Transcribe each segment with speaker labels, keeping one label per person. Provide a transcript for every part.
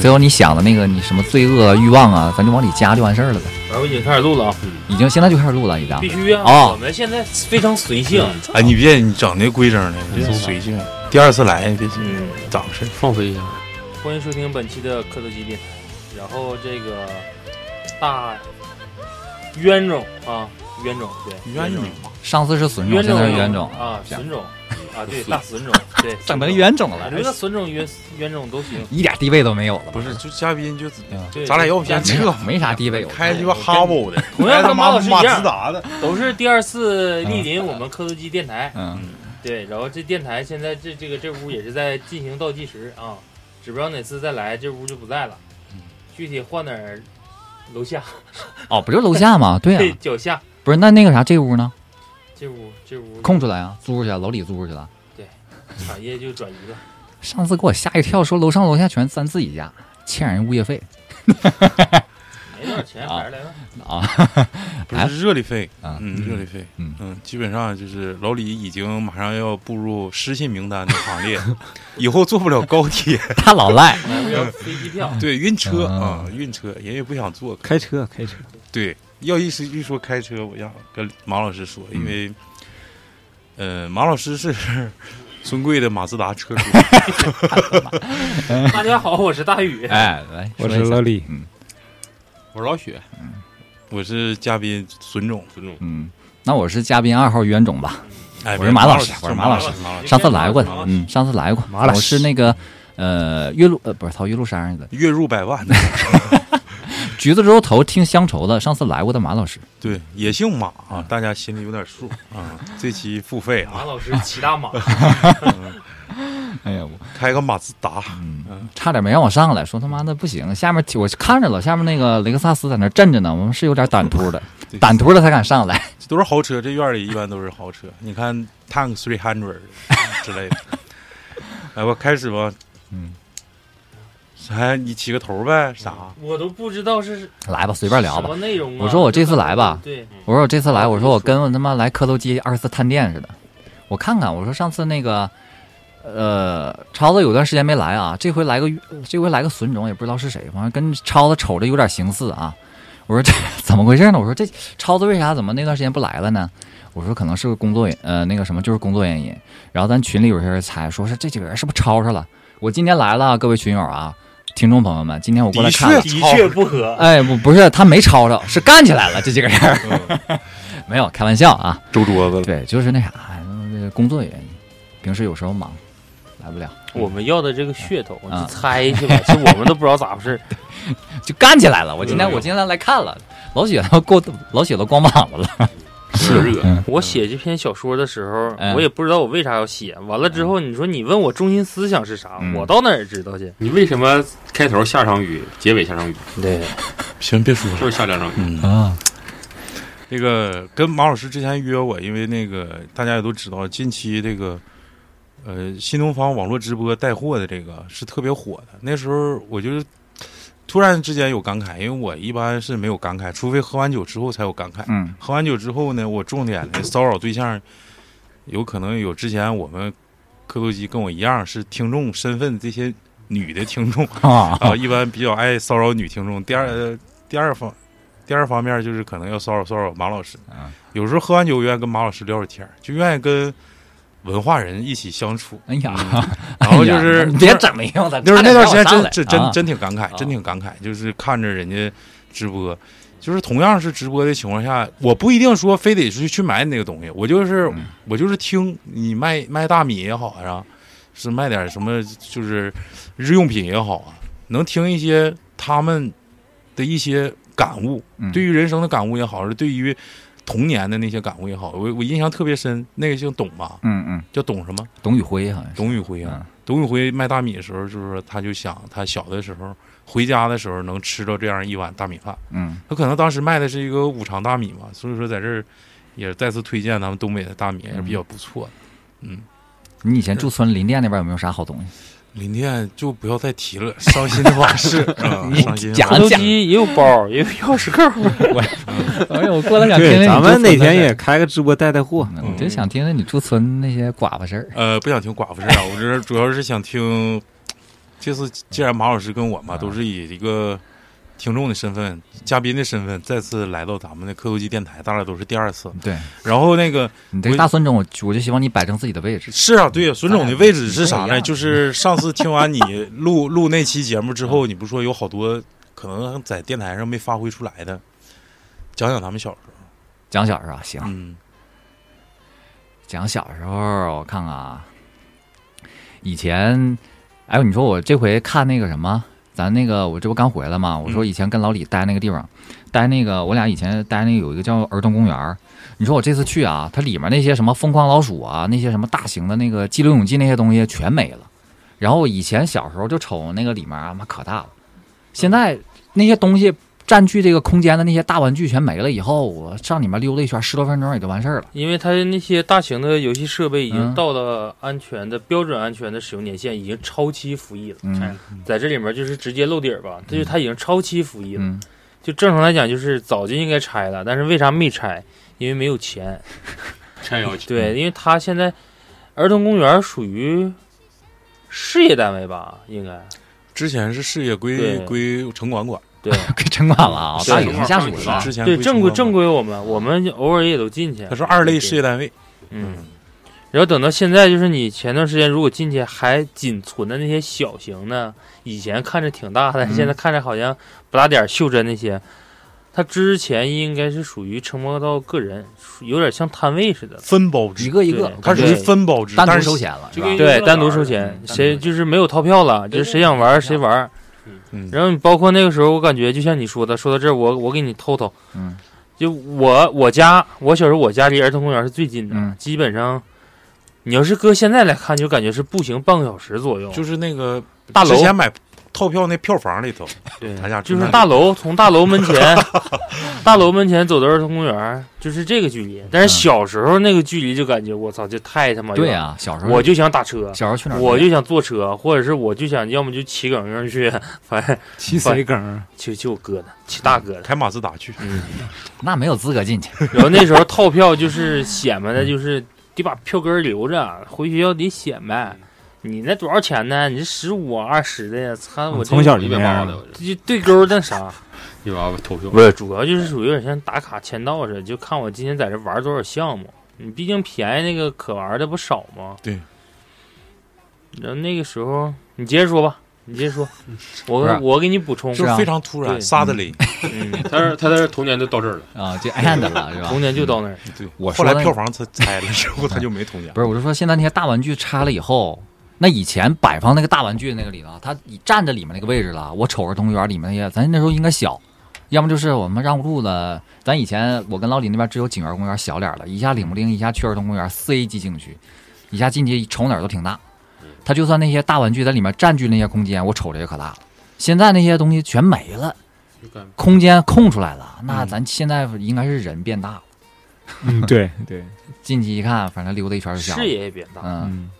Speaker 1: 最后你想的那个你什么罪恶欲望啊，咱就往里加就完事儿了呗。
Speaker 2: 然后已经开始录了啊，
Speaker 1: 已经现在就开始录了，已经。
Speaker 2: 必须啊！
Speaker 1: 哦
Speaker 2: 我们现在非常随性，
Speaker 1: 嗯
Speaker 3: 哎，你别你整那规整的，别随性。嗯第二次来别
Speaker 2: 嗯，
Speaker 3: 咋回事？
Speaker 4: 放飞一下。
Speaker 2: 欢迎收听本期的科德基电台。然后这个大冤种啊，冤种对，冤种，
Speaker 1: 上次是损种，
Speaker 2: 冤
Speaker 1: 现
Speaker 2: 种
Speaker 1: 在是冤种，
Speaker 2: 啊，
Speaker 1: 这样
Speaker 2: 损种啊，对，大损种，对，
Speaker 1: 整成冤种
Speaker 2: 啊，
Speaker 1: 了
Speaker 2: 你，说损种冤冤种都行。
Speaker 1: 一点地位都没有了。
Speaker 3: 不是，就嘉宾就
Speaker 2: 对
Speaker 3: 咱俩要不先
Speaker 1: 没
Speaker 3: 撤
Speaker 1: 啥，没啥地位，我
Speaker 3: 开鸡巴哈巴 的，
Speaker 2: 同样
Speaker 3: 开他
Speaker 2: 跟马
Speaker 3: 妈
Speaker 2: 老师一
Speaker 3: 马自
Speaker 2: 样，
Speaker 3: 达的，
Speaker 2: 都是第二次莅临我们科德基电台。
Speaker 1: 嗯，
Speaker 2: 对，然后这电台现在这这个这屋也是在进行倒计时啊，只不知道哪次再来这屋就不在了，
Speaker 1: 嗯
Speaker 2: 具体换哪儿，楼下、
Speaker 1: 哦，不就楼下吗？对啊
Speaker 2: 对
Speaker 1: 呀，
Speaker 2: 脚下
Speaker 1: 不是那那个啥，这屋呢，
Speaker 2: 这屋这屋
Speaker 1: 空出来啊，租出去了，楼里租出去了。
Speaker 2: 产业就转移了，
Speaker 1: 上次给我吓一跳，说楼上楼下全咱自己家，欠人物业费
Speaker 2: 没多少钱，
Speaker 1: 啊
Speaker 2: 百十来万。
Speaker 1: 啊。
Speaker 3: 不是热力费，
Speaker 1: 啊
Speaker 3: 嗯，热力费，
Speaker 1: 嗯
Speaker 3: 哎嗯，基本上就是老李已经马上要步入失信名单的行 列，以后坐不了高铁，
Speaker 1: 他老赖，
Speaker 2: 买不了飞机票，
Speaker 3: 对，晕车
Speaker 1: 啊
Speaker 3: 啊，晕车，人也不想坐，
Speaker 4: 开车，开车，
Speaker 3: 对，要一是一说开车，我想跟马老师说，因为，
Speaker 1: 嗯
Speaker 3: 呃，马老师是 尊贵的马自达车主，
Speaker 2: 大家好，我是大宇。
Speaker 1: 哎，来，
Speaker 4: 我
Speaker 1: 说
Speaker 4: 是
Speaker 1: 一下
Speaker 4: 老李，
Speaker 5: 我是老许，
Speaker 3: 我是嘉宾孙总，
Speaker 5: 尊重。
Speaker 1: 嗯，那我是嘉宾二号冤种吧。
Speaker 3: 哎，
Speaker 1: 我是马老
Speaker 3: 老
Speaker 1: 师我是马
Speaker 3: 老
Speaker 1: 老
Speaker 3: 马老师，
Speaker 1: 上次来过的
Speaker 2: 马老，师
Speaker 1: 嗯，上次来过，
Speaker 4: 马老师
Speaker 1: 我是那个呃岳麓呃不是曹岳麓山上的
Speaker 3: 月入 百万的，
Speaker 1: 橘子洲头听乡愁的，上次来过的马老师，
Speaker 3: 对，也姓马
Speaker 1: 嗯
Speaker 3: 啊，大家心里有点数啊。这期付费
Speaker 2: 马
Speaker 3: 啊，
Speaker 2: 老师骑 大马，
Speaker 1: 哎呀，我
Speaker 3: 开个马自达，
Speaker 1: 差点没让我上来，说他妈的不行，下面我看着了，下面那个雷克萨斯在那儿震着呢，我们是有点胆突 的，
Speaker 3: 对
Speaker 1: 胆突的才敢上来。
Speaker 3: 这都是豪车，这院里一般都是豪车。 你看 Tank Three Hundred 之类的。来吧，开始吧。
Speaker 1: 嗯，
Speaker 3: 哎，你起个头呗，啥？
Speaker 2: 我都不知道是
Speaker 1: 来吧， 随便聊
Speaker 2: 什
Speaker 1: 吧
Speaker 2: 么。内容啊。
Speaker 1: 我说我这次来吧嗯
Speaker 2: 对，
Speaker 1: 我说我这次来，我说我跟我他妈来磕头机二次探店似的，我看看，我说上次那个。呃，超子有段时间没来啊，这回来个这回来个损种，也不知道是谁，反正跟超子瞅着有点形似啊。我说这 怎么回事呢？我说这超子为啥怎么那段时间不来了呢？我说可能是工作原呃那个什么就是工作原因。然后咱群里有些人猜说是这几个人是不是吵吵了？我今天来了啊，各位群友啊，听众朋友们，今天我过来
Speaker 3: 的
Speaker 1: 看了
Speaker 3: 确，，
Speaker 2: 的确不合。
Speaker 1: 哎不不是他没吵吵，是干起来了这几个人。
Speaker 3: 嗯
Speaker 1: 没有开玩笑啊，
Speaker 3: 周桌子了。
Speaker 1: 对，就是那啥，呃工作原因，平时有时候忙，来不了，
Speaker 2: 我们要的这个噱头，
Speaker 1: 啊
Speaker 2: 你猜去吧，这我们都不知道咋 回事。
Speaker 1: 就干起来了。我今天
Speaker 3: 对
Speaker 1: 我今天来看了，老雪都过老雪都光膀子了，
Speaker 3: 是
Speaker 1: 嗯
Speaker 2: 我写这篇小说的时候，
Speaker 1: 嗯
Speaker 2: 我也不知道我为啥要写。完了之后，你说你问我中心思想是啥，
Speaker 1: 嗯
Speaker 2: 我到哪儿知道去？
Speaker 5: 你为什么开头下场雨，结尾下场雨，
Speaker 2: 对，
Speaker 3: 行，别说了。
Speaker 5: 就是下两场雨？
Speaker 3: 嗯，
Speaker 1: 啊，
Speaker 3: 那个跟马老师之前约我，因为那个大家也都知道，近期这个呃新东方网络直播带货的这个是特别火的。那时候我就是突然之间有感慨，因为我一般是没有感慨，除非喝完酒之后才有感慨。
Speaker 1: 嗯
Speaker 3: 喝完酒之后呢，我重点的骚扰对象，有可能有之前我们磕头机跟我一样是听众身份这些女的听众，
Speaker 1: 啊，
Speaker 3: 啊，一般比较爱骚扰女听众。第二，呃第二方，第二方面就是可能要骚扰骚扰马老师
Speaker 1: 嗯。
Speaker 3: 有时候喝完酒，愿意跟马老师聊会儿天儿，就愿意跟文化人一起 相处。嗯
Speaker 1: 哎呀，
Speaker 3: 然后就
Speaker 1: 哎呀
Speaker 3: 是
Speaker 1: 你别，整没用的，
Speaker 3: 就是
Speaker 1: 差点
Speaker 3: 那段时间
Speaker 1: 让我上来
Speaker 3: 真真真
Speaker 1: 啊
Speaker 3: 真挺感慨
Speaker 1: 啊，
Speaker 3: 真挺感慨，就是看着人家直播。就是同样是直播的情况下，我不一定说非得是去买你那个东西，我就是
Speaker 1: 嗯
Speaker 3: 我就是听你卖卖大米也好啊，是卖点什么就是日用品也好啊，能听一些他们的一些感悟，
Speaker 1: 嗯
Speaker 3: 对于人生的感悟也好，是对于童年的那些感悟也好，我我印象特别深，那个姓董吧，
Speaker 1: 嗯嗯，
Speaker 3: 叫董什么？
Speaker 1: 董宇辉好像是，
Speaker 3: 董宇辉啊。董宇辉卖大米的时候，就是说他就想他小的时候回家的时候能吃到这样一碗大米饭，
Speaker 1: 嗯
Speaker 3: 他可能当时卖的是一个五常大米嘛，所以说在这儿也再次推荐咱们东北的大米也是比较不错的。嗯，
Speaker 1: 嗯，你以前住村林甸那边有没有啥好 东西？
Speaker 3: 林甸就不要再提了，伤心的往 事啊，
Speaker 1: 你
Speaker 3: 伤心的往
Speaker 1: 讲
Speaker 3: 事。
Speaker 2: 手机也有包，也有钥匙扣。
Speaker 1: 哎呦，我过来想
Speaker 4: 对，咱们哪天也开个直播带带货。
Speaker 1: 嗯
Speaker 3: 嗯
Speaker 1: 我就想听听你驻村那些寡妇事儿。
Speaker 3: 呃，不想听寡妇事儿啊，我这主要是想听这次既然马老师跟我嘛，
Speaker 1: 啊
Speaker 3: 都是以一个听众的身份、嘉宾的身份，再次来到咱们的磕头机电台，当然都是第二次。
Speaker 1: 对
Speaker 3: 然后那个
Speaker 1: 你这个
Speaker 3: 我
Speaker 1: 大孙中，我我就希望你摆正自己的位置。
Speaker 3: 是啊，对呀，孙
Speaker 2: 哎
Speaker 3: 总的位置是啥
Speaker 1: 咱俩
Speaker 3: 呢？
Speaker 1: 不太一样
Speaker 3: 就是上次听完你录 录那期节目之后，你不说有好多可能在电台上没发挥出来的，讲讲咱们小时
Speaker 1: 讲小时候啊行
Speaker 3: 候。，嗯，
Speaker 1: 讲小时候，我看看啊，以前，哎呦，你说我这回看那个什么，咱那个我这不刚回来嘛？我说以前跟老李待那个地方，待那个我俩以前待那个有一个叫儿童公园儿。你说我这次去啊，它里面那些什么疯狂老鼠啊，那些什么大型的那个激流勇进那些东西全没了。然后以前小时候就瞅那个里面啊，妈可大了。现在那些东西占据这个空间的那些大玩具全没了以后，我上里面溜达一圈，十多分钟也就完事儿了。
Speaker 2: 因为它那些大型的游戏设备已经
Speaker 1: 嗯
Speaker 2: 到了安全的、标准安全的使用年限，已经超期服役了。
Speaker 1: 嗯
Speaker 2: 在这里面就是直接露底儿吧，这就是它已经超期服役了。
Speaker 1: 嗯。
Speaker 2: 就正常来讲，就是早就应该拆了，但是为啥没拆？因为没有钱。
Speaker 5: 真有趣。
Speaker 2: 对，因为它现在呃儿童公园属于事业单位吧，应该
Speaker 3: 之前是事业归
Speaker 2: 对
Speaker 3: 归城管管，
Speaker 2: 对
Speaker 1: 给城管了啊，
Speaker 3: 是
Speaker 1: 大禹是下属的。
Speaker 3: 之前
Speaker 2: 对
Speaker 3: 归
Speaker 2: 正规正。
Speaker 3: 城管管
Speaker 2: 规，我们我们偶尔也都进去。
Speaker 3: 他说二类事业单位，
Speaker 2: 嗯，然后等到现在，就是你前段时间如果进去还仅存的那些小型的，以前看着挺大的，
Speaker 1: 嗯
Speaker 2: 现在看着好像不大点儿袖珍那些，它之前应该是属于承包到个人，属有点像摊位似的，
Speaker 3: 分包
Speaker 1: 一
Speaker 3: 制，
Speaker 1: 个一个
Speaker 2: 对，
Speaker 3: 它属于分包制，
Speaker 1: 单
Speaker 3: 但
Speaker 1: 独
Speaker 3: 是
Speaker 1: 收钱了，是
Speaker 5: 这
Speaker 1: 吧
Speaker 5: 个？
Speaker 2: 啊对，单独收钱
Speaker 1: 嗯，
Speaker 2: 谁就是没有套票了，就是谁想玩儿谁玩儿。
Speaker 3: 嗯，
Speaker 2: 然后你包括那个时候，我感觉就像你说的，说到这儿，我我给你透透，
Speaker 1: 嗯，
Speaker 2: 就我我家，我小时候我家离儿童公园是最近的，
Speaker 1: 嗯
Speaker 2: 基本上，你要是搁现在来看，就感觉是步行半个小时左右，
Speaker 3: 就是那个
Speaker 2: 大楼
Speaker 3: 之前买套票那票房里头，
Speaker 2: 对
Speaker 3: 咱家，
Speaker 2: 就是大楼从大楼门前， 大楼门前走到儿童公园，就是这个距离。但是小时候那个距离就感觉我操，这太他妈远
Speaker 1: 嗯对
Speaker 2: 了，
Speaker 1: 啊，小时候
Speaker 2: 我就想打车。
Speaker 1: 小时候去哪儿？
Speaker 2: 我就想坐车，或者是我就想，要么就骑梗上去， 反正
Speaker 4: 骑谁梗儿？
Speaker 2: 去去我哥的，去大哥的。
Speaker 3: 开马自达
Speaker 2: 啊
Speaker 3: 去，
Speaker 1: 那没有资格进去。
Speaker 2: 然后那时候套票就是显摆的，就是得把票根儿留着，回学校得显摆。你那多少钱呢？你这十五啊二十的呀？操！我这
Speaker 4: 从小就
Speaker 5: 一
Speaker 4: 那
Speaker 5: 百八
Speaker 4: 样
Speaker 5: 的，，我这
Speaker 2: 就对勾儿那啥，
Speaker 5: 一百八投票。
Speaker 2: 不是，主要就是属于有点像打卡签到似的，就看我今天在这玩多少项目。你毕竟便宜那个可玩的不少嘛。
Speaker 3: 对。
Speaker 2: 然后那个时候，你接着说吧，你接着说，我
Speaker 1: 不是
Speaker 2: 我给你补充。
Speaker 1: 是
Speaker 3: 就
Speaker 1: 啊
Speaker 3: 非常突然，
Speaker 2: 对
Speaker 3: 撒的雷，
Speaker 2: 嗯，
Speaker 5: 他是他的童年就到这儿了，
Speaker 1: 啊，就 end 了是吧
Speaker 2: 童？年就到那儿。
Speaker 3: 对，
Speaker 1: 我
Speaker 3: 后
Speaker 1: 说
Speaker 3: 来
Speaker 1: 的
Speaker 3: 票房才拆了之后，他就没童年，
Speaker 1: 不是，我就说现在那些大玩具拆了以后，那以前摆放那个大玩具那个里头，它已站在里面那个位置了。我瞅着动物园里面那些，咱那时候应该小，要么就是我们让路了。咱以前我跟老李那边只有景园公园小点儿了，一下领不灵，一下去儿童公园四 A 级景区，一下进去瞅哪儿都挺大。它就算那些大玩具在里面占据那些空间，我瞅着也可大了。现在那些东西全没了，
Speaker 5: 就感
Speaker 1: 空间空出来了，那咱现在应该是人变大了。
Speaker 4: 嗯，对对，
Speaker 1: 进去一看，反正溜达一圈就小了。
Speaker 2: 视野也变大。
Speaker 1: 嗯，
Speaker 4: 嗯，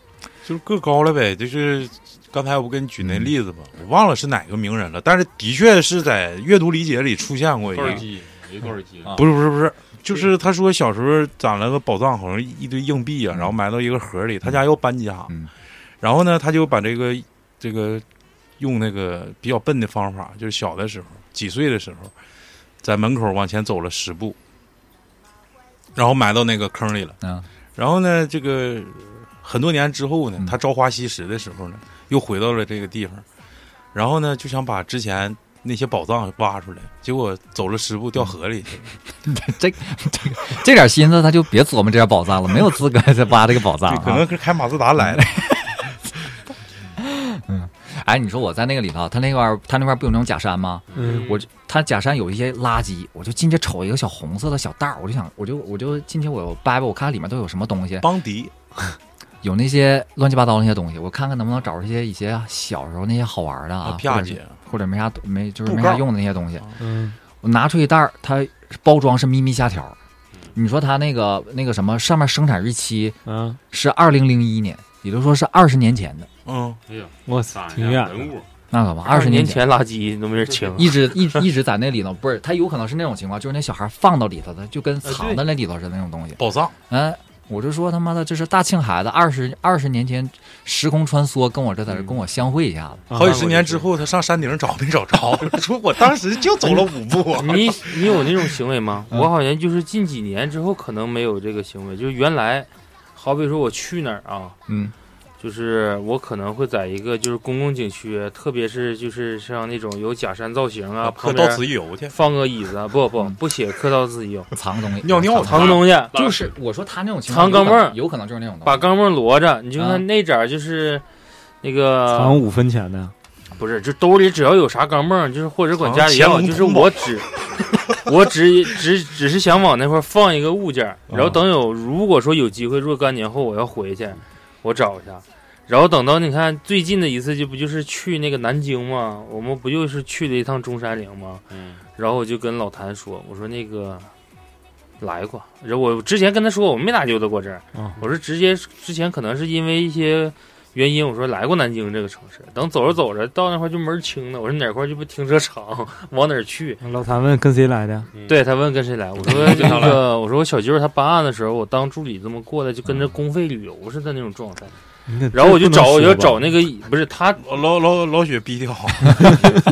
Speaker 3: 就是个高了呗。就是刚才我不跟你举那例子吗？
Speaker 1: 嗯
Speaker 3: 我忘了是哪个名人了，但是的确是在阅读理解里出现过一
Speaker 5: 多少
Speaker 3: 个，
Speaker 5: 机，有多少机
Speaker 1: 啊
Speaker 3: 不是不是不是。就是他说小时候攒了个宝藏，好像一堆硬币啊，然后埋到一个盒里。他家要搬家，
Speaker 1: 嗯
Speaker 3: 然后呢，他就把这个这个用那个比较笨的方法，就是小的时候几岁的时候，在门口往前走了十步，然后埋到那个坑里了。
Speaker 1: 嗯，
Speaker 3: 然后呢，这个很多年之后呢
Speaker 1: 嗯，
Speaker 3: 他朝花夕拾的时候呢，又回到了这个地方，然后呢，就想把之前。那些宝藏挖出来，结果走了十步掉河里去了。
Speaker 1: 这点心思他就别琢磨这点宝藏了，没有资格再挖这个宝藏、
Speaker 3: 可
Speaker 1: 啊。
Speaker 3: 能是开马自达来了。
Speaker 1: 哎，你说我在那个里头，他那块儿他那块儿不有那种假山吗？
Speaker 4: 嗯
Speaker 1: 我他假山有一些垃圾，我就进去瞅一个小红色的小袋儿，我就想，我就我就进去我掰掰，我看里面都有什么东西，
Speaker 3: 邦迪，
Speaker 1: 有那些乱七八糟那些东西，我看看能不能找着一些一些小时候那些好玩的啊，
Speaker 3: 啊啪
Speaker 1: 或者
Speaker 3: 姐
Speaker 1: 是或者没啥没就是
Speaker 3: 布
Speaker 1: 没啥
Speaker 3: 告
Speaker 1: 用的那些东西。
Speaker 4: 嗯，
Speaker 1: 我拿出一袋儿，它包装是咪咪虾条儿，
Speaker 2: 嗯
Speaker 1: 你说它那个那个什么上面生产日期
Speaker 2: 嗯
Speaker 4: 啊，
Speaker 1: 是二零零一年，也就是说是二十年前的。
Speaker 3: 嗯，
Speaker 5: 哎呀，
Speaker 4: 我操
Speaker 5: 咋，
Speaker 4: 挺远的，
Speaker 5: 文物
Speaker 1: 那可不，
Speaker 2: 二
Speaker 1: 二
Speaker 2: 十
Speaker 1: 十
Speaker 2: 年
Speaker 1: 前
Speaker 2: 前垃圾都没人 清，
Speaker 1: 一直一直一直在那里头，不
Speaker 2: 呃
Speaker 1: 是他有可能是那种情况，就是那小孩放到里头的，就跟藏在那里头似的那种东西。
Speaker 3: 宝藏
Speaker 1: 嗯，我就说他妈的，这是大庆孩子二十二十年前时空穿梭，跟我这在
Speaker 2: 嗯
Speaker 1: 这跟我相会一下子。
Speaker 3: 好几十年之后，他上山顶找没找着，说我当时就走了五步。啊
Speaker 2: 你你有那种行为吗？我好像就是近几年之后可能没有这个行为，就是原来，好比说我去哪儿啊，
Speaker 1: 嗯
Speaker 2: 就是我可能会在一个就是公共景区，特别是就是像那种有假山造型 啊，
Speaker 3: 可
Speaker 2: 旁
Speaker 3: 到
Speaker 2: 边
Speaker 3: 此一游去，
Speaker 2: 放个椅子啊，不不
Speaker 1: 嗯
Speaker 2: 不写客到自己有，
Speaker 1: 藏东西，
Speaker 3: 尿尿
Speaker 1: 藏
Speaker 2: 藏东西，
Speaker 1: 就是我说他那种情
Speaker 2: 藏
Speaker 1: 况，
Speaker 2: 钢镚儿
Speaker 1: 有可能就是那种东
Speaker 2: 把
Speaker 1: 西。
Speaker 2: 钢镚摞着，你就
Speaker 1: 啊
Speaker 2: 看那点儿就是。那
Speaker 4: 藏
Speaker 2: 个
Speaker 4: 五分钱的，
Speaker 2: 不是，就兜里只要有啥钢镚儿，就是或者管家里
Speaker 3: 藏
Speaker 2: 要，
Speaker 3: 乾隆
Speaker 2: 就是
Speaker 3: 宫吧
Speaker 2: 我只，我只只只是想往那块儿放一个物件
Speaker 4: 啊
Speaker 2: 儿，然后等有如果说有机会若干年后我要回去，我找一下，然后等到你看最近的一次就不就是去那个南京吗？我们不就是去了一趟中山陵吗？
Speaker 5: 嗯，
Speaker 2: 然后我就跟老谭说，我说那个来过，然后我之前跟他说我没咋溜达过这儿，
Speaker 4: 嗯
Speaker 2: 我说直接之前可能是因为一些原因，我说来过南京这个城市，等走着走着到那块儿就门儿清了，我说哪块儿就不停车场， 往哪儿去？
Speaker 4: 老谭问跟谁来的？
Speaker 2: 对他问跟谁来，我说那个我说我小舅儿他办案的时候，我当助理这么过来，就跟着公费旅游似的那种状态，然后我就找我就找那个不是他
Speaker 3: 老老老雪逼 的好，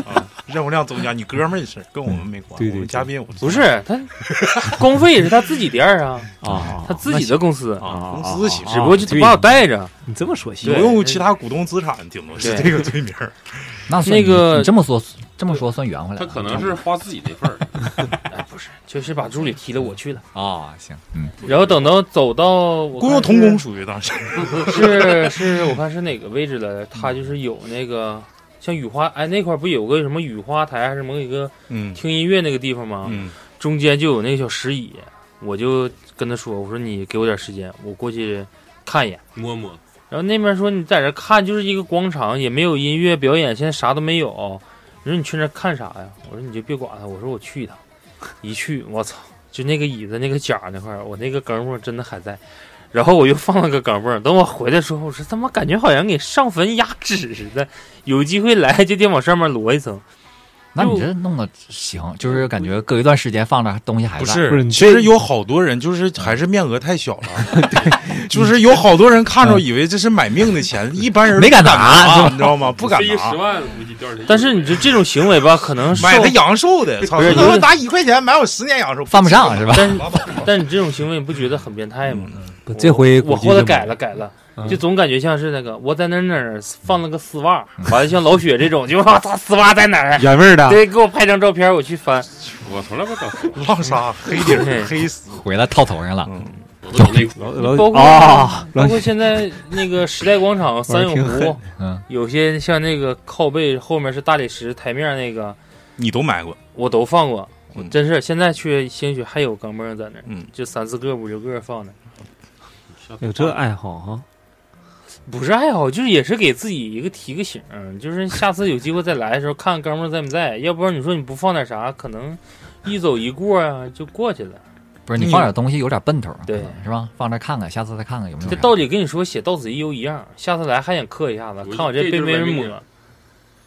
Speaker 3: 啊任务量增加。你哥们儿也是，跟我们没关，
Speaker 4: 对对
Speaker 3: 我们嘉宾我们
Speaker 2: 不是他 公费也是他自己店儿啊，
Speaker 4: 啊，
Speaker 2: 他自己的公司。
Speaker 3: 啊，
Speaker 4: 啊
Speaker 3: 公司行
Speaker 4: 啊，
Speaker 2: 只不过就把我带着，
Speaker 4: 你这么说行
Speaker 3: 挪
Speaker 2: 对
Speaker 3: 用其他股东资产，顶多是
Speaker 2: 对
Speaker 3: 这个罪名儿。
Speaker 1: 那算
Speaker 2: 那个
Speaker 1: 你这么说这么说算圆回来
Speaker 5: 他
Speaker 1: 了。
Speaker 5: 可能是花自己那份儿，
Speaker 2: 哎，不是，就是把助理踢了，我去了。
Speaker 1: 啊，行，嗯，
Speaker 2: 然后等到走到我
Speaker 3: 雇佣童工属于当时。
Speaker 2: 工， 是是，我看是哪个位置了？他就是有那个像雨花，哎，那块儿不有个什么雨花台还是什么一个
Speaker 3: 嗯
Speaker 2: 听音乐那个地方吗？
Speaker 3: 嗯，
Speaker 2: 中间就有那个小石椅，我就跟他说，我说你给我点时间，我过去看一眼。
Speaker 5: 摸摸，
Speaker 2: 然后那边说你在这看就是一个广场，也没有音乐表演，现在啥都没有。我说你去那看啥呀？我说你就别管他，我说我去一趟。一去，我操，就那个椅子那个角儿那块儿，我那个胳膊真的还在。然后我又放了个胳膊，等我回来的时候，我说他妈感觉好像给上坟压纸似的，有机会来就得往上面摞一层。
Speaker 1: 那你这弄的行，就是感觉隔一段时间放着东西还
Speaker 3: 不
Speaker 1: 在。
Speaker 3: 是
Speaker 4: 不是，你
Speaker 3: 其实有好多人
Speaker 1: 嗯
Speaker 3: 就是还是面额太小 了，就是有好多人看着以为这是买命的钱，一般人
Speaker 1: 嗯没敢
Speaker 3: 不
Speaker 1: 拿
Speaker 3: 拿，你知道吗？不敢
Speaker 5: 这一
Speaker 3: 拿啊
Speaker 5: 十。万估计掉下去。
Speaker 2: 但是你就这种行为吧，可能受
Speaker 3: 买的阳寿的，操！
Speaker 2: 不是
Speaker 3: 他
Speaker 2: 有
Speaker 3: 说
Speaker 2: 的
Speaker 3: 拿一块钱买我十年阳寿，
Speaker 1: 犯不上是 吧？
Speaker 2: 但是
Speaker 3: 拉倒吧？
Speaker 2: 但你这种行为，你不觉得很变态吗？
Speaker 4: 不这回
Speaker 2: 我
Speaker 4: 估计
Speaker 2: 后来
Speaker 4: 就
Speaker 2: 改了改了
Speaker 4: 嗯，
Speaker 2: 就总感觉像是那个我在哪儿哪儿放了个丝袜，完了像老雪这种，就我操丝袜在哪儿？
Speaker 4: 嗯原味儿的，
Speaker 2: 得给我拍张照片，我去翻。
Speaker 5: 我从来不找，
Speaker 1: 嗯
Speaker 3: 浪莎黑底儿
Speaker 2: 对
Speaker 3: 黑丝，
Speaker 1: 回来套头上了，
Speaker 3: 嗯，
Speaker 5: 我都找内裤。
Speaker 4: 老
Speaker 2: 包
Speaker 4: 老
Speaker 2: 括
Speaker 4: 啊，
Speaker 2: 包
Speaker 4: 老
Speaker 2: 括现在那个时代广场、三
Speaker 4: 挺
Speaker 2: 永
Speaker 4: 狠
Speaker 2: 湖，
Speaker 1: 嗯，
Speaker 2: 有些像那个靠背后面是大理石台面那个，
Speaker 3: 你都买过？
Speaker 2: 我都放过。我
Speaker 3: 嗯
Speaker 2: 真是现在去兴许还有钢镚儿在那儿，
Speaker 3: 嗯，
Speaker 2: 就三四个、五六个放那儿。
Speaker 4: 有这爱好哈，
Speaker 2: 不是爱好，就是也是给自己一个提个醒儿，就是下次有机会再来的时候，看看哥们儿在不在，要不然你说你不放点啥，可能一走一过啊就过去了。
Speaker 1: 不是你
Speaker 3: 你
Speaker 1: 放点东西有点奔头，
Speaker 2: 对
Speaker 1: 是吧？放这看看，下次再看看有没有
Speaker 2: 这
Speaker 1: 啥。
Speaker 2: 道理跟你说写到此一游一样，下次来还想刻一下子，
Speaker 5: 我
Speaker 2: 看我这被没人
Speaker 5: 这就是文明
Speaker 2: 抹
Speaker 5: 点。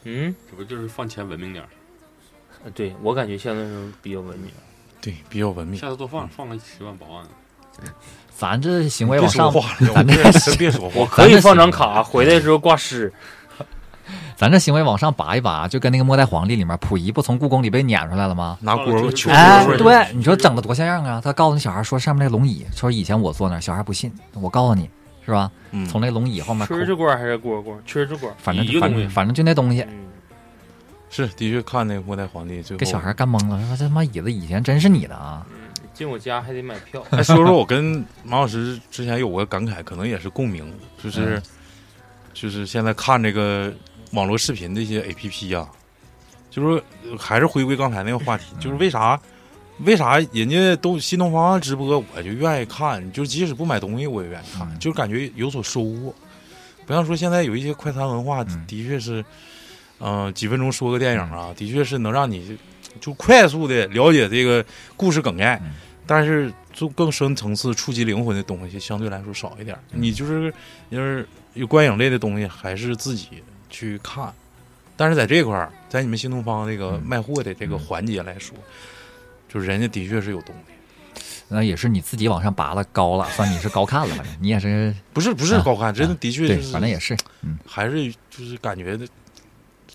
Speaker 2: 嗯，
Speaker 5: 这不就是放钱文明点儿？
Speaker 2: 对我感觉相对来说比较文明。
Speaker 3: 对，比较文明。
Speaker 5: 下次多放放个十万八万的。
Speaker 1: 咱这行为
Speaker 3: 别
Speaker 1: 往
Speaker 3: 说
Speaker 1: 上，
Speaker 3: 话了，
Speaker 1: 咱这
Speaker 3: 我真别说
Speaker 2: 我
Speaker 3: 话。
Speaker 2: 可以放张卡，回来的时候挂失。
Speaker 1: 咱这行为往上拔一拔，就跟那个《末代皇帝》里面溥仪不从故宫里被撵出来了吗？
Speaker 3: 拿锅 儿求
Speaker 5: 对
Speaker 1: 哎
Speaker 5: 对，
Speaker 1: 对，你说整的多像样啊！他告诉那小孩说上面那龙椅，说以前我坐那儿，小孩不信，我告诉你是吧？
Speaker 3: 嗯
Speaker 1: 从那龙椅后面抠，
Speaker 2: 吃着锅还是锅锅？吃着锅。
Speaker 1: 反正
Speaker 5: 一个
Speaker 1: 反
Speaker 5: 东西
Speaker 1: 正反正就那东西，
Speaker 2: 嗯，
Speaker 3: 是的确看那个末代皇帝最后
Speaker 1: 给小孩干懵了，说这他妈椅子以前真是你的啊！
Speaker 2: 嗯进我家还得买票。
Speaker 3: 哎，说说我跟马老师之前有过感慨，可能也是共鸣，就是、就是现在看这个网络视频的一些 A P P 啊，就是说呃还是回归刚才那个话题，就是为啥为啥人家都新东方直播，我就愿意看，就即使不买东西我也愿意看，
Speaker 1: 嗯
Speaker 3: 就感觉有所收获。不像说现在有一些快餐文化，
Speaker 1: 嗯
Speaker 3: 的确是，嗯、几分钟说个电影啊，的确是能让你就快速的了解这个故事梗概，
Speaker 1: 嗯
Speaker 3: 但是就更深层次触及灵魂的东西相对来说少一点儿。
Speaker 1: 嗯
Speaker 3: 你就是就是有观影类的东西，还是自己去看。但是在这块儿，在你们新东方这个
Speaker 1: 嗯
Speaker 3: 卖货的这个环节来说，就是人家的确是有东西。
Speaker 1: 那也是你自己往上拔了高了，算你是高看了，反正你也 是
Speaker 3: 不是不是
Speaker 1: 啊
Speaker 3: 高看，真的
Speaker 1: 啊
Speaker 3: 的确
Speaker 1: 对
Speaker 3: 就，是
Speaker 1: 反正也是
Speaker 3: 还是就是感觉的，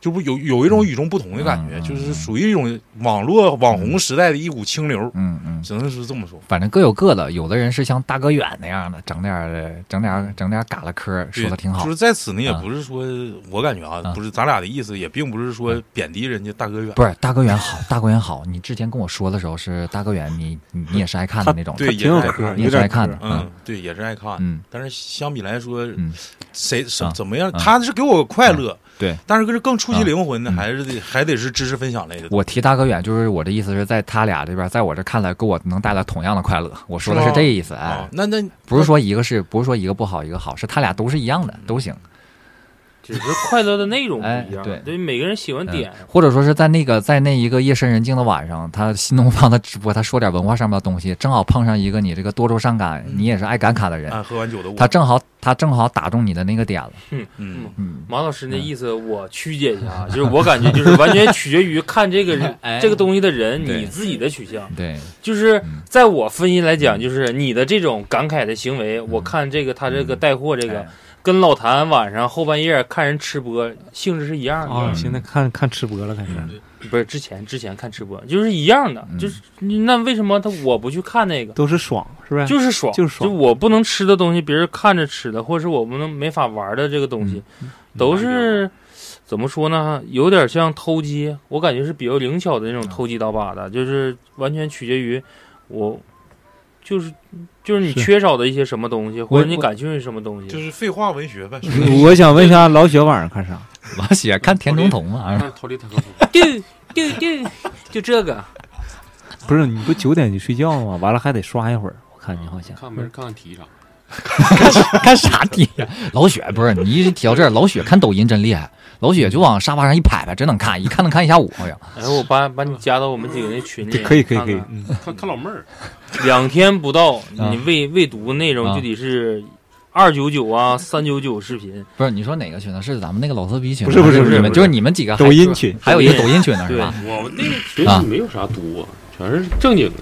Speaker 3: 就不有有一种与众不同的感觉，
Speaker 1: 嗯嗯
Speaker 3: 就是属于一种网络网红时代的一股清流，
Speaker 1: 嗯嗯。
Speaker 3: 只能是这么说。
Speaker 1: 反正各有各的，有的人是像大哥远那样的，整点儿整点儿整点儿嘎啦嗑，说的挺好
Speaker 3: 就。是在此呢，也
Speaker 1: 啊
Speaker 3: 不是说我感觉啊
Speaker 1: 啊，
Speaker 3: 不是咱俩的意思，也并不是
Speaker 1: 嗯
Speaker 3: 说贬低人家大哥远，
Speaker 1: 不是大哥远好，大哥远好。你之前跟我说的时候是大哥远，你你你也是爱看的那种，
Speaker 3: 对，也
Speaker 4: 挺有
Speaker 3: 是爱
Speaker 4: 嗑儿，
Speaker 3: 看
Speaker 1: 你也
Speaker 4: 有
Speaker 1: 是
Speaker 4: 点
Speaker 1: 爱看的
Speaker 4: 嗑儿。
Speaker 3: 嗯，对，也是爱看。
Speaker 1: 嗯，
Speaker 3: 但是相比来说，
Speaker 1: 嗯
Speaker 3: 谁怎
Speaker 1: 啊
Speaker 3: 怎么样，
Speaker 1: 啊
Speaker 3: 他是给我快乐，
Speaker 1: 对。
Speaker 3: 但是这更触及
Speaker 1: 啊
Speaker 3: 灵魂的，
Speaker 1: 嗯
Speaker 3: 还是得还得是知识分享类的。
Speaker 1: 我提大哥远，就是我的意思是在他俩这边，在我这看来，给我能带来同样的快乐。我说的
Speaker 3: 是
Speaker 1: 是
Speaker 3: 吗
Speaker 1: 这意思，哎
Speaker 3: 啊，，那那
Speaker 1: 不是说一个是不是说一个不好，一个好，是他俩都是一样的，都行。
Speaker 2: 只是快乐的内容不一
Speaker 1: 哎
Speaker 2: 样，
Speaker 1: 对
Speaker 2: 对每个人喜欢点。
Speaker 1: 或者说是在那个在那一个夜深人静的晚上，他新东方的直播，他说点文化上面的东西，正好碰上一个你这个多愁善感，
Speaker 3: 嗯
Speaker 1: 你也是爱感慨的人，
Speaker 3: 俺喝完酒的我，
Speaker 1: 他正好他正好打中你的那个点了，
Speaker 3: 嗯，
Speaker 1: 嗯，
Speaker 2: 马老师那意思我曲解一下啊，就是我感觉就是完全取决于 看这个人这个东西的人
Speaker 1: 哎对
Speaker 2: 你自己的取向，
Speaker 1: 对，
Speaker 2: 就是
Speaker 1: 嗯
Speaker 2: 在我分析来讲，就是你的这种感慨的行为，我看这个他这个带货这
Speaker 1: 嗯
Speaker 2: 个
Speaker 1: 哎
Speaker 2: 跟老谭晚上后半夜看人吃播性质是一样的，
Speaker 4: 哦，现在看看吃播了，开始。
Speaker 2: 不是之前之前看吃播就是一样的，
Speaker 1: 嗯
Speaker 2: 就是那为什么他我不去看那个？
Speaker 4: 都是爽，是不是？
Speaker 2: 就是爽，
Speaker 4: 哎就是爽
Speaker 2: 我不能吃的东西，别人看着吃的，或者是我们能没法玩的这个东西，
Speaker 4: 嗯
Speaker 2: 都是怎么说呢？有点像偷鸡，我感觉是比较灵巧的那种偷鸡倒把
Speaker 4: 嗯
Speaker 2: 的，就是完全取决于我，就是就是你
Speaker 4: 是
Speaker 2: 缺少的一些什么东西，
Speaker 4: 我
Speaker 2: 或者你感兴趣什么东西。
Speaker 3: 就是废话 文学呗。
Speaker 4: 我想问一下，老雪晚上看啥？
Speaker 1: 老雪看田中瞳嘛，
Speaker 5: 但是逃离太可怕。
Speaker 2: 丢丢丢， 就这个，
Speaker 4: 不是你不九点就睡觉吗？完了还得刷一会儿。我看你好像
Speaker 5: 看没人看看题啥？
Speaker 1: 看啥题呀？老雪不是你一提到这儿，老雪看抖音真厉害，老雪就往沙发上一拍拍，真能看，一看能看一下午好像。
Speaker 2: 哎，我把把你加到我们几个那群里，
Speaker 4: 对，可以可以
Speaker 2: 看
Speaker 4: 可以
Speaker 2: 看，
Speaker 4: 嗯，
Speaker 5: 看看老妹儿，
Speaker 2: 两天不到，
Speaker 1: 啊
Speaker 2: 你未未读内容
Speaker 1: 啊
Speaker 2: 就得是二九九啊，三九九视频。
Speaker 1: 不是你说哪个群呢？是咱们那个老色批群吗？啊
Speaker 4: 不是不是
Speaker 1: 还
Speaker 4: 不是
Speaker 1: 你们
Speaker 4: 不是
Speaker 1: 就是你们几个还
Speaker 4: 抖音群
Speaker 1: 还有一个抖音群呢是吧？
Speaker 5: 我那个群
Speaker 1: 啊
Speaker 5: 里没有啥多，全是正经的。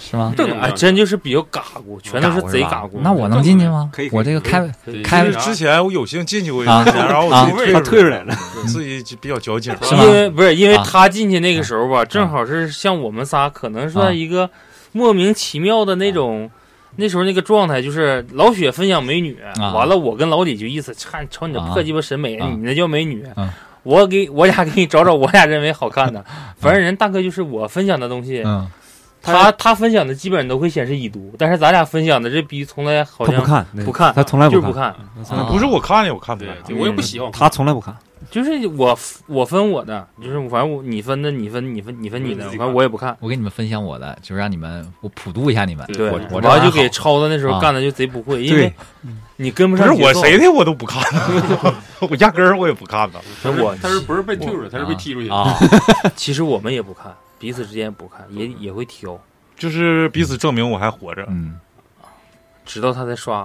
Speaker 1: 是吗？
Speaker 5: 正
Speaker 2: 哎，真就是比较嘎咕，全都是贼嘎
Speaker 1: 嘎
Speaker 2: 咕。
Speaker 1: 那我能进去吗
Speaker 4: 可以？可以
Speaker 1: 我这个开
Speaker 5: 对
Speaker 1: 开
Speaker 3: 就是之前我有幸进去过一
Speaker 1: 啊
Speaker 3: 次，然后我自己
Speaker 4: 啊退出
Speaker 3: 来
Speaker 4: 来
Speaker 3: 了，自己就比较矫情，
Speaker 1: 是吗
Speaker 2: 因为不是因为
Speaker 1: 啊
Speaker 2: 他进去那个时候吧，正好是像我们仨，可能算一个莫名其妙的那种。那时候那个状态就是老雪分享美女，
Speaker 1: 啊
Speaker 2: 完了我跟老李就意思，看瞅你这破鸡巴审美，
Speaker 1: 啊
Speaker 2: 你那叫美女，
Speaker 1: 啊
Speaker 2: 我给我俩给你找找我俩认为好看的。反正人大哥就是我分享的东西，
Speaker 1: 嗯，
Speaker 2: 他他分享的基本都会显示已读，但是咱俩分享的这逼从来好
Speaker 4: 他不
Speaker 2: 像
Speaker 4: 看，那个
Speaker 2: 不看
Speaker 4: 他从来
Speaker 2: 就是
Speaker 4: 不
Speaker 2: 不
Speaker 4: 看，
Speaker 2: 看，
Speaker 1: 啊
Speaker 3: 不是我看见我看不
Speaker 5: 对
Speaker 3: 来，，
Speaker 5: 对我也不喜欢看。
Speaker 4: 他从来不看。
Speaker 2: 就是我 f- 我分我的，就是反正我你分的你分你分你分你的，
Speaker 5: 嗯
Speaker 2: 反正我也不看。
Speaker 1: 我给你们分享我的，就让你们我普度一下你们。
Speaker 5: 对
Speaker 2: 对，
Speaker 5: 我
Speaker 1: 我这
Speaker 2: 完
Speaker 1: 还
Speaker 2: 就给
Speaker 1: 好
Speaker 2: 超子那时候
Speaker 1: 啊
Speaker 2: 干的就贼不会，因为
Speaker 4: 对，
Speaker 2: 你跟不
Speaker 3: 不
Speaker 2: 上
Speaker 3: 是
Speaker 2: 节
Speaker 3: 我
Speaker 2: 奏。
Speaker 3: 谁的我都不看，我压根儿我也不看的。
Speaker 5: 他是
Speaker 2: 我
Speaker 5: 他是不是被退出来？他是被踢出去的。
Speaker 1: 啊，
Speaker 2: 其实我们也不看，彼此之间也不看，也也会挑，
Speaker 3: 就是彼此证明我还活着。
Speaker 1: 嗯，
Speaker 2: 直到他在刷。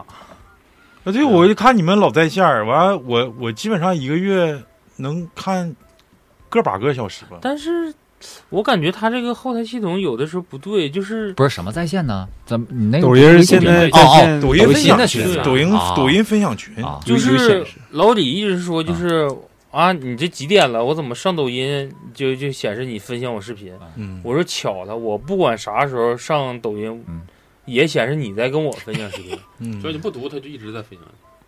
Speaker 3: 啊，对，我就看你们老在线儿，完我我基本上一个月能看个把个小时吧。
Speaker 2: 但是我感觉他这个后台系统有的时候不对，就是
Speaker 1: 不是什么在线呢？咱们你那个
Speaker 4: 抖音
Speaker 1: 微信
Speaker 4: 现
Speaker 1: 群
Speaker 4: 在
Speaker 1: 哦哦
Speaker 4: 在线
Speaker 3: 抖
Speaker 1: 抖
Speaker 3: 音
Speaker 1: 音
Speaker 3: 分享
Speaker 1: 的
Speaker 3: 群
Speaker 2: 群，啊
Speaker 3: 抖音
Speaker 1: 啊
Speaker 3: 抖音分享群，
Speaker 1: 啊，
Speaker 2: 就
Speaker 4: 有
Speaker 2: 是
Speaker 4: 显示
Speaker 2: 老李一直说就是啊，你这几点了？我怎么上抖音就就显示你分享我视频？
Speaker 3: 嗯，
Speaker 2: 我说巧了，我不管啥时候上抖音，
Speaker 1: 嗯
Speaker 2: 也显示你在跟我分享视频。
Speaker 3: 嗯
Speaker 5: 所以你不读，他就一直在分享。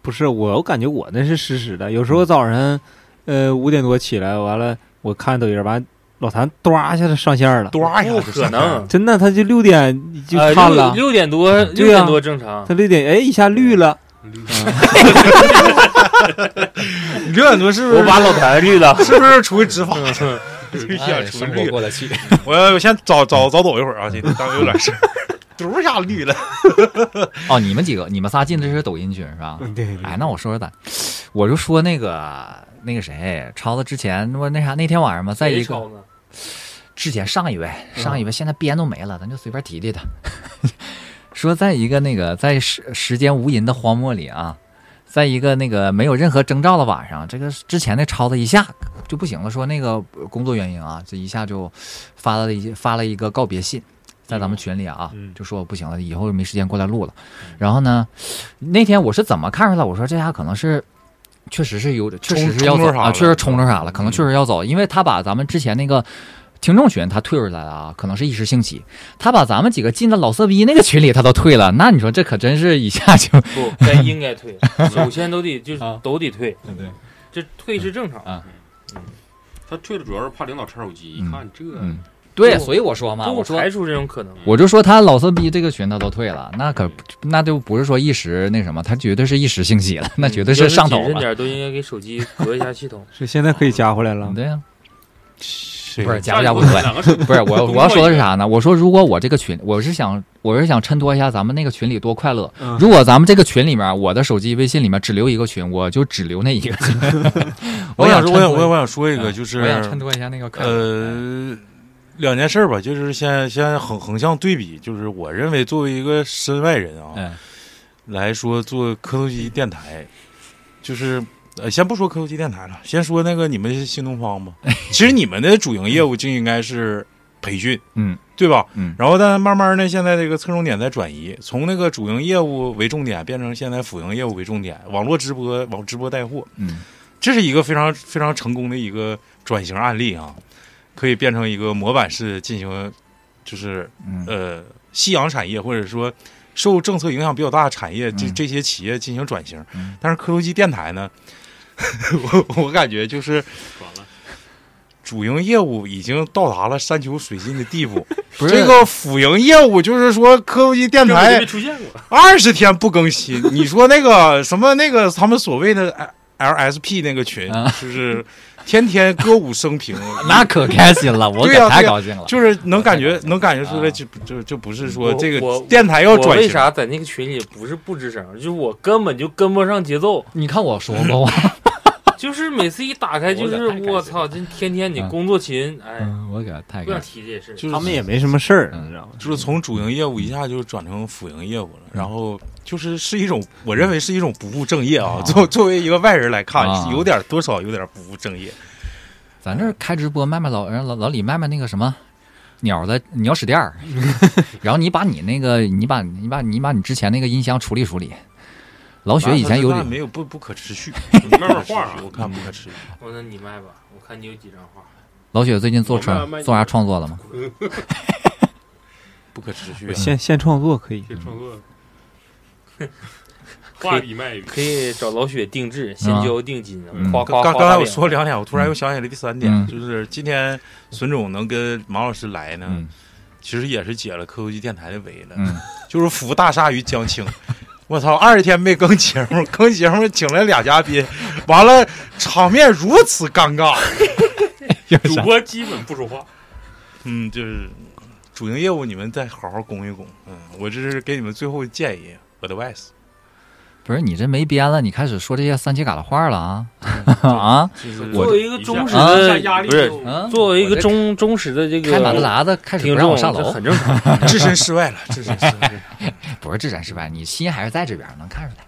Speaker 4: 不是我，我感觉我那是实时的。有时候早上，呃，五点多起来，完了我看抖音，完老谭唰一下就上线了，
Speaker 3: 多一下
Speaker 2: 不
Speaker 3: 就
Speaker 2: 可
Speaker 3: 上线
Speaker 2: 能
Speaker 3: 儿，
Speaker 4: 真的，他就六点就
Speaker 2: 呃
Speaker 4: 看
Speaker 2: 六
Speaker 4: 了，
Speaker 2: 六点多，六
Speaker 4: 对啊
Speaker 2: 点多正常
Speaker 4: 他。六点哎一下绿了，
Speaker 3: 你六点多是不
Speaker 2: 我
Speaker 3: 是，
Speaker 2: 把老谭绿了
Speaker 3: 是不是出去执法？
Speaker 1: 哎
Speaker 3: 想出
Speaker 1: 生
Speaker 3: 绿
Speaker 1: 活，过得去，
Speaker 3: 我我先早早早走一会儿啊，今天刚有点事儿，嘟一下绿了。
Speaker 1: 哦，你们几个，你们仨进的是抖音群是吧？
Speaker 4: 嗯对，
Speaker 1: 哎，那我说说咱，我就说那个那个谁，超子之前不那啥那天晚上嘛，在一
Speaker 2: 谁
Speaker 1: 个
Speaker 2: 抄呢？
Speaker 1: 之前上一位
Speaker 3: 嗯
Speaker 1: 上一位，现在编都没了，咱就随便提提他。 说在一个那个在时时间无垠的荒漠里啊，在一个那个没有任何征兆的晚上，这个之前那超子一下就不行了，说那个呃工作原因啊，这一下就发了一发了一个告别信，在咱们群里啊，
Speaker 4: 嗯
Speaker 1: 就说我不行了，以后没时间过来录了。然后呢，那天我是怎么看出来？我说这家可能是。确实是有，确实是要
Speaker 3: 冲
Speaker 1: 走
Speaker 3: 着啥
Speaker 1: 啊，
Speaker 3: 了
Speaker 1: 确实冲着啥了，可能确实要走，因为他把咱们之前那个听众群他退出来了啊，可能是一时兴起，他把咱们几个进的老色逼那个群里他都退了，那你说这可真是一下就
Speaker 2: 不该应该退，首先都得就是
Speaker 4: 啊。
Speaker 2: 都得退，
Speaker 3: 对，
Speaker 2: 这退是正常
Speaker 1: 啊。
Speaker 5: 他退了主要是怕领导拆手机，一
Speaker 1: 嗯
Speaker 5: 看这
Speaker 1: 嗯， 对，
Speaker 2: 我
Speaker 1: 所以我说嘛，
Speaker 2: 不
Speaker 1: 啊我说嗯
Speaker 2: 排除这种可能。
Speaker 1: 我就说他老色逼这个群他都退了，那可那就不是说一时那什么，他绝对是一时兴起了，那绝对
Speaker 2: 要
Speaker 1: 是
Speaker 2: 是
Speaker 1: 上头
Speaker 2: 谨慎
Speaker 1: 了。
Speaker 2: 点儿都应该给手机隔一下系统
Speaker 5: 嗯
Speaker 4: 是现在可以加回来了
Speaker 1: 嗯，。对呀、
Speaker 3: 不
Speaker 1: 不是加
Speaker 5: 下
Speaker 1: 不加
Speaker 5: 一步
Speaker 1: 无所谓，
Speaker 5: 两个手 机
Speaker 1: 不是我
Speaker 5: 都
Speaker 1: 我要说的是
Speaker 5: 一样？
Speaker 1: 啥呢？我说如果我这个群，我是想我是想衬托一下咱们那个群里多快乐。
Speaker 4: 嗯
Speaker 1: 如果咱们这个群里面，我的手机微信里面只留一个群，我就只留那一个 群。
Speaker 3: 我想
Speaker 1: 想衬
Speaker 3: 说，我
Speaker 1: 托
Speaker 3: 想，我想，我想说一
Speaker 1: 一嗯
Speaker 3: 个，就是
Speaker 1: 我想衬托一下那个快乐。
Speaker 3: 呃，两件事儿吧，就是先先横横向对比，就是我认为作为一个身外人啊，
Speaker 1: 嗯
Speaker 3: 来说做科头机电台，就是呃，先不说科头机电台了，先说那个你们新东方吧。 其实你们的主营业务就应该是培训，
Speaker 1: 嗯
Speaker 3: 对吧？
Speaker 1: 嗯
Speaker 3: 然后但慢慢呢，现在这个侧重点在转移，从那个主营业务为重点变成现在辅营业务为重点，网络直播、网直播带货。
Speaker 1: 嗯
Speaker 3: 这是一个非常非常成功的一个转型案例啊，可以变成一个模板式进行，就是
Speaker 1: 嗯
Speaker 3: 呃夕阳产业或者说受政策影响比较大的产业，这
Speaker 1: 嗯
Speaker 3: 这些企业进行转型
Speaker 1: 嗯。
Speaker 3: 但是科罗基电台呢， 我我感觉就是
Speaker 5: 完了，
Speaker 3: 主营业务已经到达了山穷水尽的地步，
Speaker 1: 不是
Speaker 3: 这个辅营业务就是说科罗基电
Speaker 5: 根本就
Speaker 3: 台
Speaker 5: 没出现过。
Speaker 3: 二十天不更新，你说那个什么那个他们所谓的 L S P 那个群
Speaker 1: 啊，
Speaker 3: 就是天天歌舞升 平，
Speaker 1: 那可开心了，我可
Speaker 3: 对呀
Speaker 1: 太
Speaker 3: 对呀
Speaker 1: 高兴了。
Speaker 3: 就是能感觉
Speaker 1: 我太 感觉
Speaker 3: 能感觉出来，
Speaker 1: 啊
Speaker 3: 就就就不是说
Speaker 2: 我
Speaker 3: 这
Speaker 2: 我
Speaker 3: 个电台要
Speaker 2: 我
Speaker 3: 转
Speaker 2: 为
Speaker 3: 型。
Speaker 2: 啥在那个群里不是不吱声？就是我根本就跟不上节奏，
Speaker 1: 你看我说过，我
Speaker 2: 就是每次一打开就是
Speaker 1: 我感觉
Speaker 2: 我操，这天天你
Speaker 1: 嗯
Speaker 2: 工作勤，哎，
Speaker 1: 嗯我可太
Speaker 2: 不
Speaker 1: 开
Speaker 2: 想
Speaker 1: 心。
Speaker 2: 提这事儿。
Speaker 3: 就是
Speaker 4: 他们也没什么事儿，
Speaker 1: 嗯
Speaker 4: 你知道吗？
Speaker 3: 就是从主营业务一下就转成辅营业务了，然后就是是一种我认为是一种不务正业啊
Speaker 1: 啊。
Speaker 3: 作作为一个外人来看
Speaker 1: 啊，
Speaker 3: 有点多少有点不务正业。
Speaker 1: 咱这儿开直播卖卖老呃让老老李卖卖那个什么鸟的鸟屎垫儿，然后你把你那个你把你把你把你之前那个音箱处理处理。老雪以前有
Speaker 3: 啊那
Speaker 1: 点
Speaker 3: 没有不不可持 续，
Speaker 5: 慢慢画啊
Speaker 3: 我看不可持续。
Speaker 2: 我说你卖吧，我看你有几张画。
Speaker 1: 老雪最近做创
Speaker 5: 我卖卖
Speaker 1: 做啥创作了吗？
Speaker 3: 不可持续
Speaker 4: 我
Speaker 3: 啊，
Speaker 4: 现现创作可以，
Speaker 5: 这创作，画笔卖笔，
Speaker 2: 可以找老雪定制，现交定金啊
Speaker 1: 嗯！
Speaker 2: 夸夸
Speaker 3: 刚
Speaker 2: 夸！
Speaker 3: 刚才
Speaker 2: 夸
Speaker 3: 我
Speaker 2: 脸
Speaker 3: 说两点，我突然又想起来第三点，
Speaker 1: 嗯
Speaker 3: 就是今天孙总能跟马老师来呢，
Speaker 1: 嗯
Speaker 3: 其实也是解了科技电台的围了，
Speaker 1: 嗯，
Speaker 3: 就是福大厦于江青。我操，二十天没更节目，更节目请来俩嘉宾，完了场面如此尴尬。
Speaker 5: 主播基本不说话。
Speaker 3: 嗯，就是主营业务你们再好好攻一攻。嗯，我这是给你们最后建议，advice。
Speaker 1: 不是你这没边了，你开始说这些三七嘎的话了啊
Speaker 2: 嗯
Speaker 1: 啊！
Speaker 3: 就是
Speaker 2: 作为一个忠实
Speaker 1: 啊
Speaker 5: 一下
Speaker 2: 的，
Speaker 5: 压力
Speaker 2: 不是
Speaker 5: 就
Speaker 1: 嗯，
Speaker 2: 作为一个忠忠实的这
Speaker 1: 开马自
Speaker 2: 个
Speaker 1: 达的开始
Speaker 2: 听
Speaker 1: 不让
Speaker 2: 众，
Speaker 1: 我上
Speaker 2: 这
Speaker 1: 楼，
Speaker 2: 很正常。
Speaker 3: 置身事外了，置 身事外了。
Speaker 1: 不是置身事外，你心还是在这边，能看出来，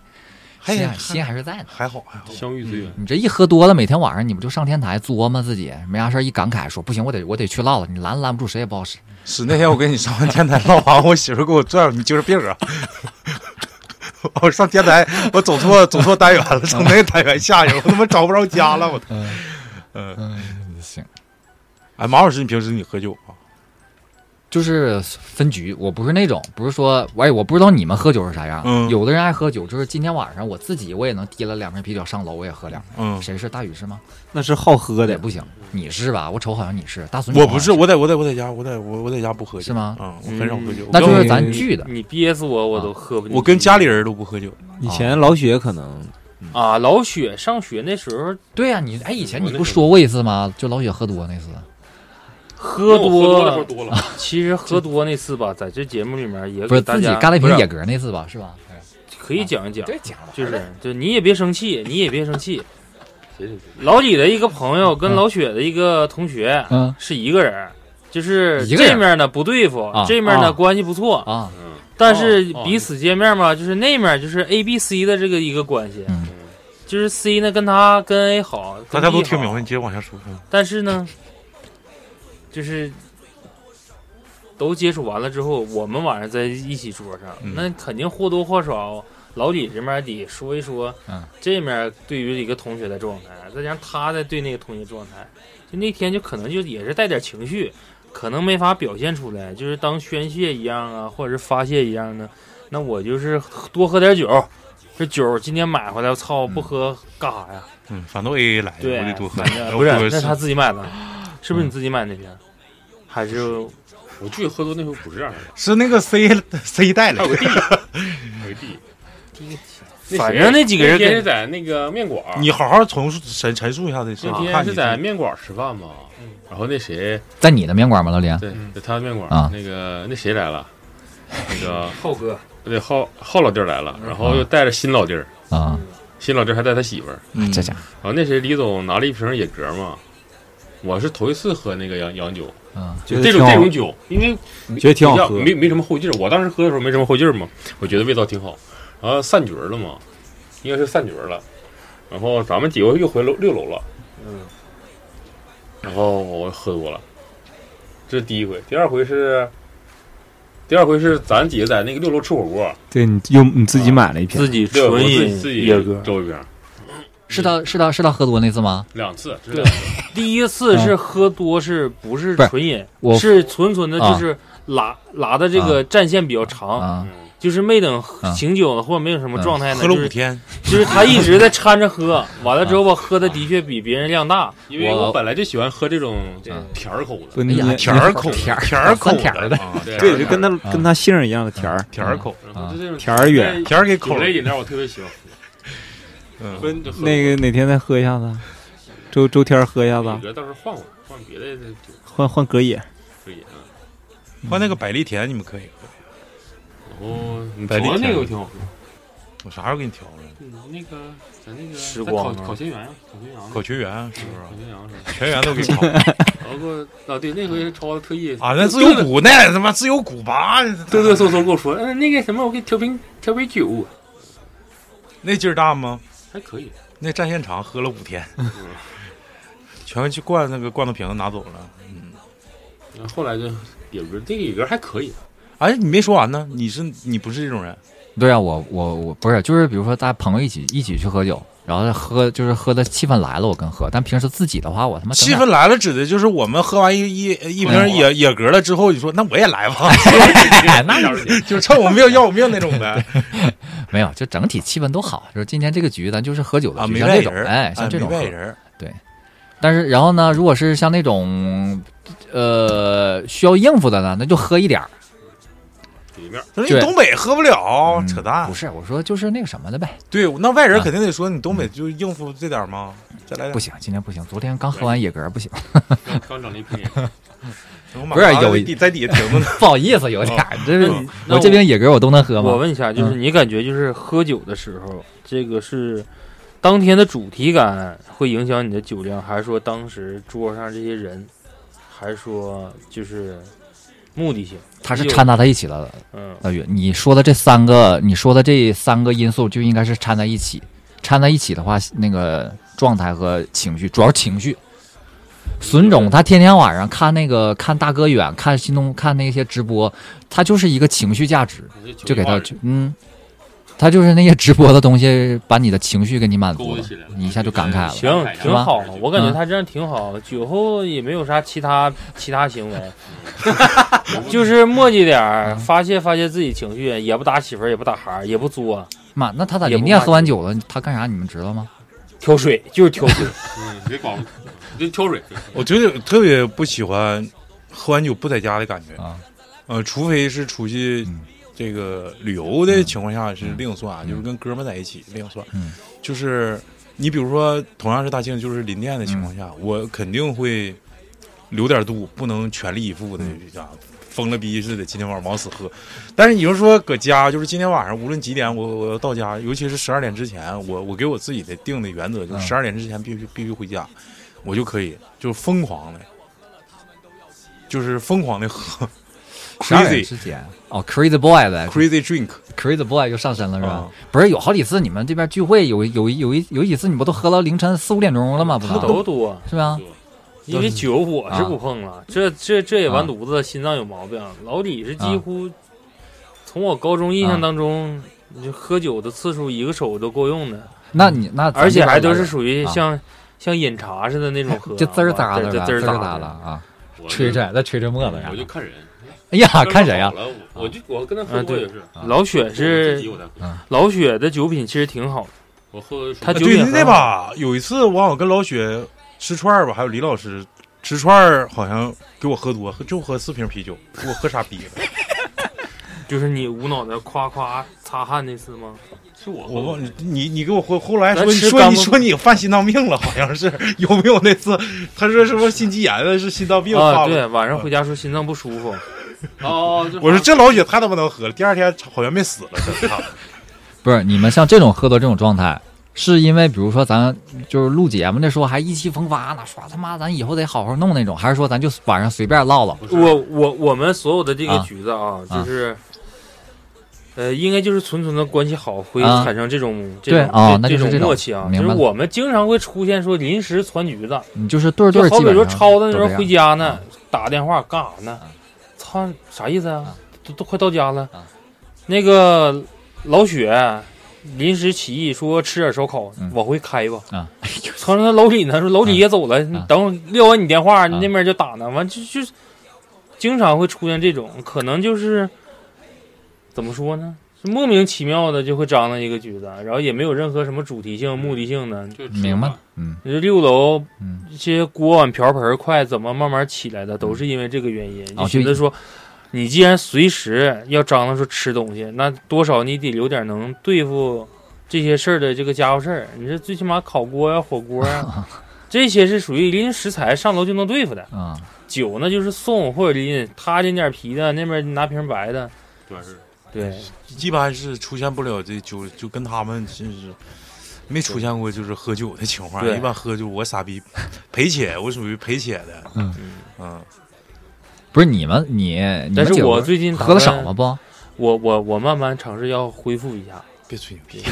Speaker 3: 还
Speaker 1: 心
Speaker 3: 还
Speaker 1: 还心还是在呢。
Speaker 3: 哎还好还好，
Speaker 5: 相遇随缘。
Speaker 1: 你这一喝多了，每天晚上你不就上天台琢磨自己，没啥事儿一感慨说不行，我得我得去唠了，你拦都拦不住，谁也不好使。
Speaker 3: 是那天我跟你上完天台 唠完，我媳妇给我拽，你精神病啊！ 我上天台，我走错走错单元了，从那个单元下去，我他妈找不着家了，我操！
Speaker 1: 嗯
Speaker 3: 嗯，
Speaker 1: 嗯，行，
Speaker 3: 哎，马老师，你平时你喝酒啊？
Speaker 1: 就是分局，我不是那种，不是说，哎，我不知道你们喝酒是啥样。
Speaker 3: 嗯
Speaker 1: 有的人爱喝酒，就是今天晚上我自己我也能提了两瓶啤酒上楼，我也喝两瓶。
Speaker 3: 嗯，
Speaker 1: 谁是大宇是吗？
Speaker 4: 那是好喝
Speaker 1: 也
Speaker 4: 的。
Speaker 1: 不行，你是吧？我瞅好像你是大孙，
Speaker 3: 我不是，，我在我在我在家，我在我我在家不喝酒，
Speaker 1: 是吗
Speaker 3: 嗯，我很少喝酒，
Speaker 1: 那就
Speaker 3: 我
Speaker 1: 是
Speaker 3: 跟
Speaker 1: 咱聚的。
Speaker 2: 你憋死我，我都喝不进去。
Speaker 3: 我跟家里人都不喝酒，
Speaker 4: 以前老雪可能
Speaker 2: 啊，老雪上学那时候
Speaker 1: 对呀、你哎，以前
Speaker 5: 我
Speaker 1: 你
Speaker 5: 那
Speaker 1: 不
Speaker 5: 时候
Speaker 1: 说过一次吗？就老雪喝多那次，
Speaker 2: 喝
Speaker 5: 多了，喝
Speaker 2: 多，
Speaker 5: 多了，
Speaker 2: 其实喝多那次吧，在这节目里面也
Speaker 1: 不
Speaker 2: 给
Speaker 1: 是
Speaker 2: 大
Speaker 1: 自己
Speaker 2: 家
Speaker 1: 干了一
Speaker 2: 不
Speaker 1: 瓶野格那次吧？是吧？
Speaker 2: 可以讲一讲，
Speaker 1: 对，讲了，
Speaker 2: 就是就你也别生气，你也别生气。
Speaker 5: 谁谁谁
Speaker 2: 老李的一个朋友跟老雪的一个同学
Speaker 1: 嗯
Speaker 2: 是一个人儿，就是
Speaker 1: 一个人
Speaker 2: 这面呢不对付
Speaker 1: 啊，
Speaker 2: 这面
Speaker 4: 啊
Speaker 2: 呢关系不错，
Speaker 1: 啊，
Speaker 2: 但是
Speaker 5: 哦哦
Speaker 2: 彼此见面嘛，就是那面就是 A、B、C 的这个一个关系，
Speaker 1: 嗯
Speaker 2: 就是 C 呢跟他跟 A 好，
Speaker 3: 大家都听明
Speaker 2: 明
Speaker 3: 白，
Speaker 2: 白，
Speaker 3: 你接着往下说。
Speaker 2: 但是呢，就是都接触完了之后，我们晚上在一起桌上，
Speaker 3: 嗯
Speaker 2: 那肯定或多或少，老李这面得说一说，
Speaker 1: 嗯
Speaker 2: 这面对于一个同学的状态，再加上他在对那个同学状态，就那天就可能就也是带点情绪，可能没法表现出来，就是当宣泄一样啊，或者是发泄一样的。那我就是多喝点酒，这酒今天买回来，我操，不喝干啥呀？
Speaker 3: 嗯，反正 A A 来的，
Speaker 2: 对，
Speaker 3: 我得多喝
Speaker 2: 反
Speaker 3: 点
Speaker 2: 正
Speaker 3: 儿。
Speaker 2: 不是
Speaker 3: 要，
Speaker 2: 那他
Speaker 3: 是
Speaker 2: 自己买的，是不是你自己买那瓶？还是
Speaker 5: 我记得喝多那回不是这样的，
Speaker 3: 是那个 C C 带
Speaker 5: 还
Speaker 3: 来
Speaker 5: 有
Speaker 3: 的，
Speaker 5: 个弟，还有个弟，那谁
Speaker 2: 反正那几个人
Speaker 5: 那天
Speaker 2: 跟
Speaker 5: 是在那个面馆儿，
Speaker 3: 你好好重述陈陈述一下这事儿。
Speaker 5: 那
Speaker 3: 我
Speaker 5: 天
Speaker 3: 看
Speaker 5: 是
Speaker 3: 你
Speaker 5: 在面馆儿吃饭嘛，然后那谁，
Speaker 1: 在你的面馆吗，老李？
Speaker 5: 对，在他的面馆
Speaker 1: 啊
Speaker 5: 儿，那个那谁来了，那个
Speaker 2: 浩哥，
Speaker 5: 对浩浩老弟儿来了，然后又带着新老弟儿，
Speaker 1: 啊，
Speaker 5: 新老弟儿还带他媳妇儿，
Speaker 3: 嗯
Speaker 1: 这家
Speaker 5: 然后那谁李总拿了一瓶野格嘛。我是头一次喝那个洋洋酒，
Speaker 1: 伙，啊，
Speaker 4: 觉
Speaker 5: 就
Speaker 4: 得
Speaker 5: 这种
Speaker 4: 挺
Speaker 5: 这
Speaker 4: 好
Speaker 5: 种酒，因为
Speaker 4: 觉得挺好
Speaker 5: 比较
Speaker 4: 喝。
Speaker 5: 没没什么后劲儿。我当时喝的时候没什么后劲儿嘛，我觉得味道挺好。然后散局儿了嘛，应该是散局儿了。然后咱们几个又回楼六楼了，
Speaker 2: 嗯，
Speaker 5: 然后我喝多了，这是第一回。第二回是，第二回是咱几个在那个六楼吃火锅，
Speaker 4: 对你用你自己买了一
Speaker 5: 哎
Speaker 4: 瓶
Speaker 2: 自，己
Speaker 5: 对，我
Speaker 2: 纯
Speaker 5: 自己
Speaker 2: 饮
Speaker 5: 自己
Speaker 2: 野哥，
Speaker 5: 周一瓶
Speaker 1: 是他是他是他喝多那次吗？
Speaker 5: 两次，这是
Speaker 2: 对
Speaker 5: 两次
Speaker 2: 第一次是喝多，是不是
Speaker 1: 不是
Speaker 2: 纯饮？
Speaker 1: 我
Speaker 2: 是纯纯的，
Speaker 1: 啊
Speaker 2: 就是拉拉的这个战线比较长，
Speaker 1: 啊，
Speaker 5: 嗯
Speaker 2: 就是没等喝
Speaker 1: 啊
Speaker 2: 醒酒呢或者没有什么
Speaker 1: 嗯
Speaker 2: 状态呢，
Speaker 3: 喝了
Speaker 2: 就
Speaker 3: 五
Speaker 2: 是
Speaker 3: 天，
Speaker 2: 就是他一直在掺着喝，完了之后吧，喝的的确比别人量大，
Speaker 5: 因为
Speaker 1: 我
Speaker 5: 我本来就喜欢喝这种嗯
Speaker 2: 对
Speaker 5: 甜儿口的，
Speaker 4: 不，你
Speaker 1: 哎呀
Speaker 4: 你
Speaker 3: 甜儿口，
Speaker 1: 甜儿
Speaker 3: 甜儿口
Speaker 1: 酸甜儿
Speaker 3: 的，
Speaker 5: 啊对
Speaker 4: 对，就跟他
Speaker 1: 啊
Speaker 4: 跟他姓儿一样的甜儿，
Speaker 3: 甜儿口，
Speaker 5: 然后就这种
Speaker 4: 甜儿远。
Speaker 3: 甜儿给
Speaker 5: 酒
Speaker 3: 口
Speaker 5: 类饮料我特别喜欢
Speaker 3: 嗯
Speaker 5: 喝，就喝
Speaker 4: 那个哪天再喝一下子，周周天儿喝一下
Speaker 5: 野
Speaker 4: 子，
Speaker 5: 格到时候换换换别的酒
Speaker 4: 换换隔夜。
Speaker 5: 可以啊。
Speaker 3: 换那个百利甜，你们可以。
Speaker 5: 然后你
Speaker 3: 百利
Speaker 5: 调的
Speaker 3: 甜
Speaker 5: 那个挺好喝，
Speaker 3: 我啥时候给你调了？
Speaker 5: 嗯，那个在那个
Speaker 2: 时
Speaker 5: 在
Speaker 2: 光
Speaker 5: 烤
Speaker 2: 啊
Speaker 5: 烤全羊上，烤全羊
Speaker 3: 烤
Speaker 5: 烤
Speaker 3: 全员是不是？
Speaker 5: 全羊是吧？
Speaker 3: 全员都给烤
Speaker 5: 然后啊，对，那回超子特意
Speaker 3: 啊！那自由股那他妈自由股吧，
Speaker 5: 嘚嘚嗖嗖跟我说，嗯，那个什么，我给你调瓶调杯酒，啊
Speaker 3: 那劲儿大吗？
Speaker 5: 还可以。
Speaker 3: 那战线长，喝了五天， 全去灌那个罐头瓶子拿走了。嗯，
Speaker 5: 然后后来就野格，这个野格还可以，
Speaker 3: 哎，你没说完呢，你是你不是这种人？
Speaker 1: 对啊，我我我不是，就是比如说大家朋友一起一起去喝酒，然后喝就是喝的气氛来了，我跟喝，但平时自己的话，我他妈整
Speaker 3: 气
Speaker 1: 点
Speaker 3: 氛来了，指的就是我们喝完一一一瓶野野格了之后，你说那我也来吧，
Speaker 5: 那点儿钱
Speaker 3: 就趁我命要我命那种呗。
Speaker 1: 没有，就整体气氛都好。就是今天这个局，咱就是喝酒的
Speaker 3: 啊，
Speaker 1: 局，
Speaker 3: 没
Speaker 1: 像
Speaker 3: 外
Speaker 1: 这种，
Speaker 3: 人，
Speaker 1: 哎，像
Speaker 3: 啊
Speaker 1: 这种
Speaker 3: 没
Speaker 1: 喝
Speaker 3: 外人，
Speaker 1: 但是然后呢，如果是像那种呃需要应付的呢，那就喝一点儿。
Speaker 5: 里面
Speaker 3: 他说
Speaker 1: 对
Speaker 3: 你东北喝不了，哦扯淡
Speaker 1: 嗯不。是，我说就是那个什么的呗。
Speaker 3: 对，那外人
Speaker 1: 啊
Speaker 3: 肯定得说你东北就应付这点儿吗？再来点
Speaker 1: 不
Speaker 3: 儿。
Speaker 1: 行，今天不行，昨天刚喝完野格，不行，
Speaker 5: 刚刚整了一瓶野格，
Speaker 3: 我马
Speaker 1: 不是
Speaker 3: 上
Speaker 1: 有
Speaker 3: 底在底下停着呢。
Speaker 1: 不好意思，有点
Speaker 3: 哦
Speaker 1: 儿。这是
Speaker 2: 那
Speaker 1: 我这边野格我都能喝
Speaker 2: 我
Speaker 1: 吗？
Speaker 2: 问一下，就是你感觉就是喝酒的时候，这个是当天的主题感会影响你的酒量，还是说当时桌上这些人，还是说就是目的性？
Speaker 1: 它是掺杂在一起了的。
Speaker 2: 嗯，
Speaker 1: 老岳，呃你说的这三个，你说的这三个因素就应该是掺在一起，掺在一起的话，那个状态和情绪，主要是情绪。孙总他天天晚上看那个看大哥远，看新东，看那些直播，他就是一个情绪价值，就给他嗯，他就是那些直播的东西，把你的情绪给你满足
Speaker 5: 勾
Speaker 1: 了
Speaker 5: 搭起来了，
Speaker 1: 你一下就感慨了。
Speaker 2: 行，挺好
Speaker 5: 是吧，
Speaker 2: 我感觉他这样挺好。酒后也没有啥其他其他行为， 就是墨迹点儿，发泄发泄自己情绪，也不打媳妇儿，也不打孩儿，也不作，
Speaker 1: 妈，那他咋地？
Speaker 2: 也不
Speaker 1: 你也
Speaker 2: 骂
Speaker 1: 喝完酒了，他干啥？你们知道吗？
Speaker 2: 挑水就是挑水。
Speaker 5: 嗯，别光，你就挑水，
Speaker 3: 我觉得特别不喜欢喝完酒不在家的感觉
Speaker 1: 啊，
Speaker 3: 呃，除非是出去
Speaker 1: 嗯
Speaker 3: 这个旅游的情况下是另算啊，
Speaker 1: 嗯
Speaker 3: 就是跟哥们儿在一起另算，
Speaker 1: 嗯
Speaker 3: 就是你比如说同样是大庆，就是林甸的情况
Speaker 1: 嗯
Speaker 3: 下，我肯定会留点度，不能全力以赴的
Speaker 1: 嗯
Speaker 3: 啊。疯了逼似的，今天晚上往死喝。但是你就说搁家，就是今天晚上无论几点，我我要到家，尤其是十二点之前，我我给我自己的定的原则就是
Speaker 1: 嗯
Speaker 3: 十二点之前必须必须回家，我就可以就是疯狂的，就是疯狂的喝
Speaker 1: 十二点
Speaker 3: ，crazy
Speaker 1: 之前哦，Crazy Boy 呗
Speaker 3: crazy drink，
Speaker 1: ，Crazy Boy 就上身了是吧？
Speaker 3: 啊
Speaker 1: 不是有好几次你们这边聚会有有有一有一有几次你不都喝到凌晨四五点钟了吗？不
Speaker 2: 他都多，
Speaker 1: 是吧？啊
Speaker 2: 因为酒我是不碰了，这这这也完犊子，心脏有毛病。老李是
Speaker 1: 啊
Speaker 2: 几乎从我高中印象当中，你就喝酒的次数一个手都够用的，
Speaker 1: 那你那咱
Speaker 2: 而且
Speaker 1: 这边
Speaker 2: 还都
Speaker 1: 来
Speaker 2: 是
Speaker 1: 了
Speaker 2: 属于
Speaker 1: 啊
Speaker 2: 像、像饮茶似的那 种喝，啊
Speaker 1: 就滋儿咋的
Speaker 2: 就
Speaker 1: 了，
Speaker 2: 滋儿
Speaker 1: 咋
Speaker 2: 咋
Speaker 1: 的啊，
Speaker 5: 我
Speaker 1: 吹
Speaker 5: 就
Speaker 1: 着再吹着沫子呀
Speaker 5: 我，就看人，
Speaker 1: 哎呀，看谁呀
Speaker 5: 好？了？我我就我跟他喝
Speaker 2: 啊
Speaker 5: 过
Speaker 2: 对
Speaker 5: 也是，
Speaker 2: 老雪
Speaker 5: 我自己
Speaker 2: 是
Speaker 5: 我才喝
Speaker 2: 老雪的酒品其实挺好的，
Speaker 5: 我喝
Speaker 2: 他
Speaker 3: 啊
Speaker 2: 酒
Speaker 3: 对
Speaker 2: 品
Speaker 3: 那
Speaker 2: 很好。
Speaker 3: 把有一次，我好像跟老雪吃串儿吧，还有李老师吃串儿，好像给我喝多，喝就喝四瓶啤酒，给我喝傻逼了。
Speaker 2: 就是你捂脑袋夸夸擦汗那次吗？
Speaker 5: 是我喝
Speaker 3: 我
Speaker 5: 过
Speaker 3: 忘你你给我后后来说
Speaker 2: 咱
Speaker 3: 你
Speaker 2: 吃
Speaker 3: 说
Speaker 2: 干
Speaker 3: 你
Speaker 2: 锅
Speaker 3: 说你犯心脏病了，好像是有没有那次？他说什么心肌炎了，是心脏病
Speaker 2: 啊，
Speaker 3: 犯了。
Speaker 2: 对，晚上回家说心脏不舒服，
Speaker 5: 哦哦，就
Speaker 3: 我说这老雪太他妈能喝了，第二天好像没死了， 真的。
Speaker 1: 不是你们像这种喝到这种状态，是因为比如说咱就是录节目那时候还意气风发呢，说他妈咱以后得好好弄那种，还是说咱就晚上随便唠唠？
Speaker 5: 不是
Speaker 2: 我我我们所有的这个
Speaker 1: 啊
Speaker 2: 局子啊，
Speaker 1: 啊
Speaker 2: 就是，呃，应该就是纯纯的关系好，会
Speaker 1: 啊
Speaker 2: 产生这种这
Speaker 1: 对
Speaker 2: 种
Speaker 1: 哦
Speaker 2: 这
Speaker 1: 那就是
Speaker 2: 这
Speaker 1: 这种
Speaker 2: 默契啊。
Speaker 1: 明
Speaker 2: 就
Speaker 1: 白
Speaker 2: 是
Speaker 1: 了
Speaker 2: 我们经常会出现说临时攒局子，
Speaker 1: 你就是对儿对
Speaker 2: 就
Speaker 1: 儿，
Speaker 2: 好
Speaker 1: 基
Speaker 2: 比
Speaker 1: 本
Speaker 2: 说
Speaker 1: 上
Speaker 2: 超的那时候
Speaker 1: 都这
Speaker 2: 回
Speaker 1: 样
Speaker 2: 家呢
Speaker 1: 啊，
Speaker 2: 打电话干啥呢
Speaker 1: 啊？
Speaker 2: 操，啥意思啊
Speaker 1: 啊？
Speaker 2: 都都快到家了
Speaker 1: 啊，
Speaker 2: 那个老雪。临时起意说吃点烧烤，
Speaker 1: 嗯
Speaker 2: 往回开吧。
Speaker 1: 啊，
Speaker 2: 操，那老李呢？说老李也走了，你等会儿撂完你电
Speaker 1: 啊
Speaker 2: 话，你那边就打呢。完就就经常会出现这种，可能就是怎么说呢？就莫名其妙的就会张罗一个局子，然后也没有任何什么主题性、目的性的。
Speaker 5: 就吃
Speaker 1: 明白
Speaker 5: 饭，，
Speaker 1: 嗯
Speaker 2: 这六楼
Speaker 1: 嗯，
Speaker 2: 这些锅碗瓢盆筷怎么慢慢起来的，都是因为这个原因。
Speaker 1: 哦
Speaker 2: 你觉
Speaker 1: 就
Speaker 2: 得说，你既然随时要张罗说吃东西，那多少你得留点能对付这些事儿的这个家伙事儿。你这最起码烤锅呀、火锅呀， 这些是属于临食材上楼就能对付的。
Speaker 1: 啊，
Speaker 2: 酒呢就是送或者拎，他拎点啤的，那边拿瓶白的。
Speaker 5: 对是
Speaker 2: 对，
Speaker 1: 嗯
Speaker 3: 一般是出现不了这酒，就跟他们真是没出现过就是喝酒的情况。
Speaker 2: 对
Speaker 3: 一般喝酒我傻逼赔且，我属于赔且的。
Speaker 1: 嗯
Speaker 3: 嗯，
Speaker 1: 不是你们你你们
Speaker 2: 但是
Speaker 1: 姐
Speaker 2: 我
Speaker 1: 夫
Speaker 2: 最近打
Speaker 1: 喝的少
Speaker 2: 算
Speaker 1: 吗？不，
Speaker 2: 我我我慢慢尝试要恢复一下。
Speaker 3: 别吹牛逼，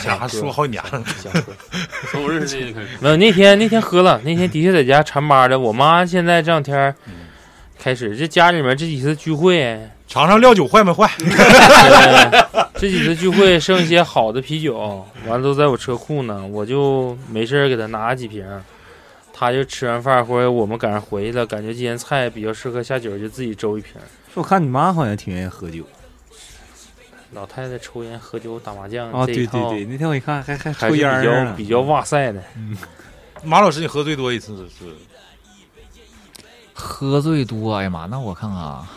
Speaker 2: 瞎
Speaker 3: 家
Speaker 2: 喝
Speaker 3: 说好几年了，
Speaker 2: 瞎喝。
Speaker 5: 从我认识那天开始，
Speaker 2: 没有，那天那天喝了，那天的确在家馋巴的。我妈现在这两天儿
Speaker 4: 嗯
Speaker 2: 开始，这家里面这几次聚 会，
Speaker 3: 尝尝料酒坏没坏？
Speaker 2: 呃这几次聚会剩一些好的啤酒，完了都在我车库呢，我就没事儿给她拿几瓶儿。她就吃完饭或者我们赶上回去了，感觉今天菜比较适合下酒，就自己周一瓶儿。
Speaker 4: 我看你妈好像挺愿意喝酒
Speaker 2: 老太太抽烟、喝酒、打麻将、
Speaker 4: 啊，
Speaker 2: 嗯这
Speaker 4: 对
Speaker 2: 一
Speaker 4: 对
Speaker 2: 套
Speaker 4: 对，那天我一看还还
Speaker 2: 还
Speaker 4: 抽
Speaker 2: 是
Speaker 4: 烟儿啊
Speaker 2: 比较
Speaker 4: 呢，
Speaker 2: 比较哇塞的。
Speaker 3: 马老师，你喝最多一次是
Speaker 1: 喝醉多，哎呀妈，那我看看啊，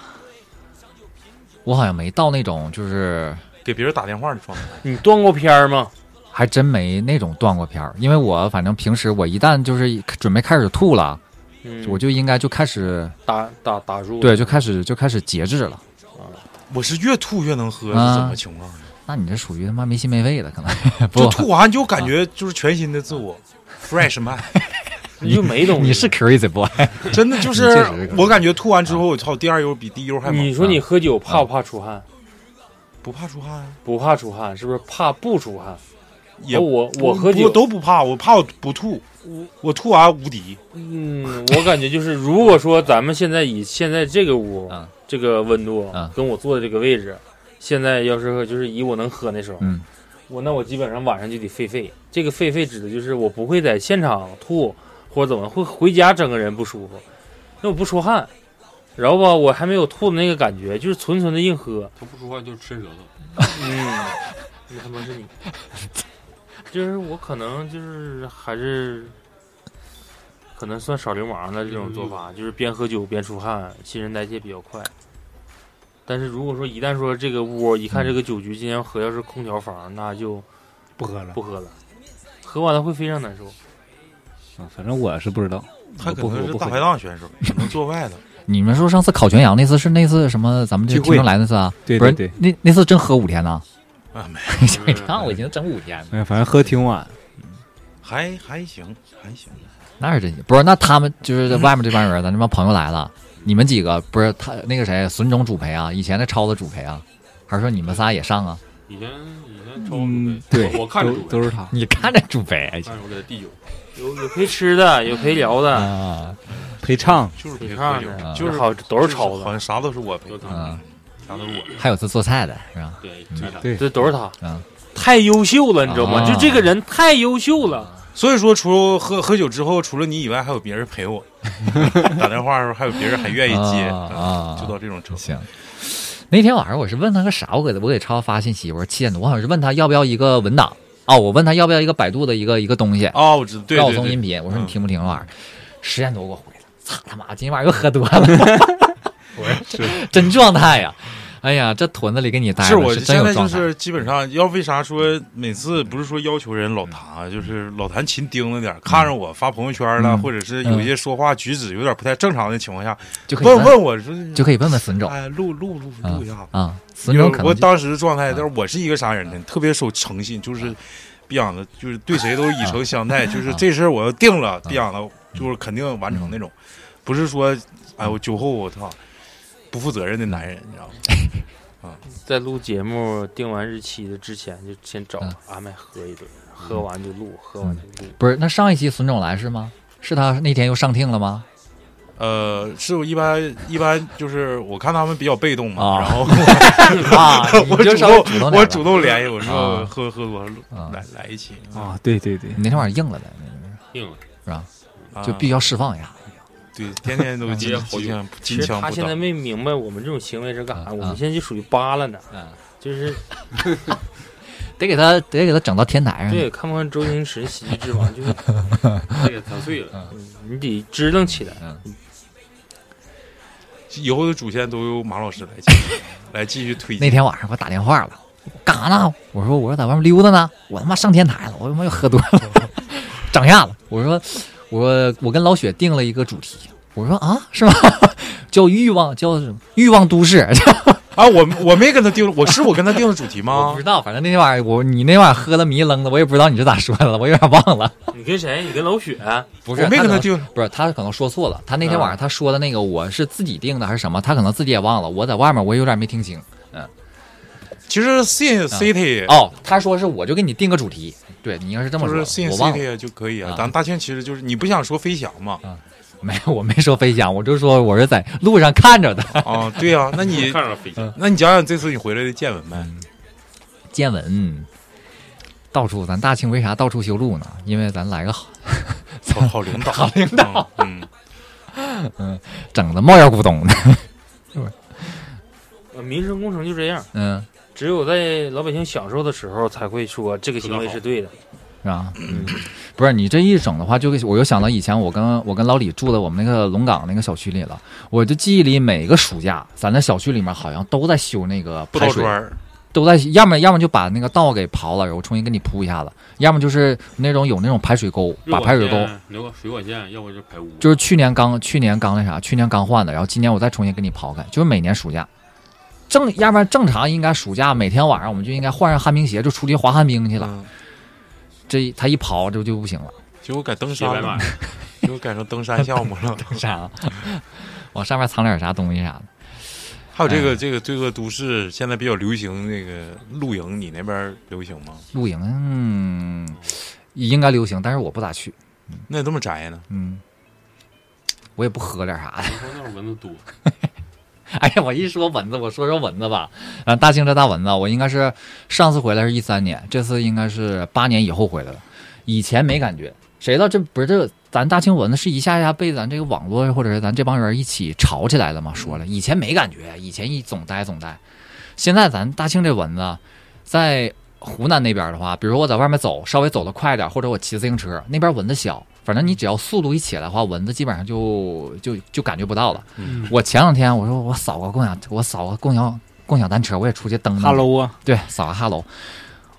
Speaker 1: 我好像没到那种就是
Speaker 3: 给别人打电话的状态。
Speaker 2: 你断过片儿吗？
Speaker 1: 还真没那种断过片儿，因为我反正平时我一旦就是准备开始吐了，
Speaker 2: 嗯，
Speaker 1: 我就应该就开始
Speaker 2: 打打打住。
Speaker 1: 对，就开始就开始节制了。
Speaker 3: 我是越吐越能喝，是怎
Speaker 2: 啊
Speaker 3: 么情况？啊
Speaker 1: 那你这属于他妈没心没肺的，可能
Speaker 3: 就
Speaker 1: 不，啊
Speaker 3: 吐完就感觉就是全新的自我 ，fresh man。
Speaker 2: 你就没东西。
Speaker 1: 你是 crazy boy，
Speaker 3: 真的就
Speaker 1: 你
Speaker 3: 是
Speaker 1: 确实是，
Speaker 3: 我感觉吐完之后，我操，第二油比第一油还猛。嗯
Speaker 2: 你说你喝酒怕不怕出汗？
Speaker 3: 不怕出汗啊？
Speaker 2: 不怕出汗，是不是怕不出汗？
Speaker 3: 也
Speaker 2: 哦我
Speaker 3: 不
Speaker 2: 我喝酒
Speaker 3: 不都不怕，我怕我不吐，我吐完无敌。
Speaker 2: 嗯，我感觉就是，如果说咱们现在以现在这个屋、
Speaker 1: 嗯
Speaker 2: 这个温度、
Speaker 1: 嗯
Speaker 2: 跟我坐的这个位置，现在要是就是以我能喝那时候，
Speaker 1: 嗯
Speaker 2: 我那我基本上晚上就得沸沸。这个沸沸指的就是我不会在现场吐或者怎么，会回家整个人不舒服，因为我不出汗，然后吧我还没有吐的那个感觉，就是纯纯的硬喝。
Speaker 5: 他不说话就吃舌头，
Speaker 2: 嗯，那他妈是你， 就是我可能就是还是，可能算耍流氓的这种做法，就是边喝酒边出汗，新陈代谢比较快。但是如果说一旦说这个屋一看这个酒局今天喝要是空调房，那就
Speaker 4: 不喝了
Speaker 2: 不。喝了，喝完了会非常难受。
Speaker 4: 啊反正我是不知道，
Speaker 3: 他
Speaker 4: 我
Speaker 3: 可
Speaker 4: 不喝
Speaker 3: 能
Speaker 4: 我
Speaker 3: 是
Speaker 4: 不
Speaker 3: 大
Speaker 4: 喝
Speaker 3: 排
Speaker 4: 酒。
Speaker 3: 档选手，可能做外头。
Speaker 1: 你们说上次烤全羊那次是那次什么？咱们这
Speaker 4: 聚
Speaker 1: 听
Speaker 4: 会
Speaker 1: 众来那次啊？
Speaker 4: 对
Speaker 1: 不是
Speaker 4: 对对
Speaker 1: 那那次真喝五天呢？
Speaker 3: 啊， 没，
Speaker 1: 吓一跳，我已经整五天了。
Speaker 4: 哎，反正喝挺晚，
Speaker 3: 还还行，还行。
Speaker 1: 那是真不是？那他们就是在外面这帮 人，咱这帮朋友来了，你们几个不是他那个谁孙总主陪啊？以前的超子主陪啊？还是说你们仨也上啊？
Speaker 5: 以前以前抽
Speaker 4: 嗯，对，
Speaker 5: 我我看着
Speaker 4: 都
Speaker 5: 主
Speaker 4: 都是他。
Speaker 1: 你看着主陪哎
Speaker 5: 但是我给他递酒，
Speaker 2: 有有陪吃的，有陪聊的，
Speaker 1: 啊，
Speaker 4: 陪唱，
Speaker 3: 就是
Speaker 2: 你
Speaker 3: 陪
Speaker 2: 看
Speaker 3: 喝酒
Speaker 1: 呢，
Speaker 3: 就是
Speaker 2: 好都是抄
Speaker 3: 好
Speaker 2: 的，
Speaker 3: 像啥都是我陪
Speaker 5: 都，他
Speaker 1: 嗯，
Speaker 3: 啥都是我陪。
Speaker 1: 还有这做菜的是吧？
Speaker 5: 对，就他
Speaker 4: 对
Speaker 2: 这都是他
Speaker 1: 嗯，
Speaker 2: 太优秀了，你知道吗？
Speaker 1: 啊
Speaker 2: 就这个人太优秀了，
Speaker 3: 所以说，除了喝喝酒之后，除了你以外，还有别人 陪我。打电话的时候，还有别人还愿意接，
Speaker 1: 啊
Speaker 3: 嗯
Speaker 1: 啊
Speaker 3: 就到这种程度。
Speaker 1: 行。那天晚上我是问他个啥，我给他我给超发信息，我说七点多，我好像是问他要不要一个文档哦，我问他要不要一个百度的一个一个东西，
Speaker 3: 哦，我知道，对
Speaker 1: 告
Speaker 3: 对
Speaker 1: 诉我音
Speaker 3: 对，
Speaker 1: 频，我说
Speaker 3: 嗯
Speaker 1: 你听不听啊那玩意儿？十点多给我回的，操他妈，今天晚上又喝多 了，真状态呀！哎呀，这屯子里给你待着
Speaker 3: 是我
Speaker 1: 真
Speaker 3: 现
Speaker 1: 有
Speaker 3: 在
Speaker 1: 状
Speaker 3: 就
Speaker 1: 态。
Speaker 3: 是基本上要为啥说每次不是说要求人老谭，就是老谭勤盯着点儿，看着我发朋友圈了，
Speaker 1: 嗯
Speaker 3: 或者是有一些说话举止有点不太正常的情况下，
Speaker 1: 就可以
Speaker 3: 问
Speaker 1: 问，
Speaker 3: 问我说，
Speaker 1: 就可以问问孙总
Speaker 3: 哎，录录录录一下吧。
Speaker 1: 啊，孙
Speaker 3: 因为
Speaker 1: 总可
Speaker 3: 我
Speaker 1: 能就嗯
Speaker 3: 当时的状态，但是我是一个啥人呢？特别守诚信，就是逼养的，就是对谁都以
Speaker 1: 嗯
Speaker 3: 诚相待，就是这事儿我要定了，逼养了就是肯定完
Speaker 1: 嗯
Speaker 3: 成那种，不是说哎我酒后我操不负责任的男人，你知道吗？
Speaker 2: 在录节目定完日期的之前，就先找
Speaker 1: 嗯
Speaker 2: 安排喝一顿，喝完就录，喝完就录。
Speaker 1: 不是那上一期孙总来是吗？是他那天又上听了 吗？
Speaker 3: 呃，是我一般一般就是我看他们比较被动嘛，
Speaker 1: 啊
Speaker 3: 然后
Speaker 1: 啊，你
Speaker 3: 我
Speaker 1: 就
Speaker 3: 主
Speaker 1: 稍微主动点吧
Speaker 3: 动我主动联系我说
Speaker 1: 啊
Speaker 3: 喝喝多了
Speaker 1: 啊
Speaker 3: 来来一期啊
Speaker 4: 啊，对对对，
Speaker 1: 你那天晚上硬了呗，
Speaker 5: 硬了，
Speaker 1: 就必须要释放一下。
Speaker 3: 啊对 天天都金
Speaker 5: 接好久
Speaker 3: 枪
Speaker 2: 其
Speaker 3: 金
Speaker 2: 实
Speaker 3: 枪
Speaker 2: 他
Speaker 3: 不
Speaker 2: 现
Speaker 3: 倒
Speaker 2: 在，没明白我们这种行为是干啥，
Speaker 1: 嗯
Speaker 2: 我们现在就属于扒拉呢
Speaker 1: 嗯，
Speaker 2: 就是
Speaker 1: 得给他得给他整到天台上。
Speaker 2: 对，看不看周星驰《喜剧之王》，就是
Speaker 5: 这个砸碎了，
Speaker 2: 你得支棱起来。
Speaker 1: 嗯
Speaker 3: 以后的主线都由马老师来继续 来继续推
Speaker 1: 那
Speaker 3: 进。
Speaker 1: 天晚上给我打电话了，干啥呢？我说我说在外面溜达呢，我他妈上天台了，我他妈又喝多了， 涨价了。我说我我跟老雪定了一个主题，我说啊是吗？ 叫欲望叫什么？欲望都市。
Speaker 3: 啊，我我没跟他定，我是我跟他定的主题
Speaker 1: 我
Speaker 3: 吗
Speaker 1: 不知？道，反正那天晚上我你那晚上喝的迷愣的，我也不知道你是咋说的了，我有点忘了。
Speaker 2: 你跟谁？你跟老雪？
Speaker 1: 不
Speaker 3: 我没跟他
Speaker 1: 能
Speaker 3: 定，
Speaker 1: 不是他可能说错了，他那天晚上他说的那个我是自己定的还是什么？他可能自己也忘了，我在外面我有点没听清。
Speaker 3: 其实 Sin City
Speaker 1: 哦，他说是我就给你定个主题，对你应该是这么
Speaker 3: 就
Speaker 1: 说
Speaker 3: 是
Speaker 1: 的，
Speaker 3: Sin
Speaker 1: 我忘了。
Speaker 3: City 就可以啊
Speaker 1: 啊。
Speaker 3: 咱大庆其实就是你不想说飞翔嘛？
Speaker 1: 没有，我没说飞翔，我就说我是在路上看着的
Speaker 3: 啊，对啊，那你
Speaker 5: 看着飞机，
Speaker 3: 那你讲讲这次你回来的见闻呗。
Speaker 1: 嗯见闻。到处，咱大庆为啥到处修路呢？因为咱来个好，
Speaker 3: 好好 领导，好领导，嗯。
Speaker 1: 整的冒烟咕咚的。
Speaker 2: 呃民生工程就这样，
Speaker 1: 嗯，
Speaker 2: 只有在老百姓享受的时候，才会说这个行为是对的。
Speaker 1: 是吧？嗯不是你这一整的话，就给我又想到以前我跟我跟老李住的我们那个龙岗那个小区里了。我就记忆里每个暑假，咱那小区里面好像都在修那个
Speaker 3: 不
Speaker 1: 排
Speaker 3: 倒
Speaker 1: 水
Speaker 3: 砖，儿，
Speaker 1: 都在要么要么就把那个道给刨了，然后重新给你铺一下子；要么就是那种有那种排水沟，嗯把排水沟
Speaker 5: 留个水管线，要不就排污，
Speaker 1: 就是去年刚去年刚那啥，去年刚换的，然后今年我再重新给你刨开，就是每年暑假，正要不然正常应该暑假每天晚上我们就应该换上旱冰鞋就出去滑旱冰去了，
Speaker 3: 嗯
Speaker 1: 这他一刨这就不行了，
Speaker 3: 结果改登
Speaker 5: 写白
Speaker 3: 山
Speaker 5: 马
Speaker 3: 了，，结果改成登山项目 了。
Speaker 1: 啥？往嗯上面藏点啥东西啥的，
Speaker 3: 还有这个这个这个都市现在比较流行那个露营，你那边儿流行吗？
Speaker 1: 露营嗯应该流行，但是我不咋去，
Speaker 3: 那这么宅呢？
Speaker 1: 嗯，我也不喝点啥的。
Speaker 5: 你说那会儿蚊子多，
Speaker 1: 哎呀，我一说蚊子，我说说蚊子吧。啊，大庆这大蚊子，我应该是上次回来是一三年，这次应该是八年以后回来的，以前没感觉。谁知道这不是这咱大庆蚊子是一下一下被咱这个网络或者是咱这帮人一起吵起来的嘛？说了以前没感觉，以前一总待总待，现在咱大庆这蚊子，在湖南那边的话，比如说我在外面走，稍微走得快点，或者我骑自行车，那边蚊子小，反正你只要速度一起来的话，蚊子基本上就就就感觉不到了。我前两天我说我扫个共享，我扫个共享共享单车，我也出去蹬
Speaker 4: 哈
Speaker 1: 蹬。
Speaker 4: 喽啊，
Speaker 1: 对，扫个哈喽。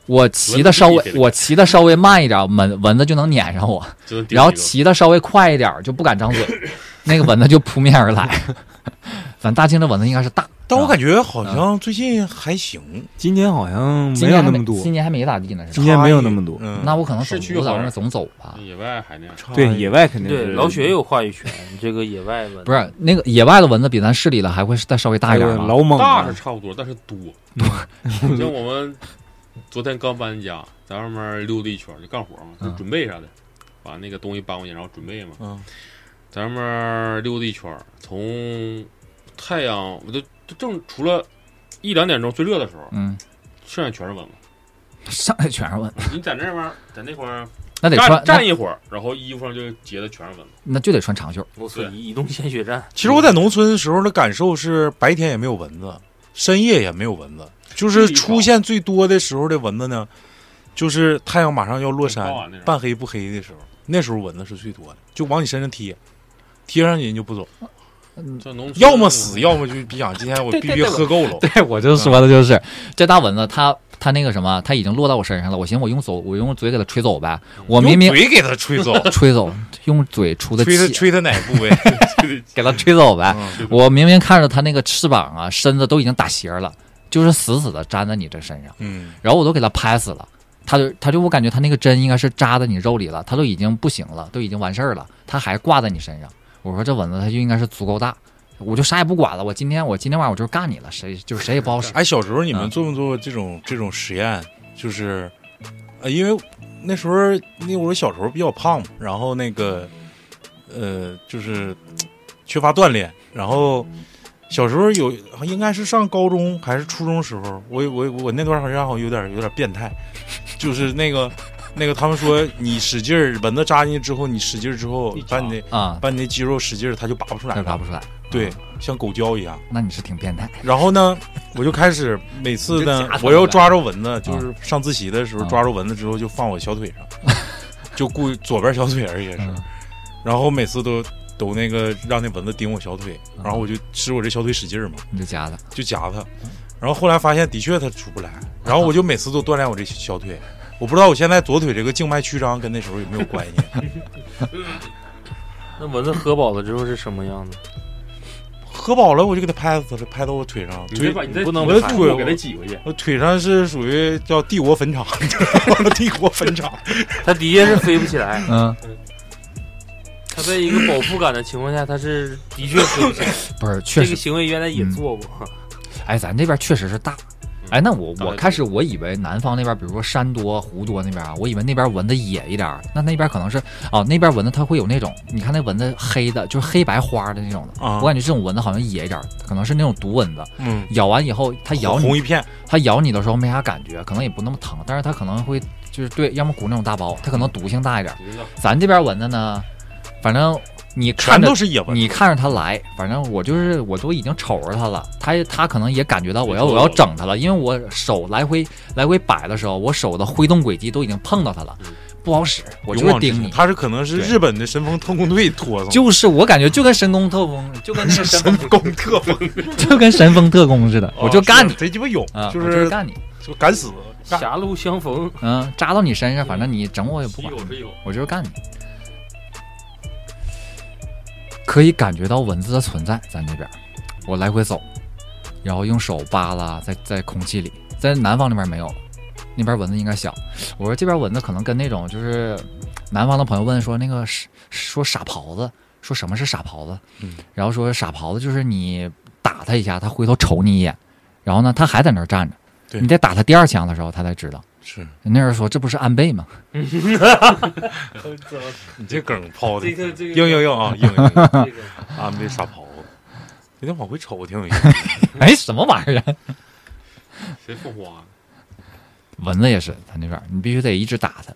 Speaker 1: 我骑的稍微
Speaker 5: 蚊子，
Speaker 1: 我骑的稍微慢一点，蚊蚊子就能撵上我；
Speaker 5: 就能顶
Speaker 1: 然后
Speaker 5: 一个
Speaker 1: 骑的稍微快一点，就不敢张嘴， 那个蚊子就扑面而来。咱大庆的蚊子应该是大，
Speaker 3: 但我感觉好像最近还行，
Speaker 4: 今年好像
Speaker 1: 今年
Speaker 4: 没有
Speaker 1: 还
Speaker 4: 那么多，
Speaker 1: 今年还没咋地呢，是
Speaker 4: 今
Speaker 1: 吧？
Speaker 4: 年没有那么多，
Speaker 3: 嗯，
Speaker 1: 那我可能总
Speaker 5: 市区
Speaker 1: 我在
Speaker 5: 好
Speaker 1: 外
Speaker 5: 点
Speaker 1: 面总走吧。
Speaker 5: 野外还那样，
Speaker 3: 差
Speaker 4: 对，野外肯定
Speaker 2: 对，
Speaker 3: 嗯
Speaker 4: 是
Speaker 2: 老雪也有话语权。这个野外蚊
Speaker 1: 不是那个野外的蚊子比咱市里的还会再稍微大一点
Speaker 4: 还有
Speaker 1: 吧？
Speaker 4: 老猛
Speaker 5: 大
Speaker 4: 啊
Speaker 5: 是差不多，但是 多。像我们昨天刚搬家，在外面溜达一圈儿就干活嘛，就
Speaker 1: 嗯
Speaker 5: 准备啥的，把那个东西搬过去，然后准备嘛。
Speaker 3: 嗯
Speaker 5: 咱们溜达一圈儿，从太阳我都都正除了一两点钟最热的时候，
Speaker 1: 嗯，
Speaker 5: 剩下全是蚊子。
Speaker 1: 上来全是蚊，
Speaker 5: 你在那玩儿，在那块儿
Speaker 1: 那得
Speaker 5: 站
Speaker 1: 穿那
Speaker 5: 站一会儿，然后衣服上就结的全是蚊子。
Speaker 1: 那就得穿长袖。
Speaker 2: 我操，移动献血站，
Speaker 3: 其实我在农村的时候的感受是，白天也没有蚊子，深夜也没有蚊子，就是出现最多的时候的蚊子呢，就是太阳马上要落山
Speaker 5: 很高啊那，种
Speaker 3: 半黑不黑的时候，那时候蚊子是最多的，就往你身上贴，贴上你就不走，
Speaker 1: 嗯
Speaker 5: 这农 村
Speaker 3: 要么 死，要么就别想今天我
Speaker 1: 对
Speaker 3: 必
Speaker 1: 对对
Speaker 3: 须喝够了。
Speaker 1: 对，我就说的就是嗯这大蚊子，它它那个什么，它已经落到我身上了。我寻思我用手，我用嘴给它吹走呗。我明明
Speaker 3: 用嘴给它吹走，
Speaker 1: 吹走，用嘴出的
Speaker 3: 吹它
Speaker 1: 气，啊
Speaker 3: 吹它哪部 位？
Speaker 1: 给它吹走呗。
Speaker 3: 嗯
Speaker 1: 我明明看着它那个翅膀啊、身子都已经打斜了，就是死死的粘在你这身上，
Speaker 3: 嗯，
Speaker 1: 然后我都给它拍死了。它就它就我感觉它那个针应该是扎在你肉里了，它都已经不行了，都已经完事儿了，它还挂在你身上。我说这蚊子它就应该是足够大，我就啥也不管了。我今天我今天晚上我就是干你了，谁就是谁也不好使。
Speaker 3: 哎，小时候你们
Speaker 1: 嗯
Speaker 3: 做没做过这种这种实验？就是，呃，因为那时候那会儿小时候比较胖嘛，然后那个，呃，就是缺乏锻炼，然后小时候有应该是上高中还是初中时候，我我我那段时间好像有点有点变态，就是那个那个他们说你使劲儿蚊子扎进去之后，你使劲儿之后
Speaker 5: 一，扎
Speaker 3: 把你 那
Speaker 1: 啊，
Speaker 3: 把你那肌肉使劲儿，它就拔不出来
Speaker 1: 那拔
Speaker 3: 了
Speaker 1: 不，出来，
Speaker 3: 对，像狗胶一样。
Speaker 1: 那你是挺变态。
Speaker 3: 然后呢，我就开始每次
Speaker 1: 你
Speaker 3: 呢
Speaker 1: 就夹，它
Speaker 3: 我要抓着蚊子，就
Speaker 1: 呗
Speaker 3: 是上自习的时候
Speaker 1: 嗯
Speaker 3: 抓着蚊子之后就放我小腿 上，就故意左边小腿而且是
Speaker 1: 嗯，
Speaker 3: 然后每次都都那个让那蚊子叮我小腿，
Speaker 1: 嗯
Speaker 3: 然后我就使我这小腿使劲儿嘛，
Speaker 1: 你就夹它。
Speaker 3: 就夹它，
Speaker 1: 嗯
Speaker 3: 然后后来发现的确它出不来，然后我就每次都锻炼我这小腿，我不知道我现在左腿这个静脉曲张跟那时候有没有关 系，
Speaker 2: 那蚊子喝饱了之后是什么样子？
Speaker 3: 喝饱了我就给它拍死了，拍到我腿上，
Speaker 5: 你再
Speaker 3: 腿
Speaker 5: 把你再
Speaker 2: 不能
Speaker 5: 我的
Speaker 3: 把
Speaker 5: 腿给它挤回去。
Speaker 3: 我腿上是属于叫帝国坟场， 你知道吗？帝国坟场。
Speaker 2: 它的确是飞不起来，
Speaker 1: 嗯，
Speaker 2: 它在一个饱腹感的情况下，它是的确飞不起来。
Speaker 1: 不是，确
Speaker 2: 这
Speaker 1: 实，
Speaker 2: 个
Speaker 1: 嗯
Speaker 2: 行为原来也做过，
Speaker 1: 哎，咱这边确实是大。
Speaker 3: 嗯
Speaker 1: 哎，那我
Speaker 5: 大概
Speaker 1: 我开始我以为南方那边，比如说山多、湖多那边啊，我以为那边蚊子野一点儿，那那边可能是哦，那边蚊子它会有那种，你看那蚊子黑的，就是黑白花的那种的。
Speaker 3: 啊
Speaker 1: 我感觉这种蚊子好像野一点儿，可能是那种毒蚊子，
Speaker 3: 嗯，
Speaker 1: 咬完以后它咬
Speaker 3: 红
Speaker 1: 你，
Speaker 3: 一片，
Speaker 1: 它咬你的时候没啥感觉，可能也不那么疼，但是它可能会就是对，要么鼓那种大包，它可
Speaker 3: 嗯
Speaker 1: 能毒性大一点儿。
Speaker 5: 你知道
Speaker 1: 咱这边蚊子呢，反正你看
Speaker 3: 全
Speaker 1: 着
Speaker 3: 都是野蚊。
Speaker 1: 你看着他来，反正我就是我都已经瞅着他了，他他可能也感觉到我要
Speaker 5: 没错
Speaker 1: 我要整他了，因为我手来回来回摆的时候，我手的挥动轨迹都已经碰到他了
Speaker 5: 嗯，
Speaker 1: 不好使，我就
Speaker 3: 勇
Speaker 1: 是
Speaker 3: 往直
Speaker 1: 盯
Speaker 3: 前
Speaker 1: 你，
Speaker 3: 他是可能是
Speaker 1: 对
Speaker 3: 日本的神风特工队拖上，
Speaker 1: 就是我感觉就跟神功特工，就跟那个神
Speaker 3: 神风特工，
Speaker 1: 就跟神风特工似的，我就干你
Speaker 3: 哦是贼鸡巴勇
Speaker 1: 啊，，
Speaker 3: 就
Speaker 1: 我就是
Speaker 3: 是
Speaker 1: 干你，
Speaker 3: 就敢死，干
Speaker 2: 狭路相 逢，
Speaker 1: 嗯，扎到你身上，反正你整我也不
Speaker 5: 吸一
Speaker 1: 管
Speaker 5: 口，是一口，
Speaker 1: 我就是干你。可以感觉到蚊子的存在，咱这边儿，我来回走，然后用手扒拉在在空气里，在南方那边没有，那边蚊子应该小。我说这边蚊子可能跟那种就是南方的朋友问说那个是说傻狍子，说什么是傻狍子，
Speaker 3: 嗯
Speaker 1: 然后说傻狍子就是你打他一下，他回头瞅你一眼，然后呢他还在那儿站着，
Speaker 3: 对
Speaker 1: 你再打他第二枪的时候他才知道。
Speaker 3: 是
Speaker 1: 那人说这不是安倍吗？
Speaker 3: 你这梗抛的，
Speaker 2: 这个
Speaker 3: 硬
Speaker 2: 这个
Speaker 3: 硬硬啊，硬硬 硬
Speaker 1: 嗯
Speaker 2: 这个
Speaker 3: 啊，没傻狍子，有点往回瞅，挺有意思。
Speaker 1: 哎，什么玩意儿啊？
Speaker 5: 谁放花？
Speaker 1: 蚊子也是，他那边儿你必须得一直打它，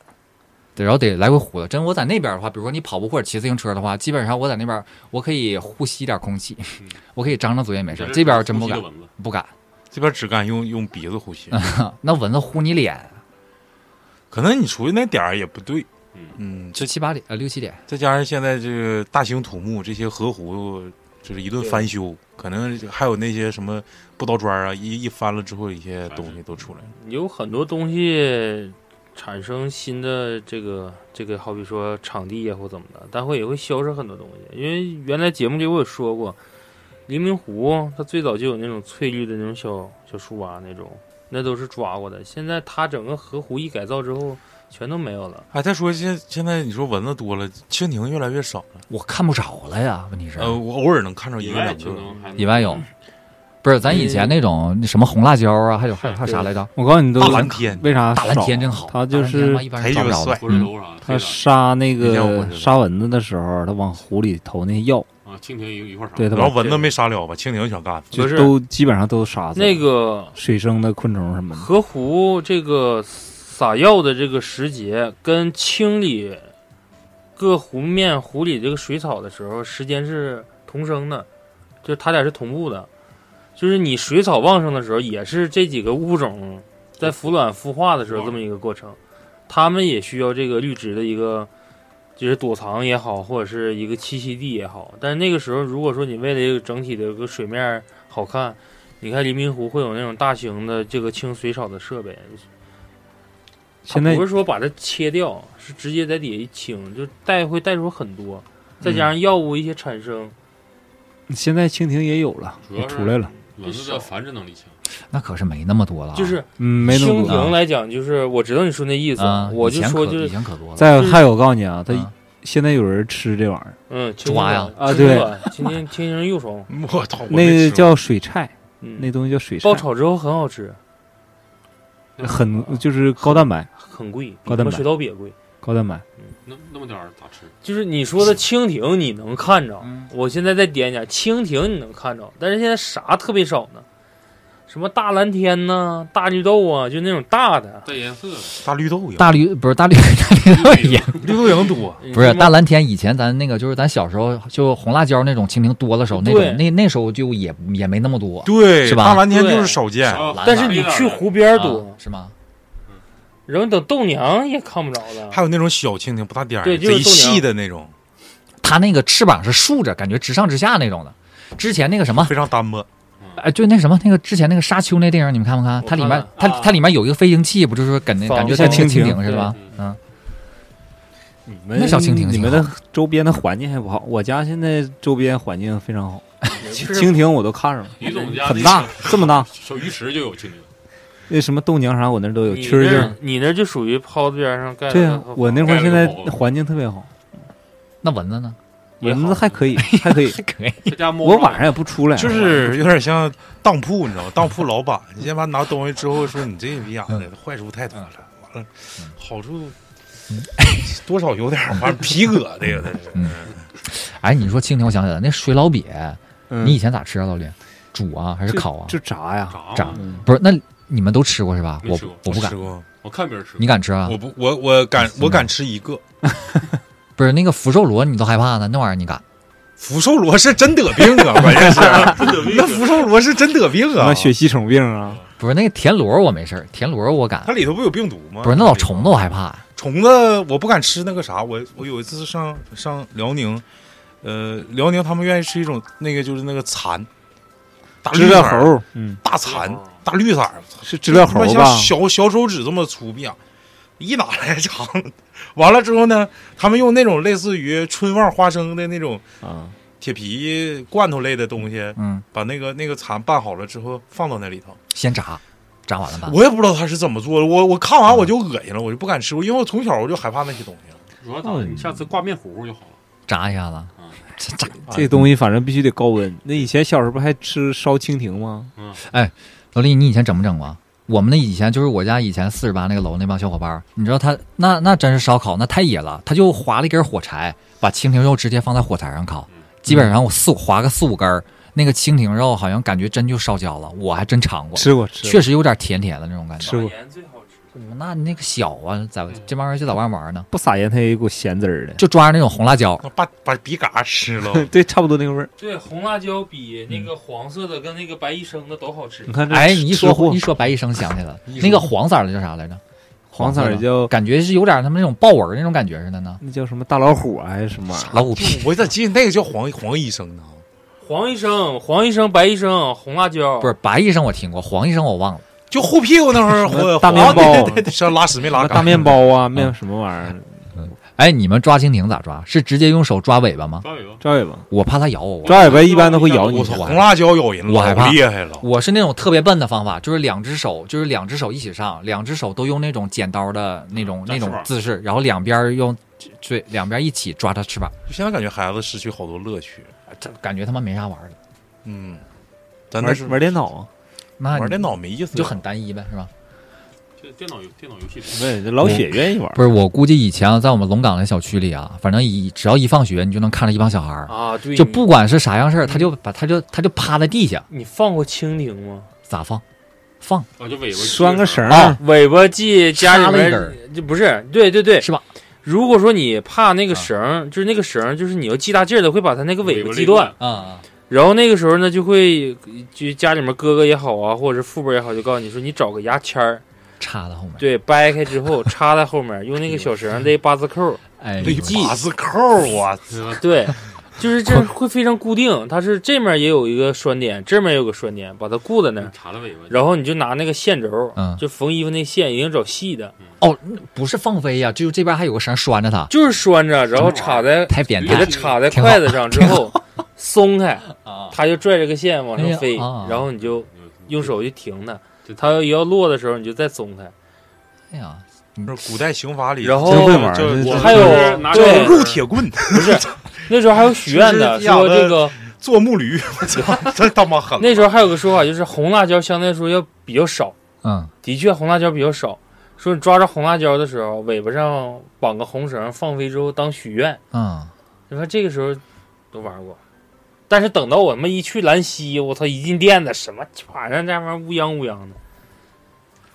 Speaker 1: 对，然后得来回呼的。真我在那边儿的话，比如说你跑步或者骑自行车的话，基本上我在那边儿我可以呼吸点空气， 我可以张张嘴也没事儿。这边儿真不敢
Speaker 5: 呼吸，的蚊子
Speaker 1: 不敢。
Speaker 3: 这边只敢用用鼻子呼吸，
Speaker 1: 嗯那蚊子呼你脸，
Speaker 3: 可能你出去那点儿也不对
Speaker 5: 嗯，
Speaker 3: 嗯，这
Speaker 1: 这七八点呃六七点，
Speaker 3: 再加上现在这个大兴土木这些河湖。就是一顿翻修，可能还有那些什么不倒砖啊，一一翻了之后，一些东西都出来了。
Speaker 2: 有很多东西产生新的这个这个，好比说场地呀或怎么的，但会也会消失很多东西。因为原来节目里我也说过，黎明湖它最早就有那种翠绿的那种小小树蛙、那种，那都是抓过的。现在它整个河湖一改造之后，全都没有了。
Speaker 3: 哎，再说现现在你说蚊子多了，蜻蜓越来越少了。
Speaker 1: 我看不着了呀。问题是，
Speaker 3: 哦呃，我偶尔能看着一个
Speaker 5: 野外
Speaker 3: 两
Speaker 5: 就
Speaker 3: 个。
Speaker 5: 能还能
Speaker 1: 野外有，不是咱以前那种那什么红辣椒啊，还有还有还有啥来着？
Speaker 4: 我告诉你都
Speaker 3: 大蓝天，
Speaker 4: 为啥
Speaker 1: 大蓝天真好，
Speaker 4: 他就
Speaker 1: 大蓝天
Speaker 4: 是
Speaker 1: 他妈一般人找不着
Speaker 3: 哎
Speaker 1: 的嗯
Speaker 3: 呦。
Speaker 5: 火车头上
Speaker 4: 他杀那
Speaker 3: 一定要我
Speaker 4: 个
Speaker 3: 知道
Speaker 4: 杀蚊子的时候，他往湖里投那药，
Speaker 5: 啊，蜻蜓一一块儿上，
Speaker 4: 对他
Speaker 3: 然
Speaker 4: 把
Speaker 3: 后蚊子没杀了吧？蜻蜓全干了。
Speaker 4: 就
Speaker 2: 不是
Speaker 4: 都基本上都
Speaker 1: 啊
Speaker 4: 杀死了
Speaker 2: 那个
Speaker 4: 水生的昆虫什么的。
Speaker 2: 河湖这个撒药的这个时节，跟清理各湖面湖里这个水草的时候，时间是同生的，就是它俩是同步的。就是你水草旺盛的时候，也是这几个物种在孵卵孵化的时候这么一个过程，它们也需要这个绿植的一个，就是躲藏也好，或者是一个栖息地也好。但是那个时候，如果说你为了一个整体的一个水面好看，你看黎明湖会有那种大型的这个清水草的设备，它
Speaker 4: 现在
Speaker 2: 不是说把它切掉，是直接在底下一清，就带会带出很多，再
Speaker 4: 嗯
Speaker 2: 加上药物一些产生，
Speaker 4: 现在蜻蜓也有了，
Speaker 5: 主
Speaker 4: 也
Speaker 5: 要是
Speaker 4: 出来了，
Speaker 5: 蚊子的繁殖能力强，
Speaker 1: 那可是没那么多了啊，
Speaker 2: 就是
Speaker 4: 嗯，没那
Speaker 2: 蜻
Speaker 4: 么
Speaker 2: 蜓
Speaker 4: 多。
Speaker 2: 来讲，就是我知道你说那意思，
Speaker 1: 啊，
Speaker 2: 我就
Speaker 1: 以前
Speaker 2: 说
Speaker 1: 可
Speaker 2: 就
Speaker 1: 以
Speaker 2: 是
Speaker 1: 前可多了。
Speaker 4: 再有
Speaker 2: 就是
Speaker 4: 还有我告诉你啊，
Speaker 1: 嗯
Speaker 4: 他现在有人吃这玩意儿，
Speaker 2: 嗯，蜻蜓
Speaker 1: 抓呀
Speaker 2: 卵
Speaker 4: 啊
Speaker 2: 蜘
Speaker 4: 对
Speaker 2: 蛛卵蜻蜓蜻蜓幼虫，
Speaker 3: 我操，我没
Speaker 4: 那
Speaker 3: 吃
Speaker 4: 个
Speaker 3: 过
Speaker 4: 叫水菜，
Speaker 2: 嗯，
Speaker 4: 那东西叫水菜
Speaker 2: 爆，炒之后很好吃，
Speaker 4: 很就是高蛋白，
Speaker 2: 很贵，比
Speaker 4: 高
Speaker 2: 他
Speaker 4: 蛋
Speaker 2: 妈
Speaker 4: 白
Speaker 2: 水稻饼贵。
Speaker 4: 高蛋白。
Speaker 5: 那那么点儿咋吃？
Speaker 2: 就是你说的蜻蜓，你能看着。
Speaker 1: 嗯
Speaker 2: 我现在再点一下，蜻蜓你能看着，但是现在啥特别少呢？什么大蓝天呐、大绿豆啊，就那种大的。
Speaker 5: 带颜色的，
Speaker 3: 大绿豆蝇，
Speaker 1: 大绿不是大绿大绿豆也
Speaker 3: 绿豆蝇多。
Speaker 1: 不是
Speaker 2: 你
Speaker 1: 大蓝天，以前咱那个就是咱小时候就红辣椒那种蜻蜓多的时候，那
Speaker 2: 对
Speaker 1: 种那那时候就也也没那么多，
Speaker 3: 对，
Speaker 1: 是吧
Speaker 3: 大蓝天就是
Speaker 2: 对
Speaker 3: 少见。
Speaker 5: 啊
Speaker 1: 蓝
Speaker 2: 哦但
Speaker 1: 的
Speaker 2: 是你去湖边儿多
Speaker 1: 啊，是吗？
Speaker 2: 然后你等豆娘也看不着了。
Speaker 3: 还有那种小蜻蜓不大点儿，
Speaker 2: 对就是
Speaker 3: 贼
Speaker 2: 豆娘
Speaker 3: 细的那种，
Speaker 1: 它那个翅膀是竖着，感觉直上直下那种的。之前那个什么，
Speaker 3: 非常单薄。
Speaker 1: 哎，对，那什么，那个之前那个沙丘那电影，你们看没看？
Speaker 2: 我
Speaker 1: 它里
Speaker 2: 看
Speaker 1: 面
Speaker 2: 了
Speaker 1: 它
Speaker 5: 啊
Speaker 1: 它里面有一个飞行器，不就是说感觉
Speaker 2: 仿
Speaker 1: 感觉
Speaker 2: 仿
Speaker 1: 像那个蜻
Speaker 4: 蜻蜓
Speaker 1: 蜓似的吧？
Speaker 5: 嗯
Speaker 1: 嗯，
Speaker 4: 你
Speaker 1: 那小蜻蜓挺好
Speaker 4: 你们的周边的环境还不好，我家现在周边环境非常好，蜻蜻蜓我都看上了，
Speaker 5: 于总家那
Speaker 4: 很大
Speaker 5: 小，
Speaker 4: 这么大，
Speaker 5: 小鱼池就有蜻蜓，
Speaker 4: 那什么豆娘啥我那儿都有，
Speaker 2: 你
Speaker 4: 蛐
Speaker 2: 那
Speaker 4: 儿
Speaker 2: 儿
Speaker 4: 精。
Speaker 2: 你那儿就属于泡子边上盖了
Speaker 4: 对
Speaker 2: 个
Speaker 4: 呀，
Speaker 2: 泡
Speaker 4: 我那会儿
Speaker 5: 盖了
Speaker 4: 现
Speaker 5: 个
Speaker 4: 在
Speaker 5: 包子
Speaker 4: 环境特别好，
Speaker 1: 那蚊子呢？
Speaker 2: 也好
Speaker 4: 蚊子还可以，还可以。
Speaker 1: 可以，
Speaker 5: 他家猫
Speaker 4: 我晚上也不出 来，
Speaker 3: 就是有点像当铺，你知道吗？当铺老板，你先把拿东西之后说你这逼养
Speaker 1: 嗯
Speaker 3: 的坏处太多了，完了好处多少有点儿，完了皮疙瘩呀，这是。
Speaker 1: 嗯哎，你说蜻蜓，我想起来了那水老鳖，
Speaker 4: 嗯
Speaker 1: 你以前咋吃啊，老李？煮啊还是
Speaker 4: 就
Speaker 1: 烤啊？
Speaker 4: 就炸呀，
Speaker 5: 炸
Speaker 1: 炸
Speaker 5: 吗
Speaker 4: 嗯
Speaker 1: 不是，那你们都吃过是吧？
Speaker 5: 没
Speaker 1: 我
Speaker 5: 吃过
Speaker 1: 我不
Speaker 3: 我
Speaker 1: 敢
Speaker 3: 吃，过，
Speaker 5: 我看别人吃，
Speaker 1: 你敢吃啊？
Speaker 3: 我不我我敢我敢吃一个。
Speaker 1: 不是那个福寿螺，你都害怕呢？那玩意儿你敢？
Speaker 3: 福寿螺是真得病啊，关键是 那福寿螺是真得病
Speaker 4: 什
Speaker 3: 啊
Speaker 4: 么，血吸虫病啊，
Speaker 1: 不是那个田螺我没事儿，田螺我敢
Speaker 3: 它。里头不有病毒吗？
Speaker 1: 不是那老虫子我害怕呀。
Speaker 3: 虫子我不敢吃那个啥，我我有一次上上辽宁，呃，辽宁他们愿意吃一种那个就是那个蚕，大
Speaker 4: 知
Speaker 3: 啊绿色
Speaker 4: 了
Speaker 3: 儿
Speaker 4: 猴，嗯，
Speaker 3: 大蚕，大绿色儿，
Speaker 4: 是知了
Speaker 3: 他
Speaker 4: 猴
Speaker 3: 妈像
Speaker 4: 吧？
Speaker 3: 小小手指这么粗逼啊，一拿来尝，完了之后呢，他们用那种类似于春旺花生的那种
Speaker 4: 啊，
Speaker 3: 铁皮罐头类的东西，
Speaker 1: 嗯，
Speaker 3: 把那个那个蚕拌好了之后放到那里头，
Speaker 1: 先炸，炸完了吧？
Speaker 3: 我也不知道他是怎么做的，我我看完我就恶心了，我就不敢吃，因为我从小我就害怕那些东西了。
Speaker 5: 主要咋的？你下次挂面糊就好了。
Speaker 1: 炸一下
Speaker 4: 啊
Speaker 1: 子，这炸。
Speaker 4: 这东西反正必须得高温。那以前小时候不还吃烧蜻蜓吗？
Speaker 1: 老李，你以前整不整过？我们那以前就是我家以前四十八那个楼那帮小伙伴儿，你知道他那那真是烧烤，那太野了。他就划了一根火柴，把蜻蜓肉直接放在火柴上烤，基本上我四五划个四五根儿，那个蜻蜓肉好像感觉真就烧焦了。我还真尝过，
Speaker 4: 吃过吃
Speaker 1: 确
Speaker 4: 过，
Speaker 1: 实有点甜甜的那种感觉
Speaker 4: 吃。过
Speaker 2: 盐最好吃。
Speaker 1: 那你那个小啊，在这帮人就在外面玩呢，
Speaker 4: 不撒盐它也有股咸滋儿的，
Speaker 1: 就抓着那种红辣椒，
Speaker 3: 把把鼻嘎吃了，
Speaker 4: 对，差不多那个味儿。
Speaker 2: 对，红辣椒比那个黄色的跟那个白医生的都好吃
Speaker 4: 你。看这
Speaker 1: 嗯哎，你一
Speaker 4: 吃
Speaker 1: 说
Speaker 4: 货
Speaker 1: 一说白医生想起了，那个黄色儿的叫啥来着？
Speaker 4: 黄色
Speaker 1: 的
Speaker 4: 儿叫
Speaker 1: 感觉是有点他们那种豹纹儿那种感觉似的呢。
Speaker 4: 那叫什么大老虎啊还是什么玩意儿？
Speaker 1: 老虎屁
Speaker 3: 我咋记得那个叫黄黄医生呢？
Speaker 2: 黄医生、黄医生、白医生、红辣 椒，
Speaker 1: 不是白医生我听过，黄医生我忘了。
Speaker 3: 就护屁股那会儿，我
Speaker 4: 大面包
Speaker 3: 黄对对对是拉屎没
Speaker 4: 什
Speaker 3: 拉
Speaker 4: 么
Speaker 3: 干？
Speaker 4: 大面包啊，面什么玩意儿？
Speaker 1: 哎，你们抓蜻蜓咋抓？是直接用手抓尾巴吗？
Speaker 5: 抓尾巴，
Speaker 4: 抓尾巴，
Speaker 1: 我怕它咬我。
Speaker 4: 抓尾巴一般都会咬你
Speaker 3: 我
Speaker 4: 的
Speaker 3: 操，。红辣椒咬人
Speaker 1: 我害
Speaker 3: 老
Speaker 1: 怕
Speaker 3: 厉害了。
Speaker 1: 我是那种特别笨的方法，就是两只手，就是两只手一起上，两只手都用那种剪刀的那种那
Speaker 5: 抓翅
Speaker 1: 种
Speaker 5: 膀
Speaker 1: 姿势，然后两边儿用对两边一起抓它翅膀，
Speaker 3: 现在感觉孩子失去好多乐趣。
Speaker 1: 这感觉他妈没啥玩儿的。
Speaker 3: 嗯，咱那
Speaker 4: 玩
Speaker 3: 是
Speaker 4: 玩电脑啊，
Speaker 1: 那
Speaker 3: 玩
Speaker 1: 你
Speaker 3: 电脑没意思，
Speaker 1: 就很单一呗，是吧？
Speaker 5: 就电脑游电脑游戏
Speaker 4: 不是老雪愿意玩，
Speaker 1: 不是，我估计以前啊，在我们龙岗的小区里啊，反正一只要一放学，你就能看着一帮小孩儿，
Speaker 2: 啊，对，
Speaker 1: 就不管是啥样事儿，他就把他就他就趴在地下，
Speaker 2: 你你放过蜻蜓吗？
Speaker 1: 咋放？放
Speaker 5: 啊，就尾巴
Speaker 4: 拴个绳
Speaker 1: 啊
Speaker 4: 儿，
Speaker 2: 尾巴系家里
Speaker 1: 插了一根
Speaker 2: 面，
Speaker 1: 儿
Speaker 2: 就不是，对对对，
Speaker 1: 是吧？
Speaker 2: 如果说你怕那个绳儿，就是那个绳儿，就是你要系大劲儿的，会把它那个尾巴系断。
Speaker 1: 啊啊！
Speaker 2: 然后那个时候呢，就会就家里面哥哥也好啊，或者是父辈也好，就告诉你说，你找个牙签儿，
Speaker 1: 哎插到后面。
Speaker 2: 对，掰开之后插在后面，用那个 小绳勒八字扣，
Speaker 1: 哎呦，
Speaker 3: 勒八字扣儿，啊我
Speaker 5: 绳，
Speaker 2: 对，就是这样会非常固定。它是这面也有一个栓点，这面也有个栓点，把它固在那儿。
Speaker 5: 查了尾巴，
Speaker 2: 然后你就拿那个线轴，
Speaker 1: 嗯
Speaker 2: 就缝衣服那线，一定要找细的，
Speaker 1: 哦，不是放飞呀、就这边还有个绳拴着他，
Speaker 2: 就是拴着，然后插在
Speaker 1: 太变
Speaker 2: 给
Speaker 1: 态
Speaker 2: 它
Speaker 1: 了
Speaker 2: 插在
Speaker 1: 挺好
Speaker 2: 筷子上之 后，松开，
Speaker 1: 啊！
Speaker 2: 它就拽着个线往上
Speaker 1: 哎
Speaker 2: 飞
Speaker 1: 呀啊，
Speaker 2: 然后你就
Speaker 5: 你
Speaker 2: 用手去停它，
Speaker 5: 就
Speaker 2: 它要要落的时候你就再松开。
Speaker 1: 哎呀，
Speaker 3: 是古代刑法里，
Speaker 2: 然后
Speaker 4: 真会玩儿
Speaker 3: 就
Speaker 4: 这
Speaker 3: 我
Speaker 4: 这
Speaker 2: 还有
Speaker 5: 就是拿着
Speaker 2: 对
Speaker 5: 肉
Speaker 3: 肉铁棍、
Speaker 2: 那时候还有许愿的，
Speaker 3: 其实养
Speaker 2: 说
Speaker 3: 的
Speaker 2: 这个
Speaker 3: 做木驴，我操，真他妈狠！
Speaker 2: 那时候还有个说法，就是红辣椒相对来说要比较少，
Speaker 1: 嗯，
Speaker 2: 的确红辣椒比较少。说你抓着红辣椒的时候，尾巴上绑个红绳，放飞之后当许愿。
Speaker 1: 嗯，
Speaker 2: 你看这个时候都玩过，但是等到我们一去兰溪，我操，一进店子什么晚上这玩意儿乌泱乌泱的，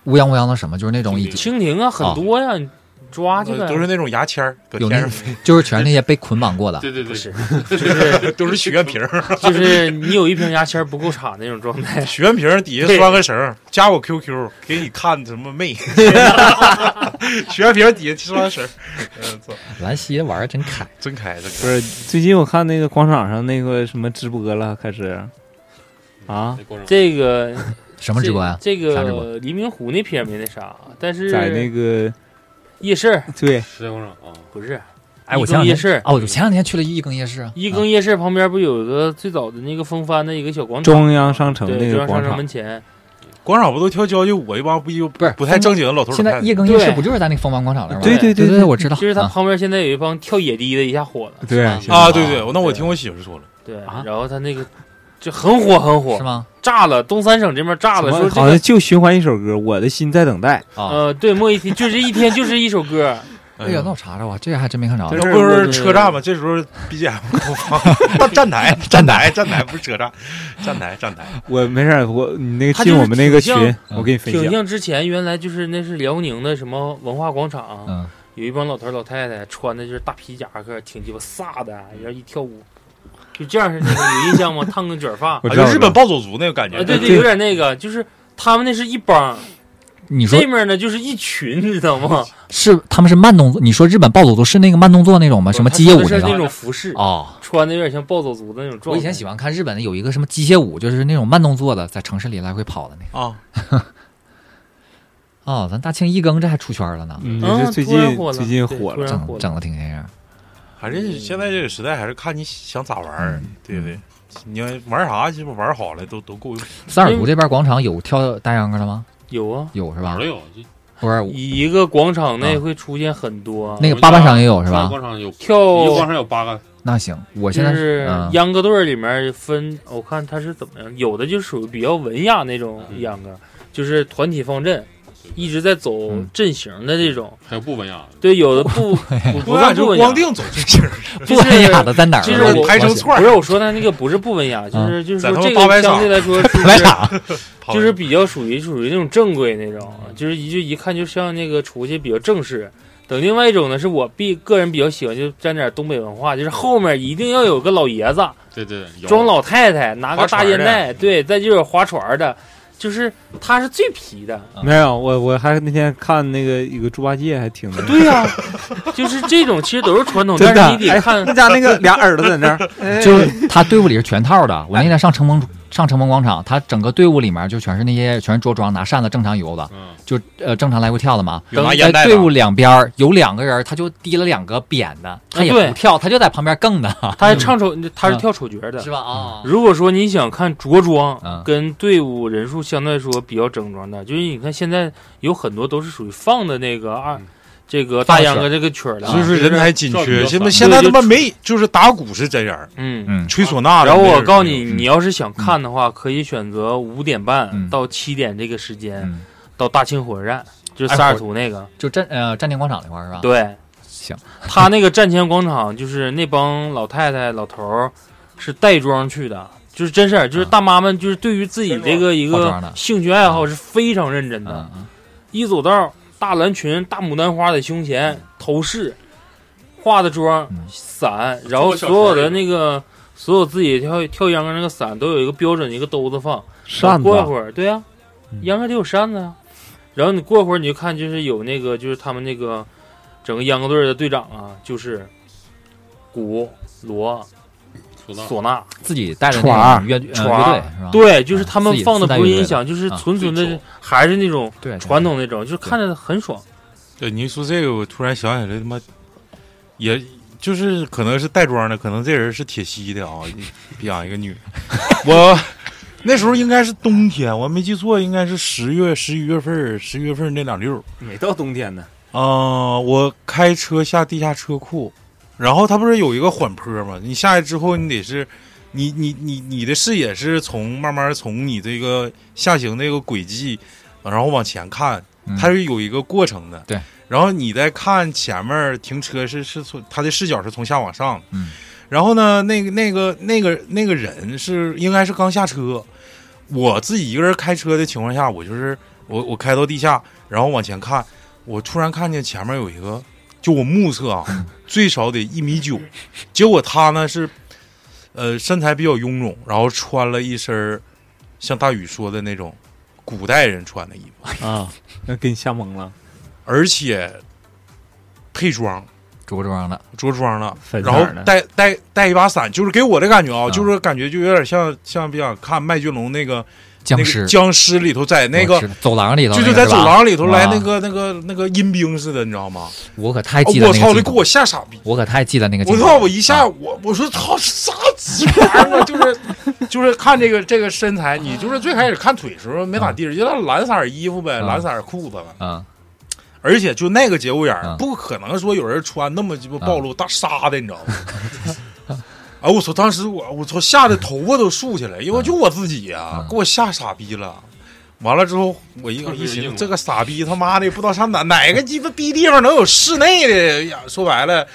Speaker 1: 乌泱乌泱的什么，就是那种已经
Speaker 2: 蜻蜓啊很多呀，你
Speaker 4: 呃
Speaker 2: 抓去呗。
Speaker 3: 呃都是那种牙签儿，搁
Speaker 1: 有
Speaker 3: 天
Speaker 1: 那
Speaker 3: 上飞，
Speaker 1: 就是全是那些被捆绑过的，
Speaker 5: 对对对
Speaker 2: 不，是，
Speaker 3: 都是许愿瓶儿，
Speaker 2: 就是你有一瓶牙签儿不够插那种状态。
Speaker 3: 许愿瓶儿底下拴个绳儿，加我 QQ，给你看什么 妹，许愿瓶儿底下拴个绳儿，嗯，操，
Speaker 1: 兰溪玩儿真开，
Speaker 3: 真开，真
Speaker 4: 不
Speaker 3: 开，
Speaker 4: 是最近我看那个广场上那个什么直播了，开始啊，
Speaker 5: 那光着
Speaker 2: 这个
Speaker 1: 什么直播呀、
Speaker 2: 这这
Speaker 1: 啥直
Speaker 2: 个
Speaker 1: 播
Speaker 2: 黎明湖那片没那啥，但是
Speaker 4: 在那个
Speaker 2: 夜市
Speaker 4: 对
Speaker 5: 时代广场啊，
Speaker 2: 不是
Speaker 1: 哎，我
Speaker 2: 一
Speaker 1: 前两
Speaker 2: 更夜
Speaker 1: 天
Speaker 2: 市
Speaker 1: 哦，我前两天去了一更夜市啊，
Speaker 2: 一更夜市旁边不有个最早的那个风帆的一个小广场，
Speaker 4: 中央商城
Speaker 2: 嗯对，
Speaker 4: 那
Speaker 2: 中央
Speaker 4: 个
Speaker 2: 商
Speaker 4: 广
Speaker 2: 场
Speaker 4: 场
Speaker 2: 门，前，
Speaker 3: 广场不都跳交际舞一帮不就
Speaker 1: 不是
Speaker 3: 不太正经的老头儿
Speaker 1: 啊现在
Speaker 3: 看
Speaker 1: 夜更夜市不就是在那个风帆广场那儿吗？
Speaker 4: 对对
Speaker 1: 对
Speaker 4: 对，
Speaker 1: 我知道，
Speaker 2: 就是它
Speaker 1: 啊
Speaker 2: 旁边现在有一帮跳野迪的，一下火了。
Speaker 4: 对
Speaker 3: 啊？对对，那我听我媳妇儿说了，
Speaker 2: 对，
Speaker 4: 啊
Speaker 2: 然后他那个就很火很
Speaker 1: 是
Speaker 2: 火，
Speaker 1: 吗？
Speaker 2: 炸了，东三省这边炸了，
Speaker 4: 什
Speaker 2: 说
Speaker 4: 么
Speaker 2: 这
Speaker 4: 好
Speaker 2: 个
Speaker 4: 像就循环一首歌，《我的心在等待》，
Speaker 1: 啊，
Speaker 2: 呃，对，莫一提，就这一天就是一首 歌，
Speaker 1: 哎呀，那我查查吧，这个还真没看着
Speaker 4: 这。
Speaker 3: 哎那
Speaker 4: 是
Speaker 3: 不
Speaker 4: 我
Speaker 3: 是
Speaker 4: 就
Speaker 3: 车站吗？这时候 BGM 不放，站站台，站台，站台不是车站，站台，站台。
Speaker 4: 我没事儿，我你那
Speaker 2: 他就
Speaker 4: 个进
Speaker 2: 是
Speaker 4: 我们那个
Speaker 2: 挺
Speaker 4: 群
Speaker 2: 像，
Speaker 4: 我给你分
Speaker 2: 挺
Speaker 4: 享。
Speaker 2: 像之前原来就是那是辽宁的什么文化广场，
Speaker 1: 嗯，
Speaker 2: 有一帮老头儿老太太穿的就是大皮夹克，挺鸡巴飒的，然后一跳舞，就这样似的，有印象吗？烫个卷发，啊
Speaker 4: 我
Speaker 3: 啊，
Speaker 4: 知道
Speaker 3: 就日本暴走族那个感觉。
Speaker 2: 对对，
Speaker 4: 对
Speaker 2: 有点那个，就是他们那是一帮，
Speaker 1: 你说
Speaker 2: 这面呢就是一群，你知道吗？
Speaker 1: 是他们是慢动作？你说日本暴走族是那个慢动作那种吗？什么机械舞
Speaker 2: 他说的是那
Speaker 1: 个？
Speaker 2: 种服饰，
Speaker 1: 哦，
Speaker 2: 穿的有点像暴走族的那种状态。
Speaker 1: 我以前喜欢看日本的有一个什么机械舞，就是那种慢动作的，在城市里来回跑的那个。
Speaker 3: 啊，
Speaker 1: 哦，咱大庆一更这还出圈了呢，
Speaker 4: 嗯，
Speaker 2: 嗯
Speaker 4: 这最
Speaker 2: 突然
Speaker 4: 近
Speaker 2: 火了
Speaker 4: 最近
Speaker 2: 对
Speaker 4: 火
Speaker 2: 突
Speaker 4: 了，
Speaker 2: 然
Speaker 1: 整
Speaker 2: 火了
Speaker 1: 整的挺那样。
Speaker 3: 反正现在这个时代还是看你想咋玩儿，对不对？你要玩啥，鸡巴玩好了都都够用。
Speaker 1: 三尔图这边广场有跳大秧歌的吗？
Speaker 2: 有啊，
Speaker 1: 有是
Speaker 5: 哪
Speaker 1: 吧
Speaker 5: 儿都？有，就
Speaker 1: 不是，
Speaker 2: 一个广场内会出现很多、
Speaker 1: 啊
Speaker 2: 啊
Speaker 1: 那个
Speaker 5: 我们
Speaker 1: 八八
Speaker 5: 家
Speaker 1: 场也有是
Speaker 5: 上
Speaker 1: 吧？
Speaker 5: 广场有
Speaker 2: 跳
Speaker 5: 一个广场有八个，
Speaker 1: 那行，我现
Speaker 2: 就
Speaker 1: 在
Speaker 2: 是
Speaker 1: 嗯
Speaker 2: 秧歌队儿里面分，我看他是怎么样，有的就属于比较文雅那种
Speaker 5: 嗯
Speaker 2: 秧歌，就是团体方阵，一直在走
Speaker 1: 嗯
Speaker 2: 阵型的这种。
Speaker 5: 还有不文雅的，
Speaker 2: 对，有的 不不不算
Speaker 3: 就
Speaker 2: 不文
Speaker 3: 是
Speaker 2: 雅
Speaker 3: 光腚走这劲儿，
Speaker 1: 不
Speaker 2: 就是
Speaker 1: 文雅的在哪儿？
Speaker 2: 就是我
Speaker 3: 排成
Speaker 1: 错。
Speaker 2: 不
Speaker 3: 串儿
Speaker 2: 是我说他那个不是不文雅，就是就是
Speaker 3: 在
Speaker 2: 说
Speaker 3: 他们
Speaker 2: 这
Speaker 3: 八
Speaker 2: 个
Speaker 3: 百
Speaker 2: 相
Speaker 3: 场
Speaker 2: 对来说是
Speaker 1: 来啥？
Speaker 2: 就是比较属于属于那种正规那种，就是一就一看就像那个出去比较正式。等另外一种呢，是我必个人比较喜欢，就沾点东北文化，
Speaker 3: 嗯
Speaker 2: 就是后面一定要有个老爷子
Speaker 5: 对对，对有
Speaker 2: 装老太太，拿个
Speaker 3: 划
Speaker 2: 大
Speaker 3: 船
Speaker 2: 烟
Speaker 3: 的嗯
Speaker 2: 袋，对，再就有划船的，就是他是最皮的，
Speaker 4: 没有，我我还那天看那个有个猪八戒，还挺
Speaker 2: 对呀、就是这种其实都是传统，但
Speaker 4: 真的
Speaker 2: 是你得
Speaker 4: 哎
Speaker 2: 看
Speaker 4: 那家 那个俩耳朵在那儿，哎
Speaker 1: 就是他队伍里是全套的。我那天上城门上城门广场，他整个队伍里面就全是那些全是着装拿扇子正常游的，
Speaker 5: 嗯，
Speaker 1: 就呃正常来回跳的嘛。
Speaker 3: 有拿
Speaker 1: 在
Speaker 3: 烟袋
Speaker 1: 队
Speaker 3: 的
Speaker 1: 伍两边儿有两个人，他就提了两个扁的，他也
Speaker 2: 对
Speaker 1: 不跳，他就在旁边更的，
Speaker 2: 他还唱丑，他是跳丑角的
Speaker 1: 是。吧？啊，
Speaker 2: 如果说你想看着装
Speaker 1: 嗯
Speaker 2: 跟队伍人数相对来说比较整装的，就是你看现在有很多都是属于放的那个二
Speaker 5: 嗯，
Speaker 2: 这个大秧歌这个曲儿啊了。
Speaker 3: 所以说人才紧
Speaker 5: 照顾
Speaker 3: 缺，
Speaker 5: 比较
Speaker 3: 现在
Speaker 5: 散
Speaker 3: 现在他
Speaker 2: 对
Speaker 3: 妈
Speaker 2: 就
Speaker 3: 没，就是打鼓是真人儿，
Speaker 2: 嗯。
Speaker 1: 嗯，
Speaker 3: 吹唢呐的
Speaker 2: 然后
Speaker 3: 没
Speaker 2: 我
Speaker 3: 人
Speaker 2: 告诉
Speaker 3: 没
Speaker 2: 你，
Speaker 3: 有
Speaker 2: 你要是想看的话，可以选择五点半
Speaker 1: 嗯
Speaker 2: 到七点这个时间
Speaker 1: 嗯，
Speaker 2: 到大庆火车站，就是
Speaker 3: 哎
Speaker 2: 萨尔图那个。
Speaker 1: 就站呃站天广场那块儿是吧？，
Speaker 2: 对，
Speaker 1: 行，
Speaker 2: 他那个站前广场就是那帮老太太、老头儿是带妆去的，就是真事儿，就是
Speaker 1: 啊
Speaker 2: 大妈们就是对于自己这个一
Speaker 1: 化
Speaker 2: 个
Speaker 1: 妆的
Speaker 2: 兴趣爱好是非常认真的
Speaker 1: 嗯，嗯
Speaker 2: 一走道大蓝裙、大牡丹花在胸前，头饰、化的妆
Speaker 1: 嗯、
Speaker 2: 伞，然后所有的那个所有自己跳跳秧歌那个伞都有一个标准的一个兜子放，
Speaker 4: 扇子
Speaker 1: 啊
Speaker 2: 过一
Speaker 4: 啊
Speaker 2: 会儿，对呀、
Speaker 4: 嗯
Speaker 2: 秧歌得有扇子啊。然后你过一会儿你就看，就是有那个，就是他们那个整个秧歌队的队长啊，就是鼓、锣、唢呐，
Speaker 1: 自己带着
Speaker 4: 船
Speaker 1: 那
Speaker 4: 儿
Speaker 1: 种乐队呃
Speaker 2: 船儿
Speaker 1: 乐队是吧？
Speaker 2: 对，就是他
Speaker 1: 啊
Speaker 2: 们
Speaker 1: 自己
Speaker 2: 放的
Speaker 1: 自带
Speaker 2: 不是
Speaker 1: 乐队
Speaker 2: 音
Speaker 1: 的
Speaker 2: 响，就是
Speaker 1: 啊
Speaker 2: 纯纯
Speaker 5: 自己
Speaker 2: 的，还是那种
Speaker 1: 对，对
Speaker 2: 传统那种，就是看着很爽。
Speaker 3: 对，你一说这个，我突然想起来，他妈，也就是可能是带妆的，可能这人是铁西的啊，养一个 女。我那时候应该是冬天，我没记错，应该是十月、十一月份儿、十一月份儿那两溜儿。
Speaker 4: 没到冬天呢，
Speaker 3: 啊、我开车下地下车库，然后它不是有一个缓坡吗？你下来之后，你得是，你你你你的视野是从慢慢从你这个下行这个轨迹，然后往前看，
Speaker 1: 嗯
Speaker 3: 它是有一个过程的。
Speaker 1: 对。
Speaker 3: 然后你再看前面停车是是从他的视角是从下往上的。
Speaker 1: 嗯。
Speaker 3: 然后呢，那个那个那个那个人是应该是刚下车，我自己一个人开车的情况下，我就是我我开到地下，然后往前看，我突然看见前面有一个，就我目测 啊，最少得一米九，结果他呢是，呃，身材比较臃肿，然后穿了一身儿像大宇说的那种古代人穿的衣服。
Speaker 4: 啊，那给你吓懵了，
Speaker 3: 而且配装
Speaker 1: 着装的，
Speaker 3: 着装了，
Speaker 4: 粉色
Speaker 3: 然
Speaker 4: 儿的
Speaker 3: 后带带带一把伞，就是给我的感觉啊，
Speaker 1: 啊
Speaker 3: 就是感觉就有点像像比较看麦浚龙那个
Speaker 1: 僵
Speaker 3: 那
Speaker 1: 尸
Speaker 3: 个僵尸里头在那
Speaker 1: 我
Speaker 3: 个
Speaker 1: 知道走廊里头那
Speaker 3: 就
Speaker 1: 个，
Speaker 3: 就在
Speaker 1: 是吧
Speaker 3: 走，廊里头来
Speaker 1: 啊
Speaker 3: 那个那个那个阴兵似的，你知道吗？
Speaker 1: 我可太
Speaker 3: 哦
Speaker 1: 记得
Speaker 3: 我
Speaker 1: 那个
Speaker 3: 操，
Speaker 1: 镜
Speaker 3: 这给
Speaker 1: 头
Speaker 3: 我吓傻逼！
Speaker 1: 我可太记得那个镜
Speaker 3: 我
Speaker 1: 头了，
Speaker 3: 操！我一下
Speaker 1: 啊
Speaker 3: 我我说操啥鸡巴玩意儿啊？ 就是就是看这个这个身材，你就是最开始看腿的时候没咋地，就那蓝色儿衣服呗，
Speaker 1: 啊
Speaker 3: 蓝色儿裤子呗。
Speaker 1: 嗯
Speaker 3: 而且就那个节骨眼儿
Speaker 1: 嗯，
Speaker 3: 不可能说有人穿那么鸡巴暴露大纱的，你知道吗？ 哎，我操！当时我我操，吓得头发都竖起来，因为就我自己呀、
Speaker 1: 嗯
Speaker 3: 给我吓傻逼了。完了之后，我一
Speaker 5: 特别
Speaker 3: 一寻
Speaker 5: 硬
Speaker 3: 思
Speaker 5: 啊，
Speaker 3: 这个傻逼他妈的也不知道上哪哪个鸡巴逼地方能有室内的呀？说白了，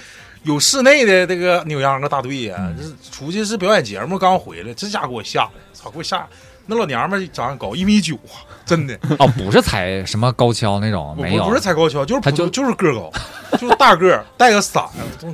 Speaker 3: 有室内的这个扭秧歌大队呀、
Speaker 1: 嗯
Speaker 3: 这出去是表演节目刚回来，这家给我吓，操，给我吓！那老娘们儿长得高，一米九啊，真的。
Speaker 1: 哦，不是踩什么高跷那种，
Speaker 3: 我
Speaker 1: 没有，
Speaker 3: 不是踩高跷，就是
Speaker 1: 他
Speaker 3: 普通
Speaker 1: 就
Speaker 3: 就是个儿高， 就是大个儿，带个伞，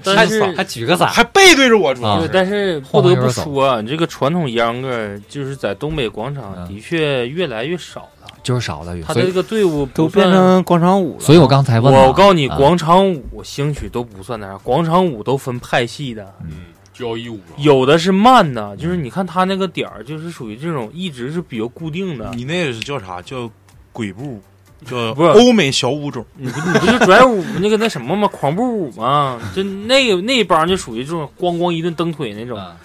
Speaker 2: 但
Speaker 3: 支
Speaker 2: 是
Speaker 3: 个
Speaker 1: 还举个伞
Speaker 3: 伞，还背对着我，主
Speaker 1: 啊
Speaker 3: 要
Speaker 2: 对，
Speaker 3: 是
Speaker 2: 但是不得不说啊，这个传统秧歌儿就是在东北广场
Speaker 1: 嗯
Speaker 2: 的确越来越少了。
Speaker 1: 就是少了，
Speaker 2: 他
Speaker 1: 所
Speaker 2: 的这
Speaker 1: 以
Speaker 2: 个队伍
Speaker 4: 都
Speaker 2: 不
Speaker 4: 变
Speaker 2: 算，
Speaker 4: 成广场舞了。
Speaker 1: 所以我刚才问嘛，
Speaker 2: 我告诉你，
Speaker 1: 啊
Speaker 2: 广场舞、兴曲都不算那啥，广场舞都分派系的，
Speaker 5: 嗯，交一五
Speaker 2: 有的是慢的，就是
Speaker 1: 嗯
Speaker 2: 你看他那个点儿，就是属于这种一直是比较固定的。
Speaker 1: 嗯
Speaker 3: 你那是叫啥？叫鬼 步，叫
Speaker 2: 不是
Speaker 3: 欧美小舞种。
Speaker 2: 你不你不就拽舞那个那什么吗？狂步舞吗？就那个那帮就属于这种咣咣一顿蹬腿那种。
Speaker 1: 啊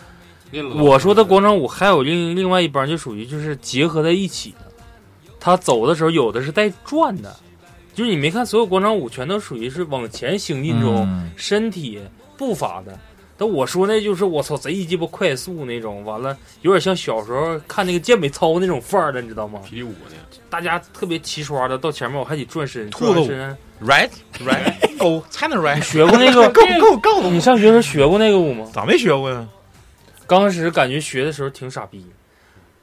Speaker 2: 我说的广场舞还有另另外一帮就属于就是结合在一起的，他走的时候有的是带转的，就是你没看所有广场舞全都属于是往前行进中、
Speaker 1: 嗯
Speaker 2: 身体步伐的。但我说那就是我操贼鸡巴快速那种，完了有点像小时候看那个健美操那种范儿的，你知道吗？
Speaker 5: 霹雳舞呢，
Speaker 2: 大家特别齐刷的到前面，我还得转身，
Speaker 3: 兔子
Speaker 2: 转
Speaker 3: 舞
Speaker 2: 完身。
Speaker 3: Right, 哦 right, go, China, right,
Speaker 2: 学过那 个
Speaker 3: go, go, go。
Speaker 2: 你上学时候学过那个舞吗？
Speaker 3: 咋没学过呀？
Speaker 2: 刚开始感觉学的时候挺傻逼，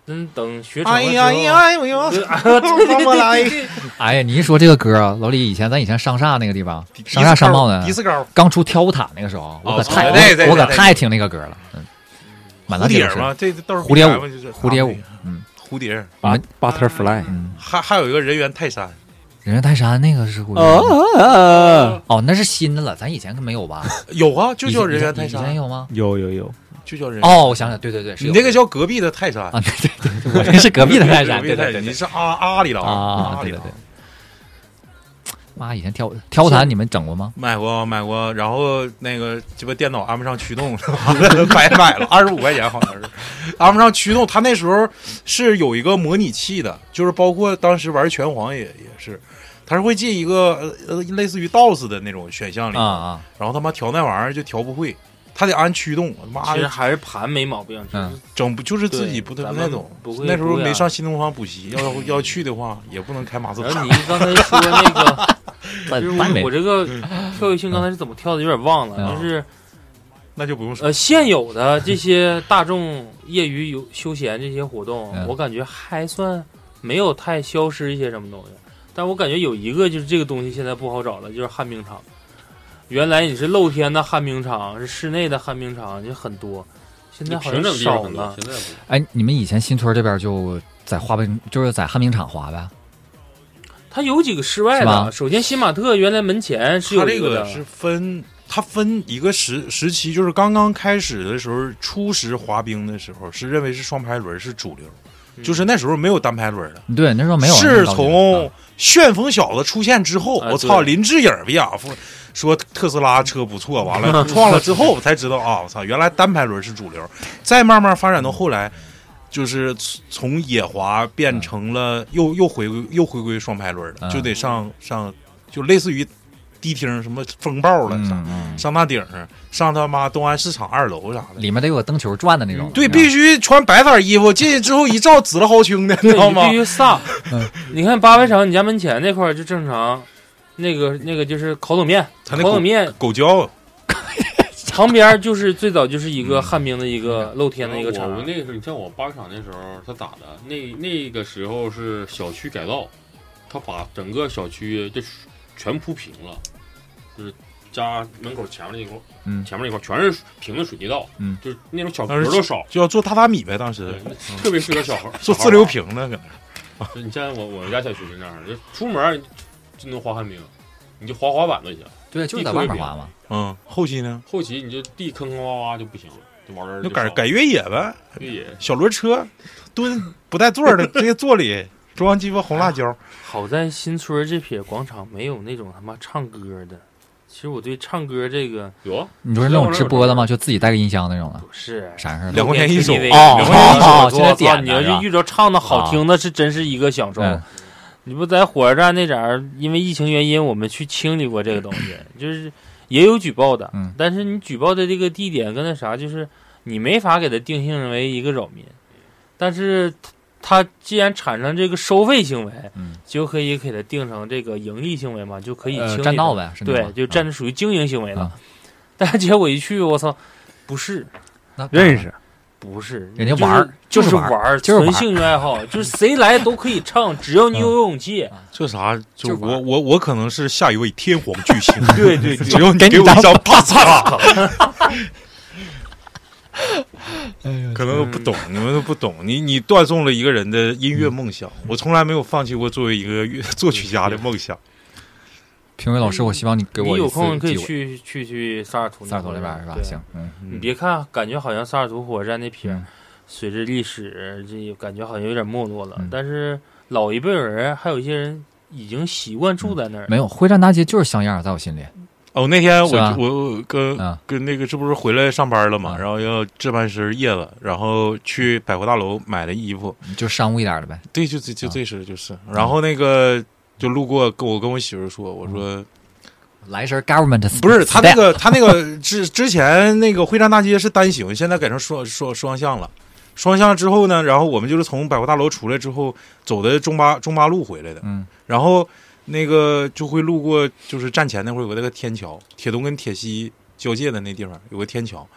Speaker 2: 真等学成了
Speaker 3: 哎
Speaker 2: 之后，
Speaker 3: 呀哎呀，哎呦，
Speaker 2: 对啊对对对对对
Speaker 1: 哎呀，你一说这个歌啊，老李以前咱以前上歃那个地方，上歃上报呢
Speaker 3: 迪，斯高，
Speaker 1: 刚出跳舞塔那个时候，我可太
Speaker 3: 对对对
Speaker 1: 我可
Speaker 3: 对
Speaker 1: 太听那个歌了，嗯，满大
Speaker 3: 蝴
Speaker 1: 街
Speaker 3: 蝶
Speaker 1: 都是，
Speaker 3: 嘛，这都是
Speaker 1: 蝴蝶舞
Speaker 3: 白嘛，就是
Speaker 1: 蝴蝶舞
Speaker 3: 啊，
Speaker 1: 嗯
Speaker 3: 蝴蝶。
Speaker 1: 我
Speaker 4: 把
Speaker 1: 们
Speaker 4: butterfly
Speaker 1: 嗯，
Speaker 3: 还还有一个人猿泰山，
Speaker 1: 人猿泰山那个是古
Speaker 2: 啊
Speaker 1: 乐吗
Speaker 4: 哦，
Speaker 1: 哦，那是新的了，咱以前可没有吧？
Speaker 3: 有啊，就叫
Speaker 1: 以前
Speaker 3: 人猿泰
Speaker 1: 以前
Speaker 3: 山，
Speaker 1: 有吗？
Speaker 4: 有有有，
Speaker 3: 就叫人。，
Speaker 1: 哦，我想想，对对对，是
Speaker 3: 你
Speaker 1: 有
Speaker 3: 那个叫隔壁的泰山
Speaker 1: 啊，，对对对，我这是隔壁的泰山，对
Speaker 3: 隔壁
Speaker 1: 对
Speaker 3: 泰
Speaker 1: 对
Speaker 3: 山，你
Speaker 1: 对，
Speaker 3: 是阿阿里郎
Speaker 1: 啊
Speaker 3: 阿
Speaker 1: 对
Speaker 3: 里
Speaker 1: 对
Speaker 3: 郎
Speaker 1: 对。妈，以前跳跳舞毯你们整过吗？
Speaker 3: 买过买过，然后那个鸡巴电脑安不上驱动，白买 了，二十五块钱好像是，安不上驱动。他那时候是有一个模拟器的，就是包括当时玩拳皇也也是，它是会进一个呃呃类似于 DOS 的那种选项里，
Speaker 1: 啊啊，
Speaker 3: 然后他妈调那玩意儿就调不会，他得按驱动，他妈
Speaker 2: 其实
Speaker 3: 的
Speaker 2: 还是盘没毛病，就是
Speaker 1: 嗯
Speaker 3: 整不就是自
Speaker 2: 对
Speaker 3: 己不太
Speaker 2: 咱
Speaker 3: 不
Speaker 2: 们
Speaker 3: 太懂
Speaker 2: 不，会
Speaker 3: 那时候
Speaker 2: 不会啊
Speaker 3: 没上新东方补习，要要去的话也不能开马自
Speaker 2: 然后
Speaker 3: 达
Speaker 2: 你，刚才说那 个，
Speaker 1: 但
Speaker 2: 就是
Speaker 1: 但没
Speaker 2: 我我这个
Speaker 5: 嗯
Speaker 2: 跳跃性刚才是怎么跳的，有点忘了。
Speaker 1: 嗯
Speaker 2: 就是
Speaker 3: 那就不用说。
Speaker 2: 呃，现有的这些大众业余游休闲这些活动
Speaker 1: 嗯，
Speaker 2: 我感觉还算没有太消失一些什么东西。但我感觉有一个就是这个东西现在不好找了，就是旱冰场。原来你是露天的旱冰场，是室内的旱冰场，就很多。现在好
Speaker 5: 平整
Speaker 2: 像
Speaker 5: 地方
Speaker 2: 少
Speaker 5: 很多
Speaker 2: 了，，
Speaker 5: 现在不
Speaker 1: 哎，你们以前新村这边就在滑冰，就是在旱冰场滑呗？
Speaker 2: 它有几个室外
Speaker 1: 是吧
Speaker 2: 的。首先，新玛特原来门前是
Speaker 3: 它
Speaker 2: 有
Speaker 3: 这
Speaker 2: 一
Speaker 3: 个
Speaker 2: 的，
Speaker 3: 是分，它分一个时时期，就是刚刚开始的时候，初时滑冰的时候是认为是双排轮是主流，
Speaker 2: 嗯
Speaker 3: 就是那时候没有单排轮的，
Speaker 1: 对，那时候没有。
Speaker 3: 是
Speaker 1: 啊
Speaker 3: 从旋风小子出现之后，
Speaker 2: 啊
Speaker 3: 我操，
Speaker 2: 对
Speaker 3: 林志颖为啥说说特斯拉车不错，完了撞了之后才知道啊，我操，原来单排轮是主流，再慢慢发展到后来。就是从野滑变成了又又回归又回归双排轮了，
Speaker 1: 嗯
Speaker 3: 就得上上就类似于迪厅什么风暴了，啥
Speaker 1: 嗯嗯，
Speaker 3: 上那顶上，上他妈东安市场二楼啥的。
Speaker 1: 里面得有个灯球转的那种。
Speaker 3: 嗯对，
Speaker 1: 是吧
Speaker 3: 必须穿白色衣服，进去之后一照紫了豪青的，你知
Speaker 2: 对，
Speaker 3: 道
Speaker 2: 你
Speaker 3: 吗
Speaker 2: 必？须撒
Speaker 1: 嗯。
Speaker 2: 你看八百场，你家门前那块儿就正常，那个那个就是烤冷面，
Speaker 3: 他
Speaker 2: 烤
Speaker 3: 那狗
Speaker 2: 冷面
Speaker 3: 狗叫，啊
Speaker 2: 旁边就是最早就是一个旱冰的一
Speaker 3: 嗯
Speaker 2: 个露天的一个啊场
Speaker 5: 我们，那个时候，你像我八厂那时候，他咋的？那那个时候是小区改造，他把整个小区就全铺平了，就是家门口前面那一块，
Speaker 1: 嗯
Speaker 5: 前面那块全是平的水泥道，
Speaker 1: 嗯，
Speaker 5: 就是那种小
Speaker 3: 当时
Speaker 5: 坡都少，
Speaker 3: 就要做榻榻米呗。当时
Speaker 5: 对，那特别适合小孩 儿
Speaker 3: 做自流。平呢，搁那
Speaker 5: 就你像我我们家小区就那样儿，就出门儿就能滑旱冰，你就滑滑板都行。
Speaker 1: 对，就是在外面滑嘛。
Speaker 3: 嗯，后期呢，
Speaker 5: 后期你就地坑坑洼洼就不行了，就玩儿
Speaker 3: 就改改越野呗，
Speaker 5: 越野。
Speaker 3: 小轮车，蹲不带座儿 的，直接座里装鸡巴红辣椒。
Speaker 2: 好在新村这撇广场没有那种他妈唱歌的。其实我对唱歌这个
Speaker 5: 有啊
Speaker 1: 你说是那种直播的吗？就自己带个音箱那种的，
Speaker 2: 不是
Speaker 1: 啥事儿？
Speaker 3: 两块钱一首
Speaker 2: 两
Speaker 3: 哦
Speaker 2: 块钱一
Speaker 1: 哦
Speaker 2: 首，
Speaker 1: 现在
Speaker 2: 我操！
Speaker 1: 点
Speaker 2: 你
Speaker 1: 的
Speaker 2: 要
Speaker 1: 是吧
Speaker 2: 是遇着唱的好听的，是真是一个享受。
Speaker 1: 嗯
Speaker 2: 你不在火车站那点儿，因为疫情原因，我们去清理过这个东 西，就是也有举报的，
Speaker 1: 嗯
Speaker 2: 但是你举报的这个地点跟那啥，就是你没法给它定性为一个扰民，但是它它既然产生这个收费行为，
Speaker 1: 嗯
Speaker 2: 就可以给它定成这个盈利行为嘛，就可以
Speaker 1: 呃
Speaker 2: 清理
Speaker 1: 占
Speaker 2: 它
Speaker 1: 道呗，是那种嗯
Speaker 2: 对，
Speaker 1: 吗
Speaker 2: 就占属于经营行为了。
Speaker 1: 啊
Speaker 2: 但是结果一去，我操，不是
Speaker 1: 那
Speaker 4: 认识，
Speaker 2: 不是，
Speaker 1: 人家玩儿
Speaker 2: 就
Speaker 1: 就是
Speaker 2: 是
Speaker 1: 玩儿
Speaker 2: 儿，
Speaker 1: 就是玩儿
Speaker 2: 纯兴趣 爱好，就是谁来都可以唱，只要你有勇气。
Speaker 3: 这啥？
Speaker 1: 就
Speaker 3: 就是
Speaker 1: 玩
Speaker 3: 我
Speaker 1: 儿
Speaker 3: 我我可能是下一位天皇巨 星，
Speaker 2: 对对对
Speaker 3: 只有你给我一张大 叉， 可能都不懂，你们都不懂。你你断送了一个人的音乐梦想，我从来没有放弃过作为一个乐作曲家的梦想。
Speaker 1: 评委老师，我希望你给
Speaker 2: 你
Speaker 1: 我一
Speaker 2: 有
Speaker 1: 次
Speaker 2: 空可以
Speaker 1: 机会
Speaker 2: 去去去萨尔图
Speaker 1: 萨尔图那边是吧？
Speaker 2: 对
Speaker 1: 行，嗯，
Speaker 2: 你别看，感觉好像萨尔图火车站那片儿
Speaker 1: 嗯，
Speaker 2: 随着历史这感觉好像有点没落了。
Speaker 1: 嗯
Speaker 2: 但是老一辈人还有一些人已经习惯住在那儿了。
Speaker 1: 嗯没有会战大街就是像样儿，在我心里
Speaker 3: 哦，那天
Speaker 1: 是吧
Speaker 3: 我我我跟
Speaker 1: 啊
Speaker 3: 跟那个这不是回来上班了嘛，
Speaker 1: 啊
Speaker 3: 然后要置办身叶子，然后去百货大楼买的衣服，
Speaker 1: 就商务一点儿的呗。
Speaker 3: 对，就这就
Speaker 1: 啊
Speaker 3: 这事儿就是。然后那个就路过，跟我跟我媳妇儿说，我说。
Speaker 1: 嗯来一身 government，
Speaker 3: 不是他那个 他那个之之前那个会战大街是单行，现在改成双双双向了。双向之后呢，然后我们就是从百货大楼出来之后走的中巴中巴路回来的，
Speaker 1: 嗯
Speaker 3: 然后那个就会路过，就是站前那会儿有个那个天桥，铁东跟铁西交界的那地方有个天桥。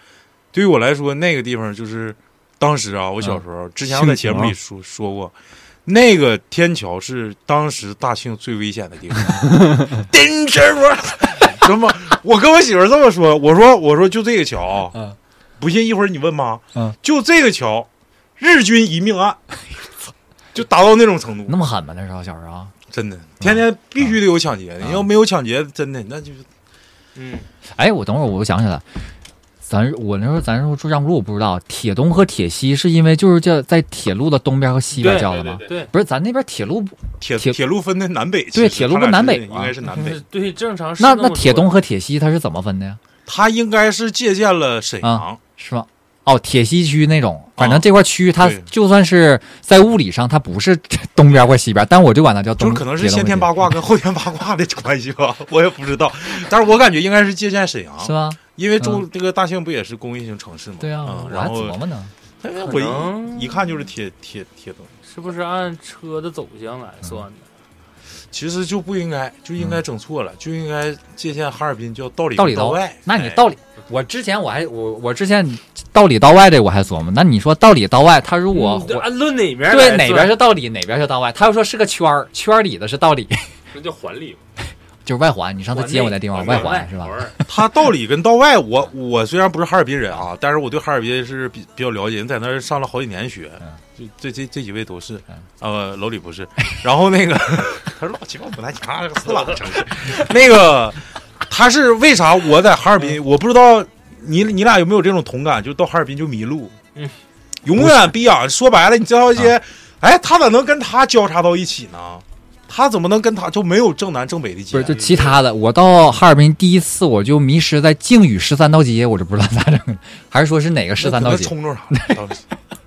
Speaker 3: 对于我来说，那个地方就是当时啊，我小时候、之前我在节目里说说过，那个天桥是当时大庆最危险的 地方。丁师傅，什么？我跟我媳妇儿这么说，我说我说就这个桥，
Speaker 1: 嗯
Speaker 3: 不信一会儿你问妈，
Speaker 1: 嗯
Speaker 3: 就这个桥，日军一命案， 就达到那种程度。
Speaker 1: 那么狠吗？那时候小时候，
Speaker 3: 真的，天天必须得有抢劫
Speaker 1: 啊
Speaker 3: 的，你要没有抢劫，真的那就是
Speaker 2: 嗯，
Speaker 1: 哎，我等会儿我又想起来，咱我那时候咱说住让路，我不知道铁东和铁西是因为就是叫在铁路的东边和西边
Speaker 2: 对
Speaker 1: 叫
Speaker 5: 对
Speaker 1: 的
Speaker 5: 对
Speaker 1: 吗？
Speaker 5: 对
Speaker 2: 对，
Speaker 1: 不是，咱那边铁路不
Speaker 3: 铁
Speaker 1: 铁
Speaker 3: 铁路分的南北，
Speaker 1: 对
Speaker 3: 其实
Speaker 1: 铁路分
Speaker 3: 它俩
Speaker 1: 南北啊嗯
Speaker 3: 是应该是南北
Speaker 2: 是，对正常是
Speaker 1: 那
Speaker 2: 么
Speaker 1: 那铁
Speaker 2: 说
Speaker 1: 东和铁西它是怎么分的呀？啊
Speaker 3: 它应该是借鉴了沈阳，
Speaker 1: 是吗？哦，铁西区那种，反正这块区域它
Speaker 3: 啊对
Speaker 1: 就算是在物理上它不是 东边或西边，但我就管它叫
Speaker 3: 就
Speaker 1: 东。
Speaker 3: 是可能是
Speaker 1: 铁路
Speaker 3: 先天
Speaker 1: 街
Speaker 3: 八卦跟后天八卦的关系吧， 我也不知道。但是我感觉应该是借鉴沈阳，
Speaker 1: 是吧？
Speaker 3: 因为中这个大庆不也是工业型城市嘛？
Speaker 1: 对啊，
Speaker 3: 啊嗯
Speaker 1: 我还
Speaker 3: 然后
Speaker 1: 琢磨呢。
Speaker 3: 哎
Speaker 2: 可
Speaker 3: 我
Speaker 2: 能
Speaker 3: 一一看就是铁铁铁东，
Speaker 2: 是不是按车的走向来算的？
Speaker 3: 其实就不应该，就应该整错了，就应该借鉴哈尔滨叫道理
Speaker 1: 嗯道理
Speaker 3: 到
Speaker 1: 到
Speaker 3: 外。
Speaker 1: 那你
Speaker 3: 哎
Speaker 1: 道理，我之前我还我我之前道理到外这我还琢磨，那你说道理到外，他如果
Speaker 2: 嗯对
Speaker 1: 我
Speaker 2: 按论哪边
Speaker 1: 对
Speaker 2: 来
Speaker 1: 哪边
Speaker 2: 算
Speaker 1: 是道理，哪边是道外，他又说是个圈儿，圈儿里 的是道理，
Speaker 5: 那叫环力嘛，
Speaker 1: 就是外环。你上次接我那地方
Speaker 5: 环
Speaker 1: 外
Speaker 5: 内
Speaker 1: 环是吧？
Speaker 5: 环儿
Speaker 3: 他道里跟道外，我我虽然不是哈尔滨人啊，但是我对哈尔滨是比比较了解，因为在那儿上了好几年学，就这这这几位都是
Speaker 1: 嗯，
Speaker 3: 呃，老李不是，然后那个 他说老鸡巴不南家是个四 郎城市，那个他是为啥我在哈尔滨，我不知道你你俩有没有这种同感，就到哈尔滨就迷路，
Speaker 2: 嗯，
Speaker 3: 永远逼养，说白了，你这条街，哎，他咋能跟他交叉到一起呢？他怎么能跟他就没有正南正北的街
Speaker 1: 不是，？就其他的，我到哈尔滨第一次我就迷失在靖宇十三道街，我就不知道 咋整了，还是说是哪个十三
Speaker 3: 那
Speaker 1: 道
Speaker 3: 可能
Speaker 1: 街？
Speaker 3: 冲着啥？ 到底是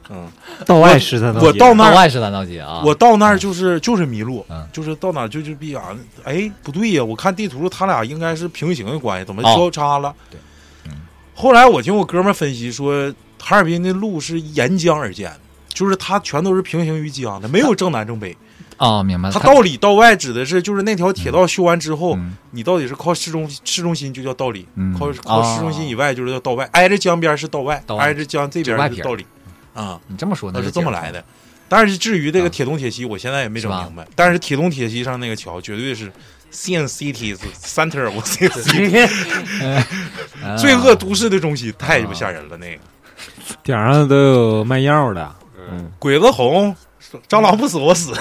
Speaker 3: 嗯。
Speaker 4: 道外十三道
Speaker 3: 我
Speaker 4: 街
Speaker 3: 到那
Speaker 1: 道
Speaker 3: 儿，
Speaker 1: 外十三道街啊！
Speaker 3: 我到那儿就是就是迷路
Speaker 1: 嗯，
Speaker 3: 就是到哪儿就就闭眼。哎，不对呀，我看地图，他俩应该是平行的关系，怎么
Speaker 1: 哦
Speaker 3: 交叉了？
Speaker 1: 对嗯
Speaker 3: 后来我听我哥们儿分析说，哈尔滨的路是沿江而建的，就是它全都是平行于江的，没有正南正北。
Speaker 1: 哦，明白了。
Speaker 3: 它道里道外指的是就是那条铁道修完之后，
Speaker 1: 嗯
Speaker 3: 你到底是靠市中市中心就叫道里，
Speaker 1: 嗯
Speaker 3: 靠靠市中心以外就是叫道外，挨着江边是道外，
Speaker 1: 道外
Speaker 3: 挨着江这
Speaker 1: 就外
Speaker 3: 边是
Speaker 1: 撇
Speaker 3: 道里，啊。
Speaker 1: 你这么说那就
Speaker 3: 那
Speaker 1: 是嗯
Speaker 3: 这么来的。但是至于这个铁东铁西，我现在也没整
Speaker 1: 是吧
Speaker 3: 明白。但是铁东铁西上那个桥绝对是 CNCT Center of c i
Speaker 1: 劲儿。啊
Speaker 3: 罪恶都市的中心，太他妈吓人了。那个
Speaker 1: 嗯
Speaker 4: 顶上都有卖药的，
Speaker 5: 嗯，
Speaker 3: 鬼子红，蟑螂不死我死，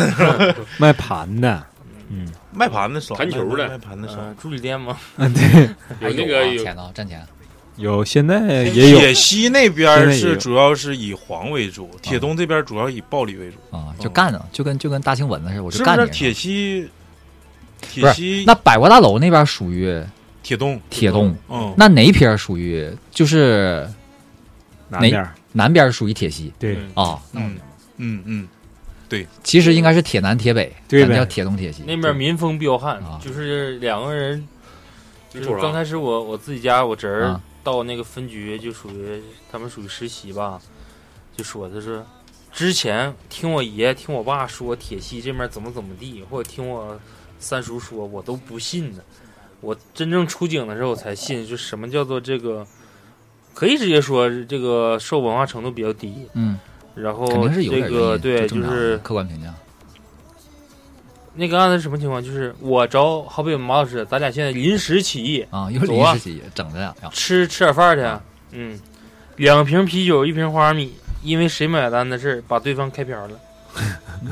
Speaker 4: 卖盘的，嗯，
Speaker 3: 卖盘子爽，
Speaker 5: 弹球的
Speaker 3: 卖卖盘子爽。
Speaker 2: 嗯，助理店吗？
Speaker 1: 还
Speaker 5: 有那
Speaker 1: 啊
Speaker 5: 个有
Speaker 1: 钱呢，站前
Speaker 4: 有现在也有
Speaker 3: 铁西那
Speaker 4: 现
Speaker 3: 边
Speaker 4: 在也有
Speaker 3: 是主要是以黄为主，铁东这边主要以暴力为主，
Speaker 1: 啊，就干了，就跟就跟大兴蚊子似的，我
Speaker 3: 哦是
Speaker 1: 就
Speaker 3: 不
Speaker 1: 干
Speaker 3: 是？
Speaker 1: 你。
Speaker 3: 铁西，
Speaker 1: 不
Speaker 3: 铁
Speaker 1: 是
Speaker 3: 西，
Speaker 1: 那百货大楼那边属于
Speaker 3: 铁东，
Speaker 1: 铁东，
Speaker 3: 嗯，
Speaker 1: 那哪片儿属于就是
Speaker 4: 南边儿，
Speaker 1: 南边儿属于铁西
Speaker 4: 对
Speaker 3: 嗯
Speaker 1: 啊？
Speaker 3: 嗯嗯嗯，
Speaker 1: 其实应该是铁南铁北，
Speaker 4: 对
Speaker 1: 咱
Speaker 4: 呗
Speaker 1: 叫铁东铁西。
Speaker 2: 那边民风彪悍
Speaker 1: 啊，
Speaker 2: 就是两个人，就
Speaker 5: 就是瞅着
Speaker 2: 刚开始我我自己家我侄儿
Speaker 1: 啊
Speaker 2: 到那个分局就属于他们属于实习吧，就说他是之前听我爷听我爸说铁西这面怎么怎么地，或者听我三叔说，我都不信呢。我真正出警的时候我才信，就什么叫做这个，可以直接说这个受文化程度比较低，
Speaker 1: 嗯，
Speaker 2: 然后
Speaker 1: 肯定是有
Speaker 2: 这
Speaker 1: 点原
Speaker 2: 个
Speaker 1: 因，
Speaker 2: 对
Speaker 1: 这
Speaker 2: 就
Speaker 1: 正常的
Speaker 2: 是
Speaker 1: 客观评价。
Speaker 2: 那个案子是什么情况？就是我找好比马老师，咱俩现在临时起意，
Speaker 1: 啊，又
Speaker 2: 走
Speaker 1: 临
Speaker 2: 啊
Speaker 1: 时起意整这两 样，
Speaker 2: 吃吃点饭去。
Speaker 1: 啊
Speaker 2: 嗯，两瓶啤酒，一瓶花生米，因为谁买单的事儿，把对方开瓢了。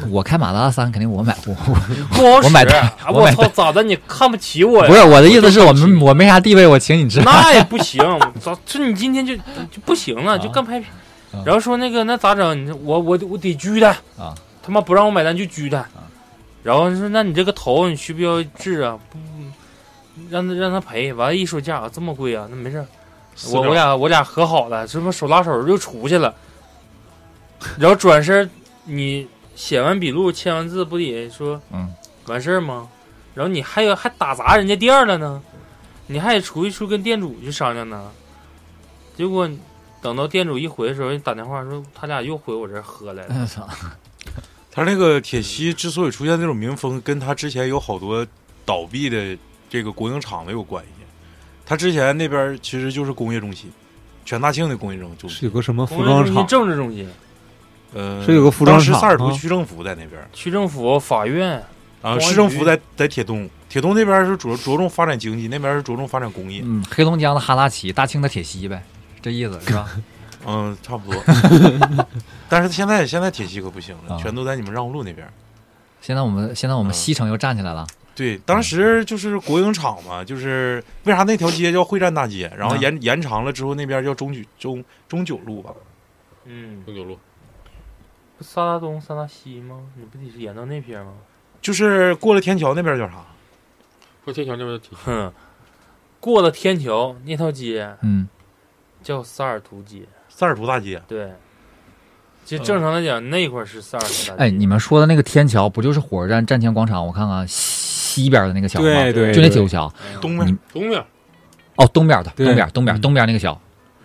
Speaker 1: 我开马自达三肯定我买， 我我
Speaker 2: 不好使，
Speaker 1: 我买单
Speaker 2: 啊
Speaker 1: 我
Speaker 2: 我
Speaker 1: 买
Speaker 2: 操，咋的？你看不起我
Speaker 1: 不
Speaker 2: 呀？
Speaker 1: 是我的意思是我
Speaker 2: 啊我就看
Speaker 1: 们
Speaker 2: 不
Speaker 1: 我没啥地位，我请你吃饭。
Speaker 2: 那也不行，咋？这你今天就就不行了，就干拍片。
Speaker 1: 啊
Speaker 2: 然后说那个那咋整？你说我我我得拘他
Speaker 1: 啊！
Speaker 2: 他妈不让我买单就拘他。然后说那你这个头你需不需要治啊？不，让他让他赔。完了，一说价这么贵啊，那没事儿。我我俩我俩和好了，什么手拉手就出去了，然后转身你写完笔录签完字不得说
Speaker 1: 嗯
Speaker 2: 完事儿吗？然后你还有还打砸人家店儿了呢，你还得出去去跟店主去商量呢。结果等到店主一回的时候，打电话说他俩又回我这儿喝来 了，
Speaker 1: 哎操，
Speaker 3: 他那个铁西之所以出现这种民风，跟他之前有好多倒闭的这个国营厂子有关系。他之前那边其实就是工业中心，全大庆的工业中心。
Speaker 4: 是有个什么
Speaker 2: 工
Speaker 4: 服
Speaker 2: 业中
Speaker 4: 装
Speaker 2: 心、
Speaker 4: 厂，
Speaker 2: 政治中心、
Speaker 3: 呃，
Speaker 4: 是有个服装
Speaker 3: 当时
Speaker 4: 厂
Speaker 3: 萨尔图
Speaker 4: 啊
Speaker 3: 区政府在那边，
Speaker 2: 区政府、法院，
Speaker 3: 啊，
Speaker 2: 公安
Speaker 3: 市政府
Speaker 2: 局
Speaker 3: 在在铁东，铁东那边是着着重发展经济，那边是着重发展工业。
Speaker 1: 嗯，黑龙江的哈拉奇，大庆的铁西呗，这意思是 吧？
Speaker 3: 嗯，差不多。 但是现在现在铁西可不行了，
Speaker 1: 啊
Speaker 3: 全都在你们让路那边。
Speaker 1: 现在我们现在我们
Speaker 3: 嗯
Speaker 1: 西城又站起来了，
Speaker 3: 对，当时就是国营厂嘛，就是为啥那条街叫会战大街，然后
Speaker 1: 嗯
Speaker 3: 延延长了之后，那边叫中九中中九路吧，
Speaker 2: 嗯，
Speaker 5: 中九路
Speaker 2: 不萨达东、萨达西吗？你不得是延到那边吗？
Speaker 3: 就是过了天桥那边叫啥？
Speaker 5: 过天桥那边挺
Speaker 2: 哼，过了天桥那条街
Speaker 1: 嗯，
Speaker 2: 叫萨尔图街，
Speaker 3: 塞尔图大街，
Speaker 2: 对，其实
Speaker 3: 嗯
Speaker 2: 正常来讲，那块儿是塞尔斯大街
Speaker 1: 哎，你们说的那个天桥不就是火车站站前广场？我看看西边的那个桥吗？
Speaker 4: 对对，
Speaker 1: 就那铁
Speaker 4: 对
Speaker 1: 路桥。
Speaker 2: 嗯
Speaker 3: 东面
Speaker 1: 你
Speaker 5: 东面
Speaker 1: 哦，东边的，
Speaker 4: 对
Speaker 1: 东边，东边，
Speaker 4: 嗯
Speaker 1: 东边那个桥。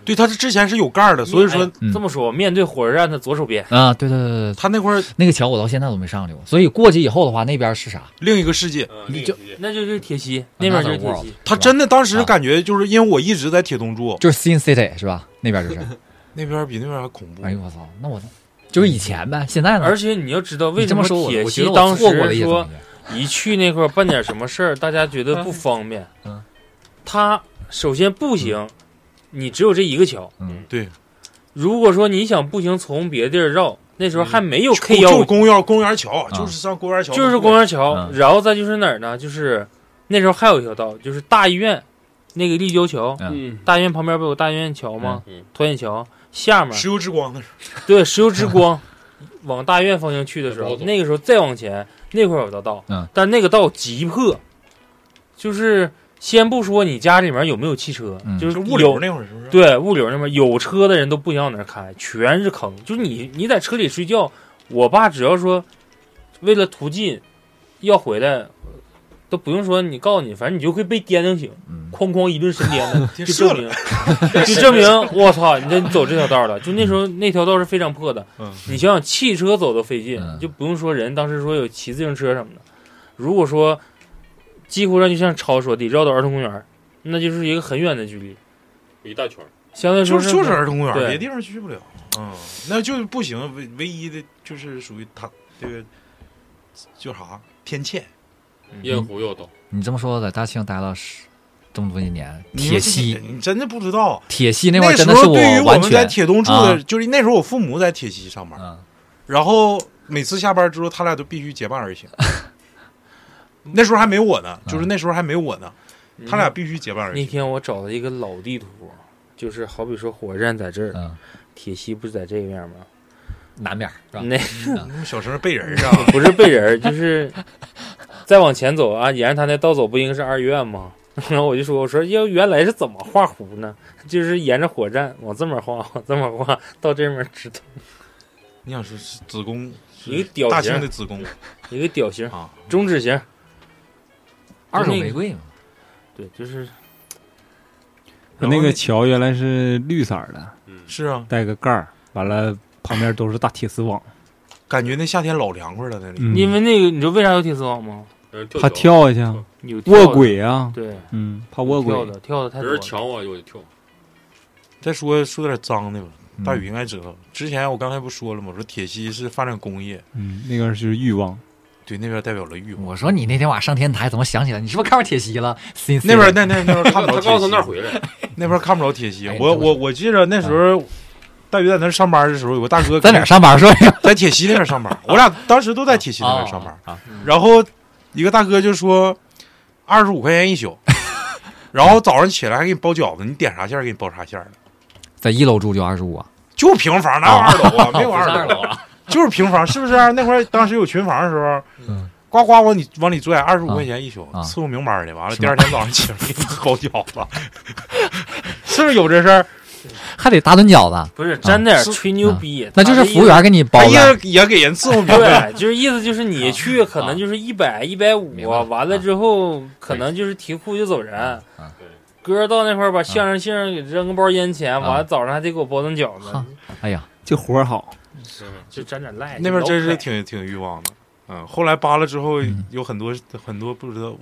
Speaker 3: 对，它是之前是有盖儿的，所以说
Speaker 2: 哎
Speaker 1: 嗯
Speaker 2: 这么说，面对火车站的左手边，
Speaker 1: 啊，对对对对对，
Speaker 3: 它那块儿
Speaker 1: 那个桥我到现在都没上去过。所以过去以后的话，那边是啥？
Speaker 3: 另一个世界。
Speaker 5: 嗯，
Speaker 1: 你
Speaker 5: 那
Speaker 1: 就
Speaker 5: 个世界
Speaker 2: 那就是铁
Speaker 1: 啊
Speaker 2: 西，那边就是啊铁西。
Speaker 3: 他真的当时感觉就是因为我一直在铁东住，
Speaker 1: 就是 Sin City 是吧？那边就是。
Speaker 3: 那边比那边还恐怖
Speaker 1: 哎。呦我操，那我就是以前呗，现在呢？
Speaker 2: 而且你要知道，为
Speaker 1: 你
Speaker 2: 什
Speaker 1: 这么说我，
Speaker 2: 铁
Speaker 1: 我觉
Speaker 2: 西
Speaker 1: 得我
Speaker 2: 当
Speaker 1: 错过了一
Speaker 2: 时
Speaker 1: 些
Speaker 2: 说
Speaker 1: 东西。
Speaker 2: 一去那块儿办点什么事儿，大家觉得不方便。
Speaker 1: 嗯，
Speaker 2: 他首先步行，你只有这一个桥。
Speaker 1: 嗯，
Speaker 3: 对，
Speaker 2: 如果说你想步行从别地儿绕，那时候还没有 K
Speaker 3: 嗯就
Speaker 2: 幺
Speaker 3: 就，公园公园桥，
Speaker 1: 啊
Speaker 3: 就是上公园桥，
Speaker 2: 就是公园桥，
Speaker 1: 嗯
Speaker 2: 然后再就是哪儿呢？就是那时候还有一条道，就是大医院那个立交桥，
Speaker 5: 嗯，
Speaker 2: 大医院旁边不有大医院桥吗
Speaker 5: 嗯嗯？
Speaker 2: 团结桥下面
Speaker 3: 石油之光那是。
Speaker 2: 对，石油之光往大院方向去的时
Speaker 5: 往
Speaker 2: 候
Speaker 5: 左，走
Speaker 2: 那个时候再往前那块儿有道道，
Speaker 1: 嗯
Speaker 2: 但那个道急迫，就是先不说你家里面有没有汽车，
Speaker 1: 嗯
Speaker 2: 就是
Speaker 3: 就物流
Speaker 2: 有
Speaker 3: 那会儿是不是？
Speaker 2: 对物流那边有车的人都不想往那儿开，全是坑。就是你你在车里睡觉，我爸只要说为了途径要回来，都不用说你告诉你，反正你就会被颠就行，
Speaker 1: 嗯，
Speaker 2: 哐哐一顿神颠 的。
Speaker 3: 对
Speaker 2: 就证明，就证明，我操，你这你走这条道了。就那时候那条道是非常破的，
Speaker 3: 嗯
Speaker 2: 你想想汽车走都费劲，
Speaker 1: 嗯
Speaker 2: 就不用说人当时说有骑自行车什么的。如果说几乎上就像超说的绕到儿童公园，那就是一个很远的距离，
Speaker 5: 一大圈儿，
Speaker 2: 相对来
Speaker 3: 就
Speaker 2: 说
Speaker 3: 是就是儿童公园，
Speaker 2: 对
Speaker 3: 别地方去不了。嗯，那就是不行，唯唯一的就是属于他这个叫啥天堑。
Speaker 5: 夜壶要到，
Speaker 1: 你这么说，在大庆待了十这么多年，
Speaker 3: 你
Speaker 1: 铁
Speaker 3: 们自己
Speaker 1: 西，
Speaker 3: 你真的不知道。
Speaker 1: 铁西那块
Speaker 3: 那
Speaker 1: 儿真
Speaker 3: 时
Speaker 1: 的是
Speaker 3: 候对于我
Speaker 1: 完
Speaker 3: 们在
Speaker 1: 全，
Speaker 3: 铁东住的
Speaker 1: 啊，
Speaker 3: 就是那时候我父母在铁西上班，
Speaker 1: 嗯，
Speaker 3: 然后每次下班之后，他俩都必须结伴而行。 那时候还没我呢，就是
Speaker 1: 嗯
Speaker 3: 那时候还没我呢，他俩必须结伴而
Speaker 2: 嗯那
Speaker 3: 行。
Speaker 2: 天我找了一个老地图，就是好比说火车站在这儿，
Speaker 1: 嗯
Speaker 2: 铁西不是在这面吗？
Speaker 1: 南边是吧？
Speaker 2: 那
Speaker 3: 那么小声背人啊，
Speaker 2: 不是被人儿，就是 再往前走啊，沿着他那道走，不应该是二院吗？ 然后我就说，我说要原来是怎么画弧呢？ 就是沿着火站往这面画，往这面画，到这面直通，
Speaker 3: 你想说是子宫，是
Speaker 2: 一个屌
Speaker 3: 大
Speaker 2: 型
Speaker 3: 庆的子宫
Speaker 2: 一个屌型、
Speaker 3: 啊，
Speaker 2: 中指型，
Speaker 1: 二手
Speaker 2: 就那个
Speaker 1: 玫瑰嘛，
Speaker 2: 对，就是
Speaker 3: 然后
Speaker 4: 那个桥原来是绿色儿的，
Speaker 5: 嗯，
Speaker 3: 是啊，
Speaker 4: 带个盖儿，完了旁边都是大铁丝网，
Speaker 3: 感觉那夏天老凉快了，那里
Speaker 4: 嗯
Speaker 2: 因为那个，你知道为啥有铁丝网吗？
Speaker 5: 让人跳
Speaker 4: 怕
Speaker 5: 桥，
Speaker 4: 跳下去啊，
Speaker 2: 有跳的
Speaker 4: 卧，轨啊，
Speaker 2: 对，
Speaker 4: 嗯，怕卧
Speaker 2: 跳
Speaker 4: 轨。
Speaker 2: 的跳的太
Speaker 5: 别
Speaker 2: 多了。
Speaker 5: 人抢我我就跳，
Speaker 3: 再说说点脏的吧，
Speaker 1: 嗯
Speaker 3: 大宇应该知道。之前我刚才不说了吗？我说铁西是发展工业，
Speaker 4: 嗯，那个是欲望，
Speaker 3: 对那边代表了欲望。
Speaker 1: 我说你那天晚上上天台，怎么想起来？你是不是看着铁西了？Sin City
Speaker 3: 那边那那那边看
Speaker 5: 他
Speaker 3: 不着
Speaker 5: 他
Speaker 3: 铁
Speaker 5: 刚从
Speaker 3: 西，
Speaker 5: 那儿回来，
Speaker 3: 那边看不着铁西。
Speaker 1: 哎
Speaker 3: 我
Speaker 1: 这么说
Speaker 3: 我我记着那时候，大宇在那儿上班的时候，有 个大哥
Speaker 1: 在哪儿上班说呀？
Speaker 3: 在铁西那边 上班，我俩当时都在铁西那边上班。
Speaker 1: 啊，
Speaker 3: 然后一个大哥就说二十五块钱一宿，然后早上起来还给你包饺子，你点啥馅儿给你包啥馅儿的，
Speaker 1: 在一楼住就二十五啊，
Speaker 3: 就平房哪有二楼啊？没有
Speaker 1: 不是
Speaker 3: 二
Speaker 1: 二楼。
Speaker 3: 楼
Speaker 1: 啊，
Speaker 3: 就是平房，是不是、啊？那块儿当时有群房的时候，
Speaker 1: 嗯
Speaker 3: 呱呱往里往里拽，二十五块钱一宿，
Speaker 1: 啊
Speaker 3: 伺候明白的。完了，
Speaker 1: 是吗
Speaker 3: 第二天早上起来 给你包饺子， 是不是有这事儿？
Speaker 1: 还得打顿饺子，
Speaker 2: 不是沾点儿
Speaker 3: 是
Speaker 2: 吹牛逼，
Speaker 1: 啊那就是服务员给你包
Speaker 3: 他
Speaker 1: 的。
Speaker 3: 也也给 人伺候明白。
Speaker 2: 对，就是意思就是你去可能就是一百一百五
Speaker 1: 啊明，白
Speaker 2: 完了之后可能就是提裤就走人
Speaker 1: 啊
Speaker 5: 对。
Speaker 2: 哥到那块儿把相
Speaker 1: 嗯
Speaker 2: 声信给扔个包烟钱，完了早上还得给我包顿饺子
Speaker 1: 哈，哎呀，
Speaker 4: 这活儿好，
Speaker 5: 是
Speaker 2: 就沾点赖。
Speaker 3: 那边真
Speaker 2: 老
Speaker 3: 是
Speaker 2: 快
Speaker 3: 挺挺欲望的，嗯。后来扒了之后
Speaker 1: 嗯，
Speaker 3: 有很多很多不知道，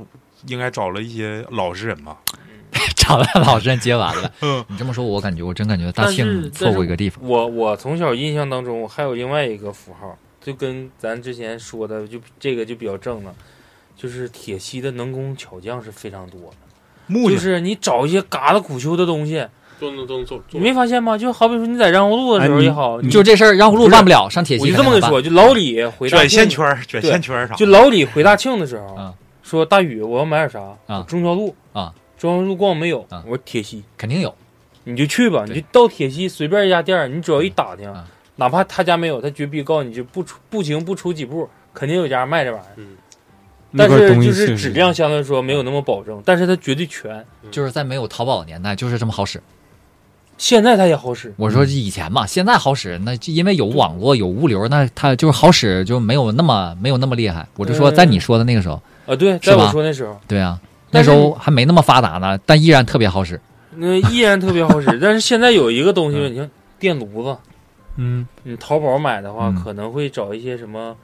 Speaker 3: 应该找了一些老实人吧。
Speaker 1: 长安老师接完了
Speaker 3: 嗯。
Speaker 1: 你这么说，我感觉我真感觉大
Speaker 2: 但是
Speaker 1: 庆错过一个地方。
Speaker 2: 我我从小印象当中，我还有另外一个符号，就跟咱之前说的，就这个就比较正了，就是铁西的能工巧匠是非常多的，
Speaker 3: 木
Speaker 2: 就
Speaker 3: 匠
Speaker 2: 是你找一些嘎啦古秋的东西，
Speaker 5: 都能都能做，
Speaker 2: 你没发现吗？就好比说你在让胡路的时候
Speaker 4: 哎你
Speaker 2: 也好，
Speaker 3: 嗯
Speaker 4: 你
Speaker 2: 就
Speaker 1: 就这事儿，让路办不了，上铁西
Speaker 2: 我就这么跟你说，就老李回大
Speaker 3: 卷线
Speaker 2: 庆
Speaker 3: 圈儿、啊卷线圈儿啥的，
Speaker 2: 就老李回大庆的时候，
Speaker 1: 啊
Speaker 2: 说大宇，我要买点啥？
Speaker 1: 啊
Speaker 2: 中桥路
Speaker 1: 啊，
Speaker 2: 中桥路逛没有？
Speaker 1: 啊
Speaker 2: 我说铁西，
Speaker 1: 肯定有。你
Speaker 2: 你就去吧，
Speaker 1: 对
Speaker 2: 你就到铁西随便一家店儿，你只要一打听，
Speaker 1: 啊
Speaker 2: 哪怕他家没有，他绝逼告诉你就不出步行不出几步，肯定有家卖这玩意儿。但
Speaker 4: 那块
Speaker 2: 是
Speaker 4: 东西
Speaker 2: 就
Speaker 4: 确
Speaker 2: 是
Speaker 4: 实
Speaker 2: 质量相对来说没有那么保证，但是它绝对全。
Speaker 1: 就是在没有淘宝的年代，就是这么好使。
Speaker 2: 现在它也好使。
Speaker 1: 我说以前吧，现在好使，那就因为有网络有物流，那它就是好使，就没有那么没有那么厉害。我就说
Speaker 2: 嗯
Speaker 1: 在你说的那个时候，
Speaker 2: 啊，对，
Speaker 1: 是
Speaker 2: 在我
Speaker 1: 吧
Speaker 2: 说那时候，
Speaker 1: 对啊，那
Speaker 2: 但是
Speaker 1: 时候还没那么发达呢，但依然特别好使。
Speaker 2: 那依然特别好使。但是现在有一个东西，你像电炉子，
Speaker 4: 嗯，
Speaker 2: 你淘宝买的话，
Speaker 1: 嗯
Speaker 2: 可能会找一些什么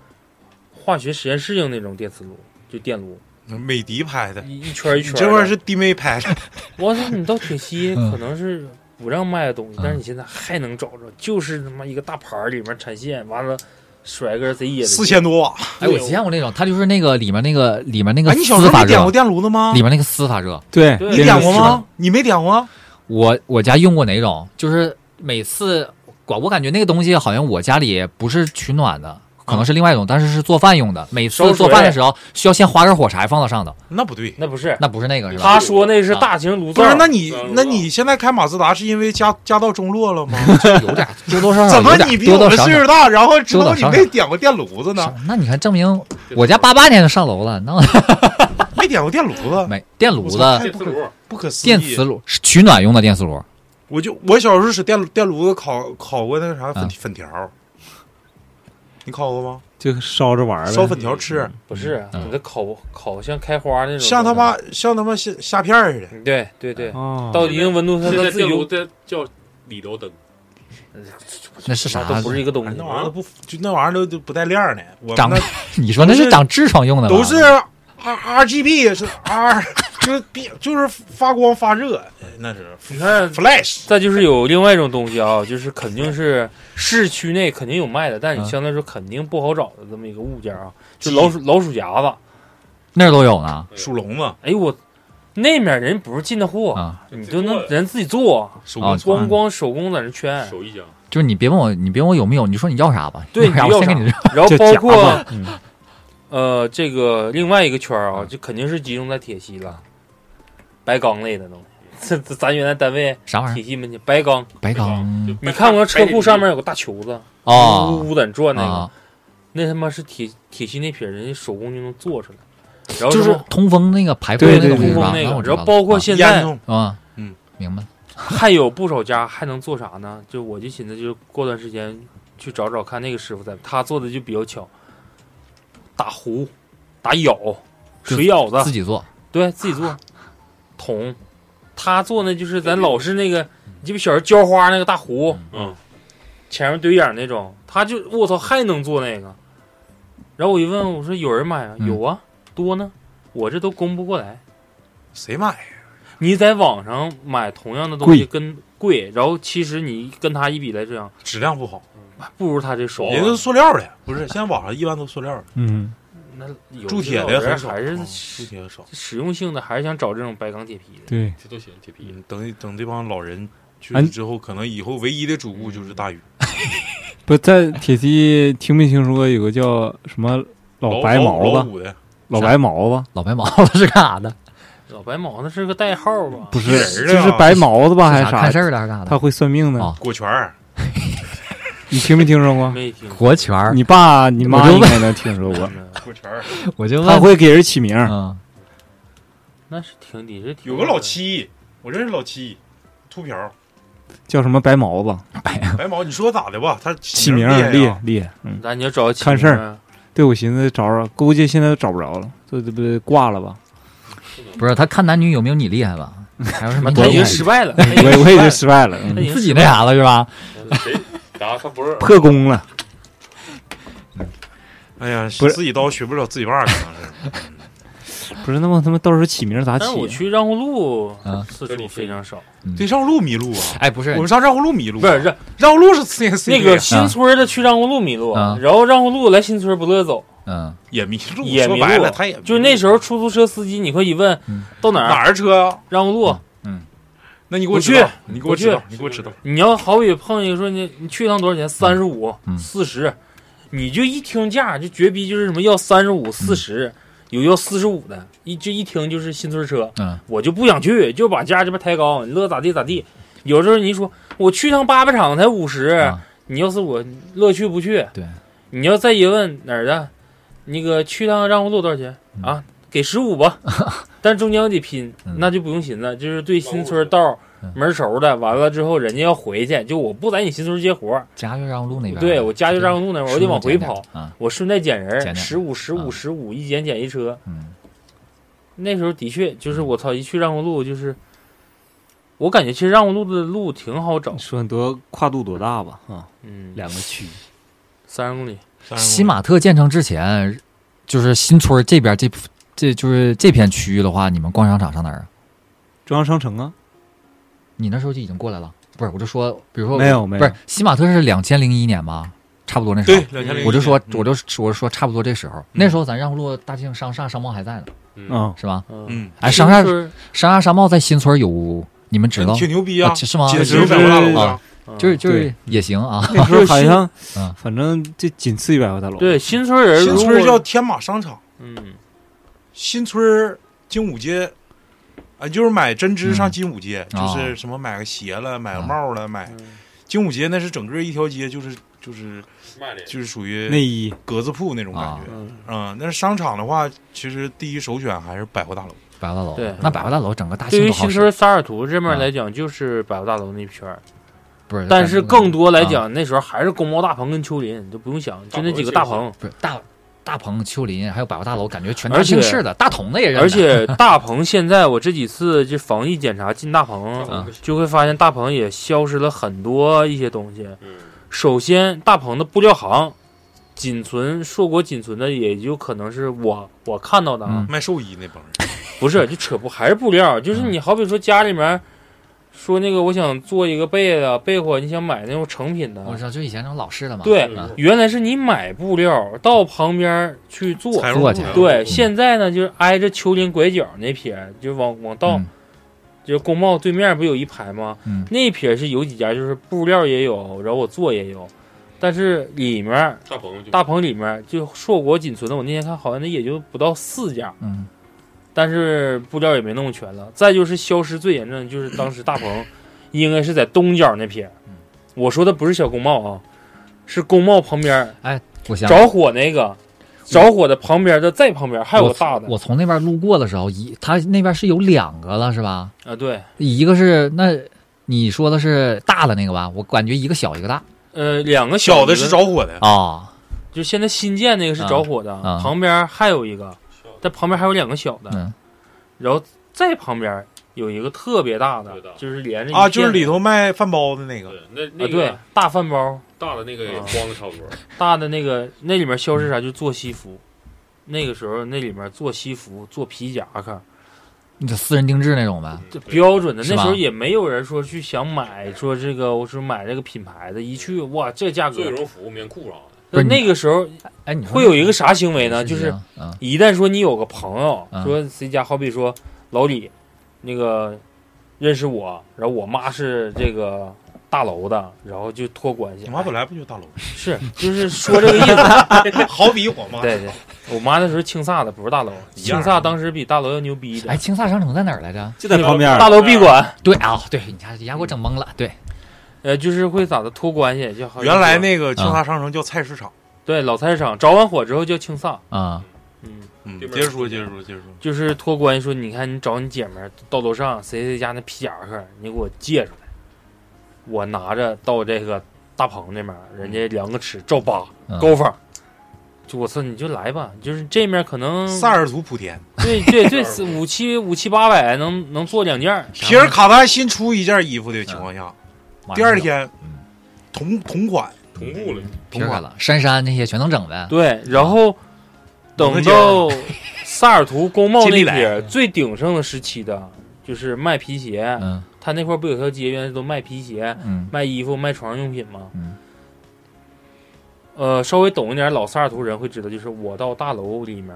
Speaker 2: 化学实验室用那种电磁炉，就电炉，
Speaker 3: 美的拍的，
Speaker 2: 一一圈儿一圈儿的。
Speaker 3: 这块儿是弟妹拍的，
Speaker 2: 我操，你到铁西
Speaker 1: 嗯
Speaker 2: 可能是不让卖的东西，
Speaker 1: 嗯
Speaker 2: 但是你现在还能找着，就是他妈一个大盘儿里面产线，完了甩根儿贼野的
Speaker 3: 四千多瓦。
Speaker 1: 哎，我见过那种，它就是那个里面那个里面那个
Speaker 3: 哎，你小时
Speaker 1: 丝
Speaker 3: 候
Speaker 1: 发
Speaker 3: 你点
Speaker 1: 热
Speaker 3: 过，电炉子吗
Speaker 1: 里？面那个丝发热，
Speaker 4: 对，
Speaker 2: 对
Speaker 3: 你
Speaker 4: 真的
Speaker 3: 点过
Speaker 4: 是
Speaker 3: 吗？你没点过？
Speaker 1: 我我家用过哪种？就是每次我我感觉那个东西好像我家里不是取暖的，可能是另外一种，但是是做饭用的。每
Speaker 2: 烧
Speaker 1: 次
Speaker 2: 水
Speaker 1: 做饭的时候需要先划根火柴放到上头，
Speaker 3: 那不对，
Speaker 2: 那不是，
Speaker 1: 那不是那个是吧？
Speaker 2: 他说那是大型炉
Speaker 3: 不
Speaker 2: 灶，
Speaker 3: 是？那你
Speaker 5: 嗯
Speaker 3: 那你现在开马自达是因为家家道中落了吗？
Speaker 1: 有点多多少少
Speaker 3: 怎么
Speaker 1: 有点
Speaker 3: 你比
Speaker 1: 多
Speaker 3: 我
Speaker 1: 多
Speaker 3: 们
Speaker 1: 少
Speaker 3: 岁
Speaker 1: 少
Speaker 3: 数。大，然后知
Speaker 1: 多
Speaker 3: 道
Speaker 1: 多
Speaker 3: 你
Speaker 1: 少少
Speaker 3: 没点过电炉子呢？
Speaker 1: 那你看，证明我家八八年就上楼了，那
Speaker 3: 没点过电炉子，
Speaker 1: 没电炉
Speaker 3: 我操
Speaker 1: 子、
Speaker 5: 电磁炉，
Speaker 3: 不可思议。
Speaker 1: 电磁炉是取暖用的电磁炉，
Speaker 3: 我就我小时候使电炉电炉子烤烤过那个啥粉、
Speaker 1: 啊
Speaker 3: 粉条儿，你烤过吗？
Speaker 4: 就烧着玩儿呗。
Speaker 3: 烧粉条吃，
Speaker 2: 不是，
Speaker 1: 嗯
Speaker 2: 你的烤烤像开花那种，
Speaker 3: 像他妈像他妈虾虾片儿似的。
Speaker 2: 对对对，
Speaker 4: 哦，
Speaker 2: 到一定温度它
Speaker 5: 现
Speaker 2: 它
Speaker 5: 在
Speaker 2: 自己
Speaker 5: 电炉
Speaker 2: 就
Speaker 5: 在叫里头等，
Speaker 1: 那是啥
Speaker 2: 啊都？不是一个东
Speaker 3: 哎
Speaker 2: 西
Speaker 3: 那，玩意儿都不就那玩意儿都都不带亮的，我
Speaker 1: 长
Speaker 3: 们
Speaker 1: 你说那是长痔疮用的
Speaker 3: 那
Speaker 1: 吧？
Speaker 3: 都是 R R G B 是 R，就是比就是发光发热，哎那是
Speaker 2: 你看
Speaker 3: Flash。
Speaker 2: 再就是有另外一种东西啊，就是肯定是市区内肯定有卖的，但你
Speaker 1: 嗯
Speaker 2: 相对来说肯定不好找的这么一个物件啊，就老鼠老鼠夹子。
Speaker 1: 那儿都有呢
Speaker 3: 属龙嘛，
Speaker 2: 哎呦我，那面人不是进的货，
Speaker 1: 啊！
Speaker 2: 你都能人自己做，
Speaker 3: 手
Speaker 1: 啊嗯
Speaker 3: 工
Speaker 1: 做
Speaker 2: 光光手工在那圈，
Speaker 5: 手艺家，
Speaker 1: 就是你别问我，你别问我有没有，你说你要啥吧？
Speaker 2: 对
Speaker 1: 然
Speaker 2: 你
Speaker 1: 后
Speaker 2: 要
Speaker 1: 我先
Speaker 2: 啥
Speaker 1: 给你扔。
Speaker 2: 然后
Speaker 4: 就
Speaker 2: 包
Speaker 4: 夹
Speaker 2: 括
Speaker 4: 嘛嗯
Speaker 2: 呃这个另外一个圈儿啊，
Speaker 1: 嗯
Speaker 2: 就肯定是集中在铁西了，白钢类的东西。这这咱原来单位
Speaker 1: 啥玩意
Speaker 2: 铁西门前 白钢，
Speaker 1: 儿？白钢
Speaker 5: 就
Speaker 2: 你看过车库上面有个大球子，
Speaker 1: 哦
Speaker 2: 呜呜在那转那个，
Speaker 1: 啊，
Speaker 2: 那他妈是铁铁西那撇人家手工就能做出来，然后
Speaker 1: 就
Speaker 2: 什
Speaker 1: 是
Speaker 2: 么
Speaker 1: 通风那个排风那个东西
Speaker 2: 通
Speaker 1: 是吧
Speaker 2: 风？那
Speaker 1: 我
Speaker 2: 个，
Speaker 1: 知
Speaker 2: 然
Speaker 1: 道了
Speaker 2: 后包括现
Speaker 3: 烟
Speaker 2: 在
Speaker 3: 囱，
Speaker 1: 啊，
Speaker 3: 嗯，
Speaker 1: 明白。
Speaker 2: 还有不少家还能做啥呢？就我就寻思，就是过段时间去找找看那个师傅在，他做的就比较巧，打壶、打舀、
Speaker 1: 就
Speaker 2: 水舀
Speaker 1: 自
Speaker 2: 子，
Speaker 1: 己做，
Speaker 2: 对自己做，桶。他做那就是咱老式那个，你记不小时候浇花那个大壶，
Speaker 5: 嗯，
Speaker 2: 前面堆眼儿那种，他就我操还能做那个。然后我一问，我说有人买啊？
Speaker 1: 嗯
Speaker 2: 有啊，多呢，我这都供不过来。
Speaker 3: 谁买呀？
Speaker 2: 你在网上买同样的东西
Speaker 4: 贵
Speaker 2: 跟贵，然后其实你跟他一比来这样，
Speaker 3: 质量不好，
Speaker 2: 不如他这手啊
Speaker 3: 也就是塑料的，不是。现在网上一般都塑料的，
Speaker 4: 嗯，
Speaker 2: 那有
Speaker 3: 铸
Speaker 2: 些
Speaker 3: 铁的
Speaker 2: 老人
Speaker 3: 很少，
Speaker 2: 还
Speaker 3: 嗯
Speaker 2: 是
Speaker 3: 铸铁的少。
Speaker 2: 实用性的，还是想找这种白钢铁皮的。
Speaker 4: 对，
Speaker 5: 这都喜欢铁皮，
Speaker 3: 嗯，等等这帮老人去
Speaker 4: 哎
Speaker 3: 世之后，可能以后唯一的主顾就是大禹。
Speaker 4: 不在铁西听没听说有个叫什么老哦白毛
Speaker 3: 老
Speaker 4: 子？
Speaker 3: 五的
Speaker 4: 老白毛子
Speaker 1: 老白毛子是干啥的？
Speaker 2: 老白毛那是个代号吧？
Speaker 4: 不是
Speaker 3: 人儿，
Speaker 4: 就
Speaker 3: 啊
Speaker 4: 是白毛子吧，还
Speaker 1: 啥看
Speaker 4: 是
Speaker 1: 事
Speaker 4: 啥？
Speaker 1: 儿的还是干啥
Speaker 4: 他
Speaker 1: 的？
Speaker 4: 会算命的
Speaker 1: 哦，
Speaker 3: 果权
Speaker 2: 啊
Speaker 3: 儿，
Speaker 4: 你听没听说 过？
Speaker 2: 没听
Speaker 1: 活圈儿，
Speaker 4: 你爸你
Speaker 1: 我
Speaker 4: 妈
Speaker 1: 就
Speaker 4: 应
Speaker 1: 问
Speaker 4: 该能听说过，
Speaker 2: 嗯
Speaker 3: 果权儿
Speaker 1: 我就
Speaker 4: 他
Speaker 1: 问，
Speaker 4: 会给人起名儿。
Speaker 1: 嗯，
Speaker 2: 那是挺你是挺
Speaker 3: 有个老七，我认识老七，秃瓢 儿
Speaker 4: 叫什么白毛子，
Speaker 3: 白毛。你说咋的吧？他
Speaker 4: 起
Speaker 3: 起
Speaker 4: 名
Speaker 3: 儿
Speaker 4: 儿厉
Speaker 3: 厉
Speaker 4: 害
Speaker 3: 啊
Speaker 4: 厉害。嗯，
Speaker 2: 那你要找个起
Speaker 4: 看事儿
Speaker 2: 名啊，
Speaker 4: 对我寻思找找，估计现在都找不着了，这这不得挂了 吧？
Speaker 1: 不是他看男女有没有你厉害吧？还有什么
Speaker 2: 他
Speaker 1: 你
Speaker 2: 已
Speaker 1: 厉
Speaker 2: 经
Speaker 1: 害？
Speaker 2: 失败了，
Speaker 4: 我也我也就失败了，
Speaker 2: 他
Speaker 4: 嗯
Speaker 2: 已经
Speaker 1: 自己那啥了是吧？
Speaker 5: 嗯谁答他不是
Speaker 4: 破功了。
Speaker 3: 哎呀，
Speaker 4: 不是
Speaker 3: 自己刀学不了自己把儿，可能是。
Speaker 4: 不是，那么他们到时候起名儿咋
Speaker 2: 但是我
Speaker 4: 起？啊
Speaker 2: 去让胡路
Speaker 1: 啊
Speaker 2: 次数非常少，
Speaker 3: 对，上路迷路啊！
Speaker 1: 哎，不是
Speaker 3: 我，们上绕路迷路，啊
Speaker 2: 不是让
Speaker 3: 绕路是 C S
Speaker 2: 那个新村的去让胡路迷路，
Speaker 1: 啊
Speaker 2: 然后让胡路来新村不乐走，
Speaker 1: 嗯，
Speaker 3: 也迷路，
Speaker 2: 也
Speaker 3: 说
Speaker 2: 迷
Speaker 3: 白
Speaker 2: 路
Speaker 3: 了他也迷路
Speaker 2: 就是那时候出租车司机，你会一问
Speaker 1: 嗯
Speaker 2: 到哪
Speaker 3: 哪
Speaker 2: 儿，
Speaker 3: 儿车啊？
Speaker 2: 让胡路，
Speaker 3: 那你给我
Speaker 2: 我
Speaker 3: 指
Speaker 2: 去
Speaker 3: 导，你给我
Speaker 2: 我
Speaker 3: 指导
Speaker 2: 去，
Speaker 3: 你给我指导。
Speaker 2: 你要好比碰一个说你你去一趟多少钱，三十五
Speaker 1: 嗯、
Speaker 2: 四十，你就一听价就绝逼就是什么要三十五、四
Speaker 1: 嗯
Speaker 2: 十，有要四十五的，一这一听就是新村车，
Speaker 1: 嗯，
Speaker 2: 我就不想去，就把价这边抬高，你乐咋地咋地。有时候你一说我去趟八百厂才五十、
Speaker 1: 啊
Speaker 2: 你要是我乐去不去，
Speaker 1: 对，
Speaker 2: 你要再一问哪儿的，那个去趟让胡路多少钱、
Speaker 1: 嗯
Speaker 2: 啊？给十五吧，但中间我得拼，那就不用寻思，就是对新村道
Speaker 1: 嗯
Speaker 2: 门熟的，完了之后人家要回去，就我不在你新村接活，
Speaker 1: 家悦让路那边儿，
Speaker 2: 对我家就让路那边儿，我得往回跑，
Speaker 1: 啊，
Speaker 2: 我顺带捡
Speaker 1: 捡
Speaker 2: 人，
Speaker 1: 点
Speaker 2: 十五十
Speaker 1: 啊
Speaker 2: 五十五一捡捡一车。
Speaker 1: 嗯，
Speaker 2: 那时候的确就是我操，一去让红路就是，我感觉其实让红路的路挺好找
Speaker 4: 你，说你多跨度多大吧？啊，
Speaker 2: 嗯，
Speaker 4: 两个区，
Speaker 2: 三十公里，
Speaker 1: 西马特建成之前，就是新村儿这边儿这这就是这片区域的话，你们逛商场上哪儿啊？
Speaker 4: 中央商城啊，
Speaker 1: 你那时候就已经过来了？不是，我就说，比如说
Speaker 4: 没有没
Speaker 1: 不
Speaker 4: 有
Speaker 1: 是，西马特是两千零一年吧，差不多那时
Speaker 3: 对
Speaker 1: 候。
Speaker 3: 两千零，
Speaker 1: 我就说，
Speaker 3: 嗯
Speaker 1: 我就我就说，差不多这时
Speaker 4: 嗯
Speaker 1: 候，那时候咱让户路大庆商厦商贸还在呢，
Speaker 5: 嗯，
Speaker 4: 啊，
Speaker 1: 是吧？
Speaker 3: 嗯，
Speaker 1: 哎，商厦
Speaker 2: 就是
Speaker 1: 商厦商贸在新村有，你们
Speaker 2: 嗯
Speaker 1: 知道？
Speaker 3: 挺牛逼啊
Speaker 1: 啊，是吗
Speaker 3: 简
Speaker 1: 就
Speaker 3: 直
Speaker 1: 是
Speaker 3: 百货大楼啊
Speaker 1: 啊，就是就是
Speaker 4: 对
Speaker 1: 也行啊，
Speaker 4: 那时候好 像
Speaker 1: 嗯，
Speaker 4: 反正就仅次于百货大楼。
Speaker 2: 对，新村人
Speaker 3: 新
Speaker 2: 如果，
Speaker 3: 村叫天马商场，
Speaker 2: 嗯，
Speaker 3: 新村精武街，啊，就是买针织上
Speaker 1: 嗯
Speaker 3: 金武街，就
Speaker 1: 哦
Speaker 3: 是什么买个鞋了，买个
Speaker 1: 啊
Speaker 3: 帽了，买
Speaker 2: 嗯
Speaker 3: 金武街那是整个一条街，就是就是
Speaker 5: 卖的
Speaker 3: 就是属于
Speaker 4: 内衣
Speaker 3: 格子铺那种感觉。
Speaker 2: 嗯，
Speaker 3: 嗯，但是商场的话，其实第一首选还是百货大楼。
Speaker 1: 百货大楼
Speaker 2: 对。
Speaker 1: 那百货大楼整个大
Speaker 2: 对
Speaker 1: 庆
Speaker 2: 于
Speaker 1: 都好
Speaker 2: 新
Speaker 1: 使
Speaker 2: 村，萨尔图这面
Speaker 1: 嗯
Speaker 2: 来讲，就是百货大楼那圈儿，
Speaker 1: 不是？
Speaker 2: 但是更多来
Speaker 1: 啊
Speaker 2: 讲，那时候还是工贸大棚跟丘陵，你都不用想，就那几个大棚，
Speaker 1: 不是大大棚、丘陵还有百货大楼，感觉全
Speaker 2: 而
Speaker 1: 大庆
Speaker 2: 且
Speaker 1: 市的大同的也认得
Speaker 2: 而且 大棚现在我这几次就防疫检查进大
Speaker 5: 大
Speaker 2: 棚
Speaker 5: 棚，
Speaker 2: 就会发现大棚也消失了很多一些东西。
Speaker 5: 嗯，
Speaker 2: 首先，大棚的布料行仅存硕果仅存的，也就可能是我我看到的啊，
Speaker 1: 嗯
Speaker 3: 卖寿衣那帮人，
Speaker 2: 不是就扯不还是布料，就是
Speaker 1: 嗯
Speaker 2: 你好比说家里面说那个我想做一个被子被窝，你想买那种成品的，
Speaker 1: 我知道，就以前那种老式的嘛。
Speaker 2: 对
Speaker 1: 嗯
Speaker 2: 原来是你买布料到旁边去做，
Speaker 3: 采用
Speaker 1: 坐
Speaker 3: 布
Speaker 1: 起来
Speaker 3: 料
Speaker 2: 对，
Speaker 3: 嗯
Speaker 2: 现在呢就是挨着丘陵拐角那撇，就往往到、
Speaker 1: 嗯
Speaker 2: 就工贸对面不有一排吗？
Speaker 1: 嗯
Speaker 2: 那撇是有几家，就是布料也有，然后我做也有，但是里面
Speaker 1: 嗯
Speaker 5: 大棚就
Speaker 2: 大棚里面就硕果仅存的，我那天看好像那也就不到四家，
Speaker 1: 嗯，
Speaker 2: 但是布料也没弄全了。再就是消失最严重的就是当时大 棚应该是在东角那撇
Speaker 1: 嗯，
Speaker 2: 我说的不是小工贸啊，是工贸旁边
Speaker 1: 我想
Speaker 2: 着火那个，着火的旁边的再旁边还有
Speaker 1: 我
Speaker 2: 个大的
Speaker 1: 我从那边路过的时候，一他那边是有两个了，是吧？
Speaker 2: 啊，对，
Speaker 1: 一个是那你说的是大的那个吧？我感觉一个小一个大
Speaker 2: 呃，两个
Speaker 3: 小的
Speaker 2: 的
Speaker 3: 是，着火的，
Speaker 1: 啊
Speaker 2: 就现在新建那个是着火的，
Speaker 1: 啊
Speaker 2: 旁边还有一个，但旁边还有两个小的，
Speaker 1: 嗯
Speaker 2: 然后再旁边有一个特别大的
Speaker 5: 特别，大
Speaker 2: 就是连着一
Speaker 3: 啊，就是
Speaker 2: 片
Speaker 3: 里头卖饭包的那个，
Speaker 5: 对，那
Speaker 2: 啊，
Speaker 5: 那
Speaker 2: 对
Speaker 5: 个，
Speaker 2: 大饭包，
Speaker 5: 大的那个也
Speaker 2: 啊
Speaker 5: 光的差不多，
Speaker 2: 大的那个那里面消失啥，就做西服。那个时候，那里面做西服、做皮夹克，
Speaker 1: 你这私人定制那种呗。
Speaker 2: 这
Speaker 5: 嗯对
Speaker 2: 标准的。那
Speaker 1: 是
Speaker 2: 时
Speaker 1: 吧
Speaker 2: 候也没有人说去想买，说这个我说买这个品牌的，一去哇，这价格
Speaker 5: 做羽。绒服、棉裤啥的，
Speaker 1: 不是
Speaker 2: 那个时候
Speaker 1: 哎，你说
Speaker 2: 会有一个啥行为呢？
Speaker 1: 是
Speaker 2: 就是
Speaker 1: 这样啊
Speaker 2: 一旦说你有个朋友
Speaker 1: 嗯
Speaker 2: 说谁家，好比说老李，那个认识我，然后我妈是这个大楼的，然后就托关系。
Speaker 3: 你妈本
Speaker 2: 来
Speaker 3: 来不就大楼？
Speaker 2: 哎是就是说这个意思。
Speaker 3: 好比 我妈
Speaker 2: 对对，我妈那时候庆萨的，不是大楼。
Speaker 3: 一
Speaker 2: 庆
Speaker 3: 样
Speaker 2: 萨当时比大楼要牛逼一
Speaker 1: 嗯，哎，
Speaker 2: 点，
Speaker 1: 青萨商城在哪儿来着？
Speaker 4: 就在旁边儿，
Speaker 2: 大楼闭馆，
Speaker 1: 对啊，对你家你家给我整懵了。对，
Speaker 2: 呃，就是会咋的托关系，就好像
Speaker 3: 原来那个青沙商城叫菜市场。
Speaker 2: 对老菜市场着完火之后叫庆萨，
Speaker 1: 啊，
Speaker 2: 嗯，
Speaker 3: 嗯，
Speaker 5: 这边
Speaker 3: 接着说，接着说，接着说。
Speaker 2: 就是托关系说，你看你找你姐们儿到楼上谁谁家那皮夹克，你给我借出来，我拿着到这个大棚那边儿，人家量个尺照八
Speaker 1: 嗯
Speaker 2: 高仿，就我操你就来吧，就是这面可能
Speaker 3: 萨尔图普天，
Speaker 2: 对对对四五七五七八百能能做两件儿，
Speaker 3: 皮尔卡丹新出一件衣服的情况下，第二天
Speaker 1: 嗯
Speaker 3: 同同款，
Speaker 5: 同步了，
Speaker 1: 皮儿改了，杉杉这些全能整呗。
Speaker 2: 对，然后
Speaker 3: 五个
Speaker 2: 等
Speaker 3: 劲儿
Speaker 2: 到 萨尔图工贸
Speaker 3: 尽力
Speaker 2: 那
Speaker 3: 来
Speaker 2: 撇最鼎盛的时期的，就是卖皮鞋，
Speaker 1: 嗯
Speaker 2: 他那块儿不有条街原来都卖皮鞋、
Speaker 1: 嗯
Speaker 2: 卖衣服、卖床上用品吗？
Speaker 1: 嗯
Speaker 2: 呃，稍微懂一点老萨尔图人会知道，就是我到大楼里面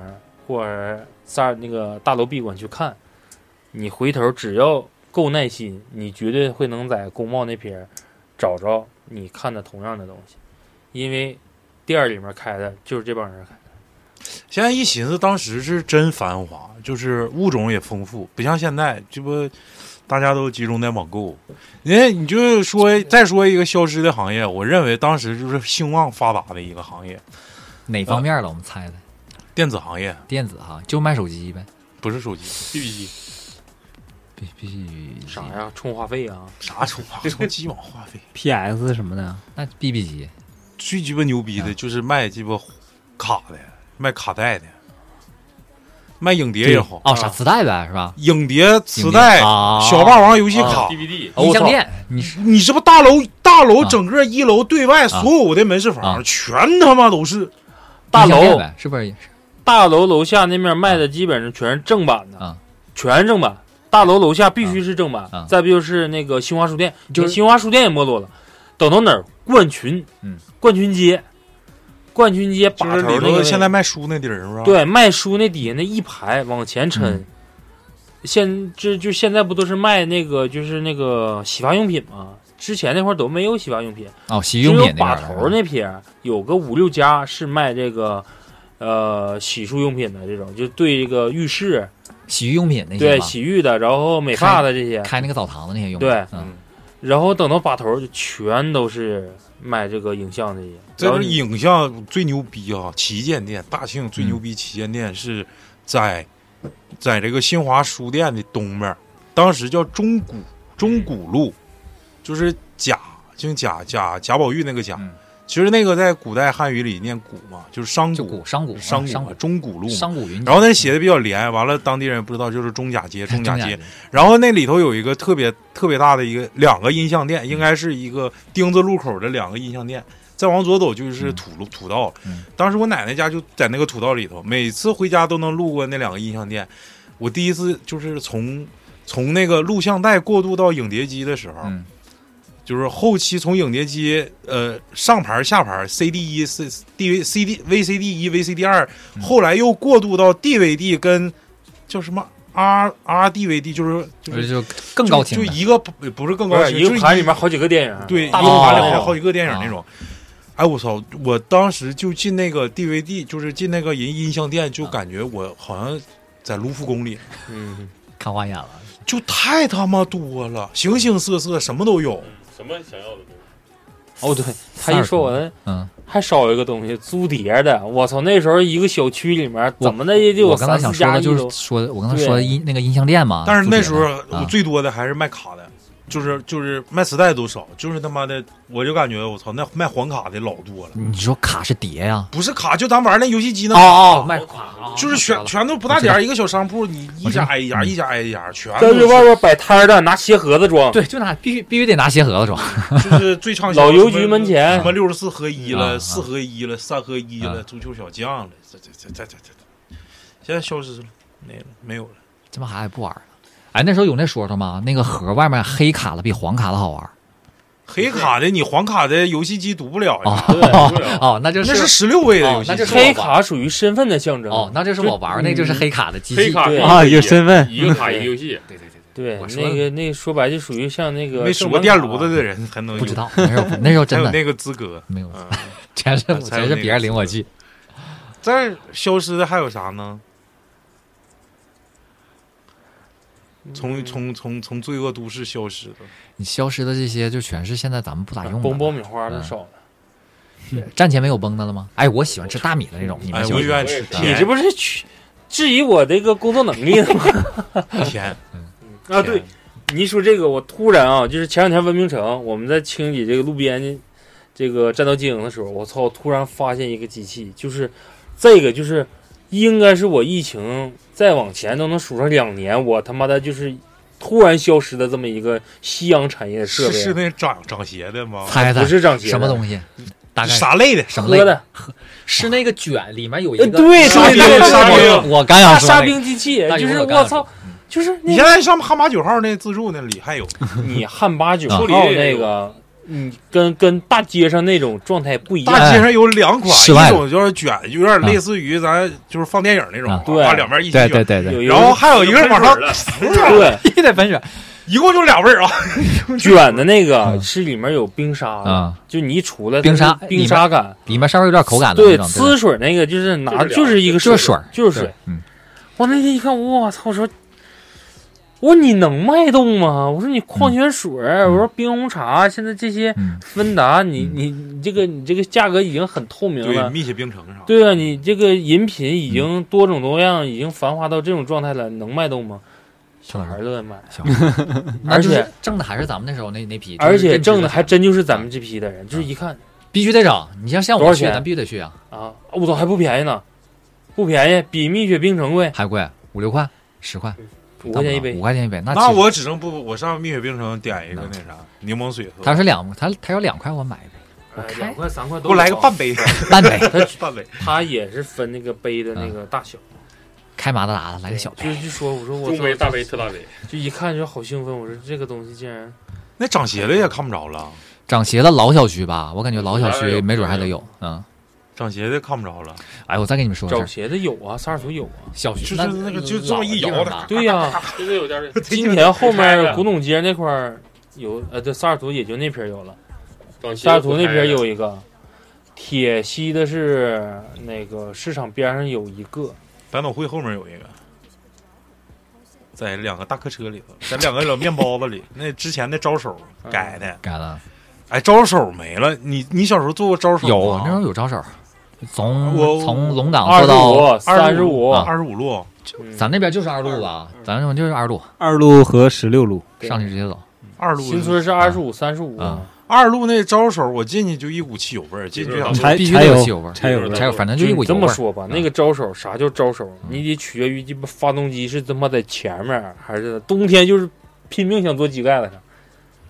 Speaker 2: 或者萨尔那个大楼闭馆去看，你回头只要够耐心，你绝对会能在工贸那撇儿找着你看的同样的东西，因为店儿里面开的就是这帮人开的。
Speaker 3: 现在一寻思，当时是真繁华，就是物种也丰富，不像现在，这不大家都集中在网购。你看，你就说再说一个消失的行业，我认为当时就是兴旺发达的一个行业，
Speaker 1: 哪方面了？我们猜猜，
Speaker 3: 电子行业
Speaker 1: 电子哈，就卖手机呗。
Speaker 3: 不是手机，
Speaker 5: B B 机
Speaker 1: 必必须
Speaker 2: 啥？呀？充话费啊？
Speaker 3: 啥充话？充鸡毛话费？
Speaker 4: PS 什么的，
Speaker 1: 那 BB 机
Speaker 3: 最鸡巴牛逼的就是卖鸡巴卡的，卖卡带的，卖影碟也好，
Speaker 1: 哦，啥磁带呗，是
Speaker 2: 啊
Speaker 1: 吧？
Speaker 3: 影碟、磁
Speaker 1: 影碟
Speaker 3: 带、
Speaker 1: 啊
Speaker 3: 小霸王游戏卡。
Speaker 5: DVD
Speaker 1: 音像
Speaker 3: 我操
Speaker 1: 店，你是
Speaker 3: 你这不大楼大楼
Speaker 1: 啊
Speaker 3: 整个一楼对外所有的门市
Speaker 1: 啊
Speaker 3: 房全他妈都是
Speaker 2: 大
Speaker 1: 音像店
Speaker 2: 楼
Speaker 1: 呗，是不是也是？
Speaker 2: 大楼楼下那面卖的基本上全是正版的，
Speaker 1: 啊
Speaker 2: 全是正版。大楼楼下必须是正版。
Speaker 1: 啊
Speaker 2: 再不就是那个新华书店，
Speaker 1: 就是
Speaker 2: 新华书店也没落了，等到哪儿？冠群，
Speaker 1: 嗯，
Speaker 2: 冠群街，冠群街把
Speaker 3: 就是
Speaker 2: 头
Speaker 3: 里
Speaker 2: 那个
Speaker 3: 头
Speaker 2: 位
Speaker 3: 现在卖书那地儿是吧？，
Speaker 2: 对卖书那底下那一排往前抻。
Speaker 1: 嗯
Speaker 2: 现这就现在不都是卖那个就是那个洗发用品吗？之前那会儿都没有洗发用品，
Speaker 1: 哦，洗浴
Speaker 2: 只
Speaker 1: 用
Speaker 2: 有
Speaker 1: 品
Speaker 2: 把
Speaker 1: 那边儿
Speaker 2: 头那撇有个五六家是卖这个，呃，洗漱用品的这种，就对这个浴室、
Speaker 1: 洗浴用品那些
Speaker 2: 对
Speaker 1: 吧
Speaker 2: 洗浴的，然后美发的这些，
Speaker 1: 开那个澡堂子那些用品，
Speaker 2: 对
Speaker 1: 嗯，
Speaker 2: 然后等到把头就全都是卖这个影像这些。
Speaker 3: 这
Speaker 2: 然后
Speaker 3: 不是
Speaker 2: 你
Speaker 3: 影像最牛逼啊！旗舰店，大庆最牛逼旗舰店是在在这个新华书店的东面儿，当时叫中古中古路，就是贾，姓贾贾贾宝玉那个贾
Speaker 1: 嗯。
Speaker 3: 其实那个在古代汉语里念“古”嘛，就是商
Speaker 1: 就
Speaker 3: 贾
Speaker 1: 古商贾
Speaker 3: 商
Speaker 1: 商
Speaker 3: 贾中古路嘛。
Speaker 1: 商贾云集，
Speaker 3: 然后那写的比较连，完了当地人不知道，就是中甲街、中
Speaker 1: 中
Speaker 3: 甲
Speaker 1: 间
Speaker 3: 街。然后那里头有一个特别特别大的一个两个音像
Speaker 1: 嗯
Speaker 3: 店，应该是一个丁字路口的两个音像店。再往左走就是
Speaker 1: 嗯
Speaker 3: 土路土道
Speaker 1: 嗯，
Speaker 3: 当时我奶奶家就在那个土道里头，每次回家都能路过那两个音像店。我第一次就是从从那个录像带过渡到影碟机的时候，
Speaker 1: 嗯
Speaker 3: 就是后期从影碟机，呃，上盘儿下盘儿 CD 一、C D C D VCD 一、VCD 二，
Speaker 1: 嗯
Speaker 3: 后来又过渡到 DVD 跟叫什么 R R DVD，就是就是
Speaker 1: 就更高清
Speaker 3: 就
Speaker 1: 的
Speaker 3: 就一个不不是更
Speaker 2: 不
Speaker 3: 高
Speaker 2: 是
Speaker 3: 清，
Speaker 2: 一
Speaker 3: 就是
Speaker 2: 个盘里面好几个电影，
Speaker 3: 对一
Speaker 2: 大
Speaker 3: 个
Speaker 1: 屏幕
Speaker 2: 楼
Speaker 3: 盘里
Speaker 1: 那
Speaker 3: 面
Speaker 1: 种
Speaker 3: 好几个电影
Speaker 1: 啊
Speaker 3: 那种。哎，我操！我当时就进那个 DVD，就是进那个人音像店，就
Speaker 1: 啊
Speaker 3: 感觉我好像在卢浮宫里，
Speaker 2: 嗯，
Speaker 1: 看花眼了，
Speaker 3: 就太他妈多了，形形色色，什么都有。
Speaker 5: 嗯什么想要的都有。
Speaker 2: 哦对，他一说完
Speaker 1: 嗯，
Speaker 2: 还少一个东西，租碟的。我操，那时候一个小区里面怎么的也得有
Speaker 1: 我刚才
Speaker 2: 三
Speaker 1: 想
Speaker 2: 四
Speaker 1: 说
Speaker 2: 家
Speaker 1: 的
Speaker 2: 一
Speaker 1: 就
Speaker 2: 楼
Speaker 1: 是。说的，我刚才
Speaker 2: 对
Speaker 1: 说的音那个音像店嘛，
Speaker 3: 但是那时
Speaker 1: 租碟的
Speaker 3: 候
Speaker 1: 啊
Speaker 3: 我最多的还是卖卡的，就是就是卖磁带都少，就是他妈的，我就感觉我操，那卖黄卡的老多了，
Speaker 1: 你说卡是碟呀？
Speaker 3: 不是卡，就咱玩那游戏机那，
Speaker 1: 哦哦，卖
Speaker 5: 垮
Speaker 3: 就是
Speaker 1: 啊
Speaker 3: 全全都不大点儿一个小商铺，你一家挨一
Speaker 1: 嗯
Speaker 3: 家，一家挨一家，全
Speaker 2: 在
Speaker 3: 都是
Speaker 2: 这外边摆摊儿的拿鞋盒子装，
Speaker 1: 对，就拿必须必须得拿鞋盒子装，
Speaker 3: 就是最畅销
Speaker 2: 老邮
Speaker 3: 什么
Speaker 2: 局门前
Speaker 3: 什么六十四合一
Speaker 1: 啊
Speaker 3: 了，四合一了，三合一
Speaker 1: 啊
Speaker 3: 了，足球小将了，这这这这这这，现在消失了，没了，没有了。
Speaker 1: 这帮孩子也不玩了。哎，那时候有那说头吗？那个盒外面黑卡的比黄卡的好玩
Speaker 3: 黑卡的你黄卡的游戏机读不了呀，
Speaker 1: 哦
Speaker 5: 对对啊
Speaker 1: 哦，那就
Speaker 3: 那是十六位的游
Speaker 1: 哦那
Speaker 3: 戏
Speaker 1: 就
Speaker 3: 机
Speaker 1: 是。
Speaker 2: 黑卡属于身份的象征。
Speaker 1: 哦，那就是我玩儿那就是黑卡的机器，
Speaker 5: 黑卡
Speaker 2: 对
Speaker 4: 啊，
Speaker 5: 一个
Speaker 4: 有身份，
Speaker 5: 一个卡一个游戏，
Speaker 1: 对对对对，
Speaker 2: 对，
Speaker 1: 我说的
Speaker 2: 那个那说白就属于像那个
Speaker 3: 没使
Speaker 2: 数
Speaker 3: 过电炉子的人才能有
Speaker 1: 不知，道 那时候那时候
Speaker 3: 才
Speaker 1: 真
Speaker 3: 有
Speaker 1: 的
Speaker 3: 那个资格。
Speaker 1: 没有，
Speaker 3: 嗯，
Speaker 1: 全是
Speaker 3: 才有
Speaker 1: 全是别人领我去。
Speaker 3: 再消失的还有啥呢？
Speaker 2: 嗯
Speaker 3: 从从从从罪恶都市消失的，
Speaker 1: 你消失的这些就全是现在咱们不咋用的
Speaker 2: 啊
Speaker 1: 嗯
Speaker 2: 崩
Speaker 1: 了。
Speaker 2: 爆米花的少了。
Speaker 1: 战前没有崩的了吗？哎，我喜欢吃大米的那种，你们
Speaker 3: 哎，
Speaker 1: 喜
Speaker 3: 我
Speaker 1: 欢
Speaker 3: 就
Speaker 1: 吃
Speaker 3: 爱
Speaker 1: 吗？
Speaker 3: 吃
Speaker 2: 你
Speaker 3: 甜
Speaker 2: 这不是去质疑我这个工作能力呢吗？
Speaker 3: 甜
Speaker 1: 嗯
Speaker 2: 啊，对，你一说这个，我突然啊，就是前两天文明城我们在清理这个路边这个战斗机营的时候，我操，突然发现一个机器，就是这个就是应该是我疫情再往前都能数上两年，我他妈的就是突然消失的这么一个夕阳产业的设
Speaker 3: 是是
Speaker 2: 备，啊
Speaker 3: 那长长鞋的吗？
Speaker 1: 猜
Speaker 2: 哎不
Speaker 1: 猜
Speaker 2: 是涨鞋
Speaker 1: 什么
Speaker 2: 西，
Speaker 1: 东西？大概
Speaker 3: 啥类的？
Speaker 1: 什么类
Speaker 2: 喝的？，
Speaker 1: 是那个卷里面有一
Speaker 2: 呃
Speaker 1: 个
Speaker 2: 对对
Speaker 3: 沙
Speaker 2: 对
Speaker 3: 冰
Speaker 2: 对
Speaker 3: 沙
Speaker 2: 对
Speaker 3: 冰
Speaker 2: 对，
Speaker 1: 我刚
Speaker 2: 大
Speaker 1: 想说
Speaker 2: 沙
Speaker 1: 那个
Speaker 2: 冰机器，
Speaker 1: 那
Speaker 2: 就
Speaker 1: 一会
Speaker 2: 是
Speaker 1: 儿我刚
Speaker 2: 我
Speaker 1: 想说
Speaker 2: 操，就是那
Speaker 3: 你现
Speaker 2: 个
Speaker 3: 在上哈马九号那自助那里还有，
Speaker 2: 你汉八九
Speaker 1: 啊
Speaker 2: 号那个，你跟跟大街上那种状态不一样。
Speaker 3: 大街上有两款，
Speaker 1: 室外
Speaker 3: 一种就是卷，有点类似于咱就是放电影那种
Speaker 1: 啊，
Speaker 2: 对
Speaker 3: 把两边一起
Speaker 1: 对对
Speaker 3: 卷，
Speaker 1: 对对，
Speaker 2: 有一个
Speaker 3: 然后还有一个往上
Speaker 5: 有喷，
Speaker 2: 对
Speaker 1: 必须得分水
Speaker 3: 一共就俩味儿啊，
Speaker 2: 卷的那个
Speaker 1: 嗯
Speaker 2: 是里面有冰沙的，
Speaker 1: 啊，
Speaker 2: 就你一出来
Speaker 1: 冰沙
Speaker 2: 它是冰沙感，
Speaker 1: 里面稍微有点口感的那
Speaker 2: 对，
Speaker 1: 种，
Speaker 2: 呲水那个就是拿就
Speaker 5: 就是凉
Speaker 2: 是一个
Speaker 1: 就是水儿，
Speaker 2: 就是
Speaker 1: 对
Speaker 2: 水。，
Speaker 1: 嗯，
Speaker 2: 我那天一看，我操！我说，我说你能卖动吗？我说你矿泉水，我说冰红茶，现在这些
Speaker 1: 嗯
Speaker 2: 芬达，你
Speaker 1: 嗯
Speaker 2: 你你这个你这个价格已经很透明
Speaker 3: 对，
Speaker 2: 了。
Speaker 3: 蜜雪冰城啥的，
Speaker 2: 对啊，你这个饮品已经多种多样，已经繁华到这种状态了，能卖动吗？小孩乐意买，
Speaker 1: 小孩，那就是
Speaker 2: 而且
Speaker 1: 挣的还是咱们那时候那那批，
Speaker 2: 而
Speaker 1: 就是
Speaker 2: 且
Speaker 1: 真值
Speaker 2: 挣的还
Speaker 1: 钱
Speaker 2: 真就是咱们这批的人，就是一看
Speaker 1: 必须得整。你像像我
Speaker 2: 多少
Speaker 1: 们去，
Speaker 2: 钱
Speaker 1: 咱必须得去啊，
Speaker 2: 啊，我操还不便宜呢，不便宜，比蜜雪冰城贵，
Speaker 1: 还贵五六块、十块，
Speaker 2: 五块钱一
Speaker 1: 五
Speaker 2: 杯。
Speaker 1: 块钱一杯。那
Speaker 3: 那
Speaker 1: 其实嗯
Speaker 3: 我只能不不，我上蜜雪冰城点一个那啥柠檬水喝
Speaker 1: 他，说两，他他要两块，我买一杯，我
Speaker 2: 哎
Speaker 1: 开
Speaker 2: 两块三块都
Speaker 3: 给我来个
Speaker 2: 有
Speaker 3: 半，杯，
Speaker 1: 半杯，
Speaker 3: 半杯。
Speaker 2: 它也是分那个杯的那个大小，
Speaker 1: 开马自达的来个小
Speaker 2: 就
Speaker 1: 杯，
Speaker 2: 就说我说我
Speaker 5: 中杯、
Speaker 2: 操
Speaker 5: 大杯、特大杯，
Speaker 2: 就一看就好兴奋，我说这个东西竟然
Speaker 3: 那涨鞋了也看不着了，
Speaker 1: 涨鞋的老小区吧，我感觉老小区没准还得有。嗯，
Speaker 3: 涨鞋的看不着了。
Speaker 1: 哎，我再跟你们说个
Speaker 2: 找
Speaker 1: 事儿，
Speaker 2: 鞋的有啊，萨尔图有啊，
Speaker 1: 小区嗯
Speaker 3: 就是那个就这么一摇
Speaker 1: 老地方
Speaker 3: 的
Speaker 1: 吧
Speaker 2: 对呀、
Speaker 5: 真的有点儿
Speaker 2: 金田后
Speaker 5: 拆
Speaker 2: 面
Speaker 5: 了
Speaker 2: 古董街那块儿有，呃，对，萨尔图也就那片有了，
Speaker 5: 长期
Speaker 2: 萨尔图那边
Speaker 5: 不
Speaker 2: 有一个，铁西的是那个市场边上有一个，
Speaker 3: 百脑汇后面有一个，在两个大客车里头，在两个小面包子里。那之前的招手改的，
Speaker 1: 改了
Speaker 3: 哎，招手没了。你你小时候做过招手
Speaker 1: 有啊
Speaker 3: 吗？
Speaker 1: 那时候有招手，从
Speaker 3: 啊我
Speaker 1: 从龙岗
Speaker 2: 二
Speaker 1: 坐
Speaker 2: 十
Speaker 1: 到
Speaker 2: 五、三十五，
Speaker 1: 啊
Speaker 3: 二十五路，
Speaker 2: 嗯
Speaker 1: 咱那边就是二路吧，咱这边就是二路，
Speaker 4: 二路和十六路，
Speaker 2: 嗯对
Speaker 1: 上去直接走。
Speaker 3: 二路
Speaker 2: 新村是二十五、三十五，
Speaker 1: 啊
Speaker 3: 二路那招手，我进去就一股汽油味儿，进去
Speaker 5: 就是
Speaker 3: 想
Speaker 5: 当
Speaker 3: 说
Speaker 4: 柴
Speaker 1: 必须
Speaker 4: 柴
Speaker 1: 得有
Speaker 4: 油
Speaker 1: 汽油味儿
Speaker 4: 柴油味儿
Speaker 1: 还有，反正就
Speaker 2: 就
Speaker 1: 一股
Speaker 2: 你
Speaker 1: 油
Speaker 2: 这
Speaker 1: 味
Speaker 2: 么
Speaker 1: 儿。
Speaker 2: 说吧，
Speaker 1: 嗯
Speaker 2: 那个招手啥叫招手？你得取决于鸡巴发动机是他妈在前面，还是冬天就是拼命想坐机盖子上，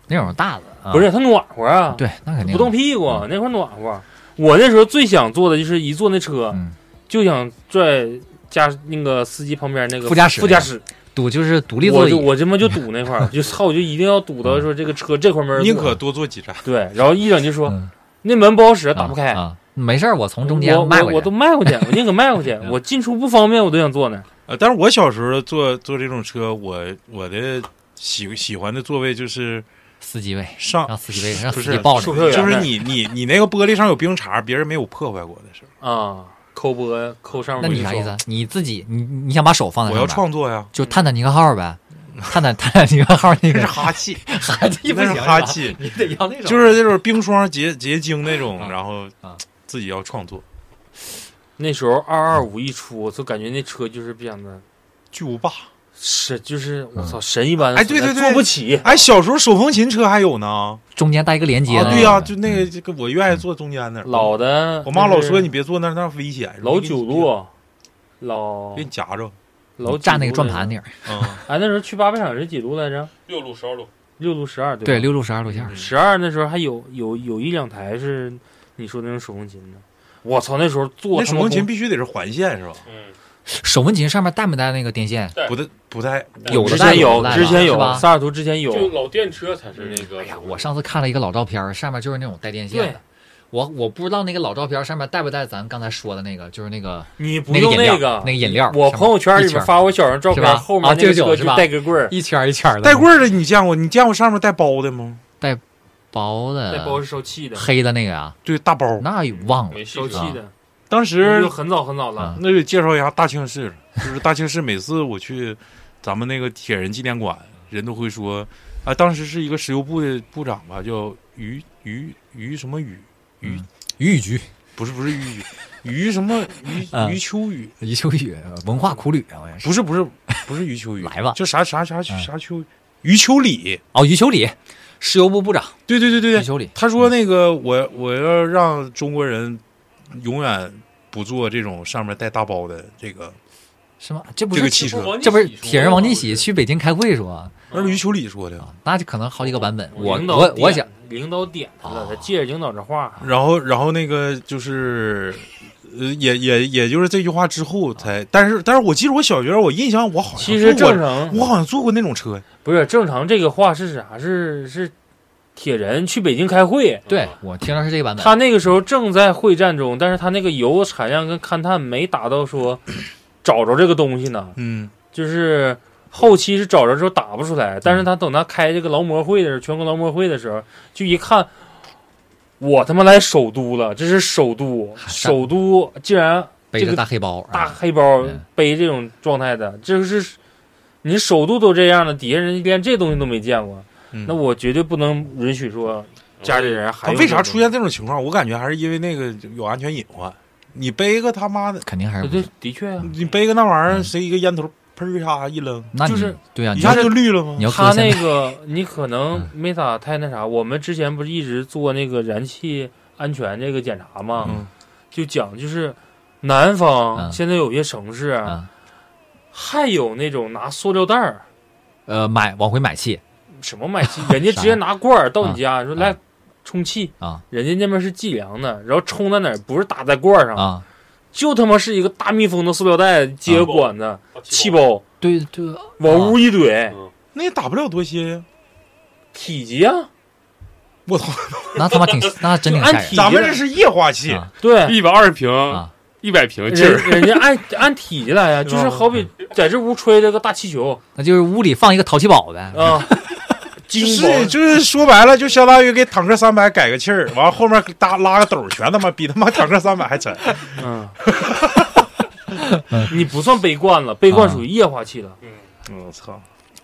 Speaker 1: 那种大的啊
Speaker 2: 不是它暖和啊，
Speaker 1: 对，那肯定
Speaker 2: 不动屁股
Speaker 1: 嗯
Speaker 2: 那会儿暖和。我那时候最想坐的就是一坐那车
Speaker 1: 嗯，
Speaker 2: 就想拽驾那个司机旁边那个
Speaker 1: 副驾驶
Speaker 2: 副驾驶，
Speaker 1: 独就是独立
Speaker 2: 我
Speaker 1: 座
Speaker 2: 就
Speaker 1: 椅，嗯
Speaker 2: 我他妈就堵那块儿，就操，我就一定要堵到说这个车这块门儿
Speaker 3: 宁
Speaker 2: 堵
Speaker 3: 可多坐几站。
Speaker 2: 对，然后一整就说
Speaker 1: 嗯
Speaker 2: 那门不好使，打不开。
Speaker 1: 啊，啊没事儿，我从中
Speaker 2: 我
Speaker 1: 间迈
Speaker 2: 我我
Speaker 1: 过
Speaker 2: 都
Speaker 1: 去。嗯
Speaker 2: 迈过去，我宁可迈过去，我进出不方便，我都想坐那儿。
Speaker 3: 呃，但是我小时候坐坐这种车，我我的喜喜欢的座位就是
Speaker 1: 司机位
Speaker 3: 上
Speaker 1: 让司机位让
Speaker 3: 不
Speaker 1: 司
Speaker 3: 是
Speaker 1: 机抱
Speaker 2: 售
Speaker 1: 着你，
Speaker 2: 票员
Speaker 3: 就是你你你那个玻璃上有冰碴，别人没有破坏过的时候，
Speaker 2: 啊，抠脖抠上
Speaker 1: 那
Speaker 2: 面。
Speaker 1: 你啥意思啊？你自己你你想把手放在
Speaker 3: 我
Speaker 1: 上
Speaker 3: 要
Speaker 1: 面，
Speaker 3: 创 作呀。
Speaker 1: 就探探尼克号呗，探探探探尼克号那
Speaker 3: 那
Speaker 1: 个
Speaker 3: 是哈气，
Speaker 1: 哈气不
Speaker 3: 那
Speaker 1: 行
Speaker 3: 是
Speaker 1: 吧
Speaker 3: 哈，气，
Speaker 1: 你得要那种
Speaker 3: 就是那种冰霜结结晶那种，
Speaker 1: 啊
Speaker 3: 然后
Speaker 1: 啊
Speaker 3: 自己要创作，
Speaker 2: 那时候二二五一出，我就感觉那车就是比样的，
Speaker 3: 巨无霸。
Speaker 2: 是就是
Speaker 1: 嗯
Speaker 2: 我操神一般的
Speaker 3: 哎
Speaker 2: 存在。
Speaker 3: 对对对
Speaker 2: 坐不起。
Speaker 3: 哎，小时候手风琴车还有呢，
Speaker 1: 中间带一个连接
Speaker 3: 啊
Speaker 1: 的那种。嗯
Speaker 3: 对呀，就那个这个我愿意坐中间那儿。
Speaker 2: 老的，
Speaker 3: 我妈老说你别坐那儿，那危险。
Speaker 2: 老
Speaker 3: 容易
Speaker 2: 九路，老
Speaker 3: 给你夹着。
Speaker 2: 老
Speaker 1: 站那个转盘
Speaker 2: 那。
Speaker 1: 那儿，
Speaker 3: 嗯，
Speaker 2: 哎，那时候去八百场是几路来着？
Speaker 5: 六路、十二路，
Speaker 2: 六路十二对吧嗯
Speaker 1: 对，六路十二路线儿，
Speaker 2: 十二那时候还有有有一两台是你说那种手风琴的，我操那时候坐
Speaker 3: 那
Speaker 2: 他
Speaker 3: 手
Speaker 2: 妈
Speaker 3: 风琴
Speaker 2: 公
Speaker 3: 必须得是环线是吧？
Speaker 5: 嗯，
Speaker 1: 手风琴上面带没带那个电线？
Speaker 5: 带
Speaker 3: 不太不太
Speaker 1: 有的
Speaker 2: 之
Speaker 1: 带
Speaker 2: 前有
Speaker 1: 的带吧
Speaker 2: 之前
Speaker 1: 是
Speaker 2: 有
Speaker 1: 吧
Speaker 2: 萨尔图之前有
Speaker 5: 就老电车才是那个。
Speaker 1: 哎呀，我上次看了一个老照片儿，上面就是那种带电线
Speaker 2: 对
Speaker 1: 的。我我不知道那个老照片儿上面带不带咱刚才说的那个，就是那个
Speaker 2: 你不
Speaker 1: 那
Speaker 2: 用
Speaker 1: 饮料，
Speaker 2: 个
Speaker 1: 那个饮料。
Speaker 2: 我朋友圈
Speaker 1: 上面一
Speaker 2: 里
Speaker 1: 圈
Speaker 2: 面
Speaker 1: 儿
Speaker 2: 发我小时候照
Speaker 1: 是吧
Speaker 2: 片，后面
Speaker 1: 啊
Speaker 2: 那个
Speaker 1: 这个
Speaker 2: 车
Speaker 1: 有
Speaker 2: 就是
Speaker 1: 吧
Speaker 2: 带个棍儿，
Speaker 1: 一圈儿一圈儿的
Speaker 3: 带棍儿的，你见过？你见过上面带包的吗？
Speaker 1: 薄的，
Speaker 2: 带包是烧气的，
Speaker 1: 黑的那个啊，
Speaker 3: 对，大包。
Speaker 1: 那忘了
Speaker 5: 没
Speaker 2: 烧
Speaker 5: 戏
Speaker 2: 气
Speaker 1: 啊
Speaker 2: 的，
Speaker 3: 当
Speaker 2: 那
Speaker 3: 时
Speaker 2: 就很早很早了
Speaker 1: 啊。
Speaker 3: 那就介绍一下大庆市，就是大庆市每次我去咱们那个铁人纪念馆，人都会说啊，当时是一个石油部的部长吧，叫于于于什么宇，于
Speaker 1: 雨雨局、
Speaker 3: 不是不是于于什么 于
Speaker 2: 嗯
Speaker 1: 啊
Speaker 3: 于秋雨，
Speaker 1: 余秋雨、文化苦旅啊，好像是
Speaker 3: 不是不是不是于秋雨，
Speaker 1: 来吧
Speaker 3: 就啥啥啥
Speaker 1: 嗯
Speaker 3: 啥秋于秋里，
Speaker 1: 哦，余秋里，石油部部长
Speaker 3: 对对对对
Speaker 1: 余
Speaker 3: 对，
Speaker 1: 秋里，
Speaker 3: 他说：“那个我我要让中国人永远不做这种上面带大包的这个。
Speaker 1: 什么？这不
Speaker 3: 这
Speaker 1: 是
Speaker 3: 个汽车
Speaker 1: 这不是铁人王进喜去北京开会说啊，”
Speaker 3: 那是余秋里说的。
Speaker 1: 那就可能好几个版本。我
Speaker 2: 领导
Speaker 1: 我我
Speaker 2: 点
Speaker 1: 想，
Speaker 2: 领导点他了，
Speaker 1: 啊
Speaker 2: 他借着领导这话，
Speaker 3: 然后，然后那个就是，呃，也也也就是这句话之后才，但是但是我记得我小学我印象我好像
Speaker 2: 其实
Speaker 3: 坐
Speaker 2: 正
Speaker 3: 过，
Speaker 2: 常
Speaker 3: 我好像坐过那种车，
Speaker 2: 不是正常这个话是啥？是是铁人去北京开会，
Speaker 1: 对我听到是这个版本。
Speaker 2: 啊他那个时候正在会战中，但是他那个油产量跟勘探没达到说 找着这个东西呢，
Speaker 3: 嗯，
Speaker 2: 就是后期是找着之后打不出来，但是他等他开这个劳模会的时候，全国劳模会的时候，就一看，我他妈来首都了，这是首都，
Speaker 1: 上
Speaker 2: 首都竟然
Speaker 1: 背着大黑包，
Speaker 2: 大
Speaker 1: 啊
Speaker 2: 黑包
Speaker 1: 嗯
Speaker 2: 背这种状态的，这是你首都都这样了，底下人连这东西都没见过，
Speaker 3: 嗯
Speaker 2: 那我绝对不能允许说家里人还
Speaker 3: 他
Speaker 2: 有
Speaker 3: 啊为啥
Speaker 2: 这种
Speaker 3: 出现这种情况？我感觉还是因为那个有安全隐患，你背一个他妈的，
Speaker 1: 肯定还是不
Speaker 2: 对
Speaker 1: 行，
Speaker 2: 的确啊，
Speaker 3: 你背一个那玩意儿，
Speaker 1: 嗯
Speaker 3: 谁一个烟头喷儿一下一扔，
Speaker 1: 那你
Speaker 2: 就是
Speaker 1: 对呀、
Speaker 3: 一
Speaker 1: 你
Speaker 3: 下
Speaker 1: 要
Speaker 3: 就是绿了吗
Speaker 1: 你？要
Speaker 2: 他
Speaker 1: 搁
Speaker 2: 那
Speaker 1: 现
Speaker 2: 个你可
Speaker 1: 嗯
Speaker 2: 能没咋太那啥。我们之前不是一直做那个燃气安全这个检查吗？
Speaker 3: 嗯
Speaker 2: 就讲就是南方
Speaker 1: 嗯
Speaker 2: 现在有些城市、啊
Speaker 1: 嗯
Speaker 2: 还有那种拿塑料袋儿
Speaker 1: 呃买往回买气
Speaker 2: 什么买 气，人家直接拿罐儿到你家说来充气
Speaker 1: 嗯啊，
Speaker 2: 人家那边是计量的，然后冲在哪儿不是打在罐儿上，
Speaker 1: 啊，
Speaker 2: 就他妈是一个大密封的塑料袋接管子气
Speaker 5: 气
Speaker 2: 包
Speaker 1: 对对，
Speaker 2: 往
Speaker 1: 啊
Speaker 2: 屋一怼，
Speaker 5: 嗯
Speaker 3: 那也打不了多些呀！
Speaker 2: 体积啊，
Speaker 3: 我操，
Speaker 1: 那他妈挺那真挺吓
Speaker 2: 按体
Speaker 1: 人
Speaker 2: 积
Speaker 3: 咱们这是液化气，
Speaker 1: 啊
Speaker 2: 对。
Speaker 5: 一百二十平，
Speaker 1: 啊，
Speaker 5: 一百平劲
Speaker 2: 人
Speaker 5: 儿，
Speaker 2: 人家按按体积来呀、
Speaker 3: 吧
Speaker 2: 就是好比在这屋吹了个大气球
Speaker 1: 那就是屋里放一个淘气堡呗，
Speaker 2: 啊，
Speaker 3: 就
Speaker 2: 金
Speaker 3: 是
Speaker 2: 宝
Speaker 3: 就是 说白了，就相当于给坦克三百改个气儿，完后面搭拉个斗儿，全他妈比他妈坦克三百还沉。
Speaker 2: 嗯，你不算背罐了，背罐属于液化气了。
Speaker 3: 我操！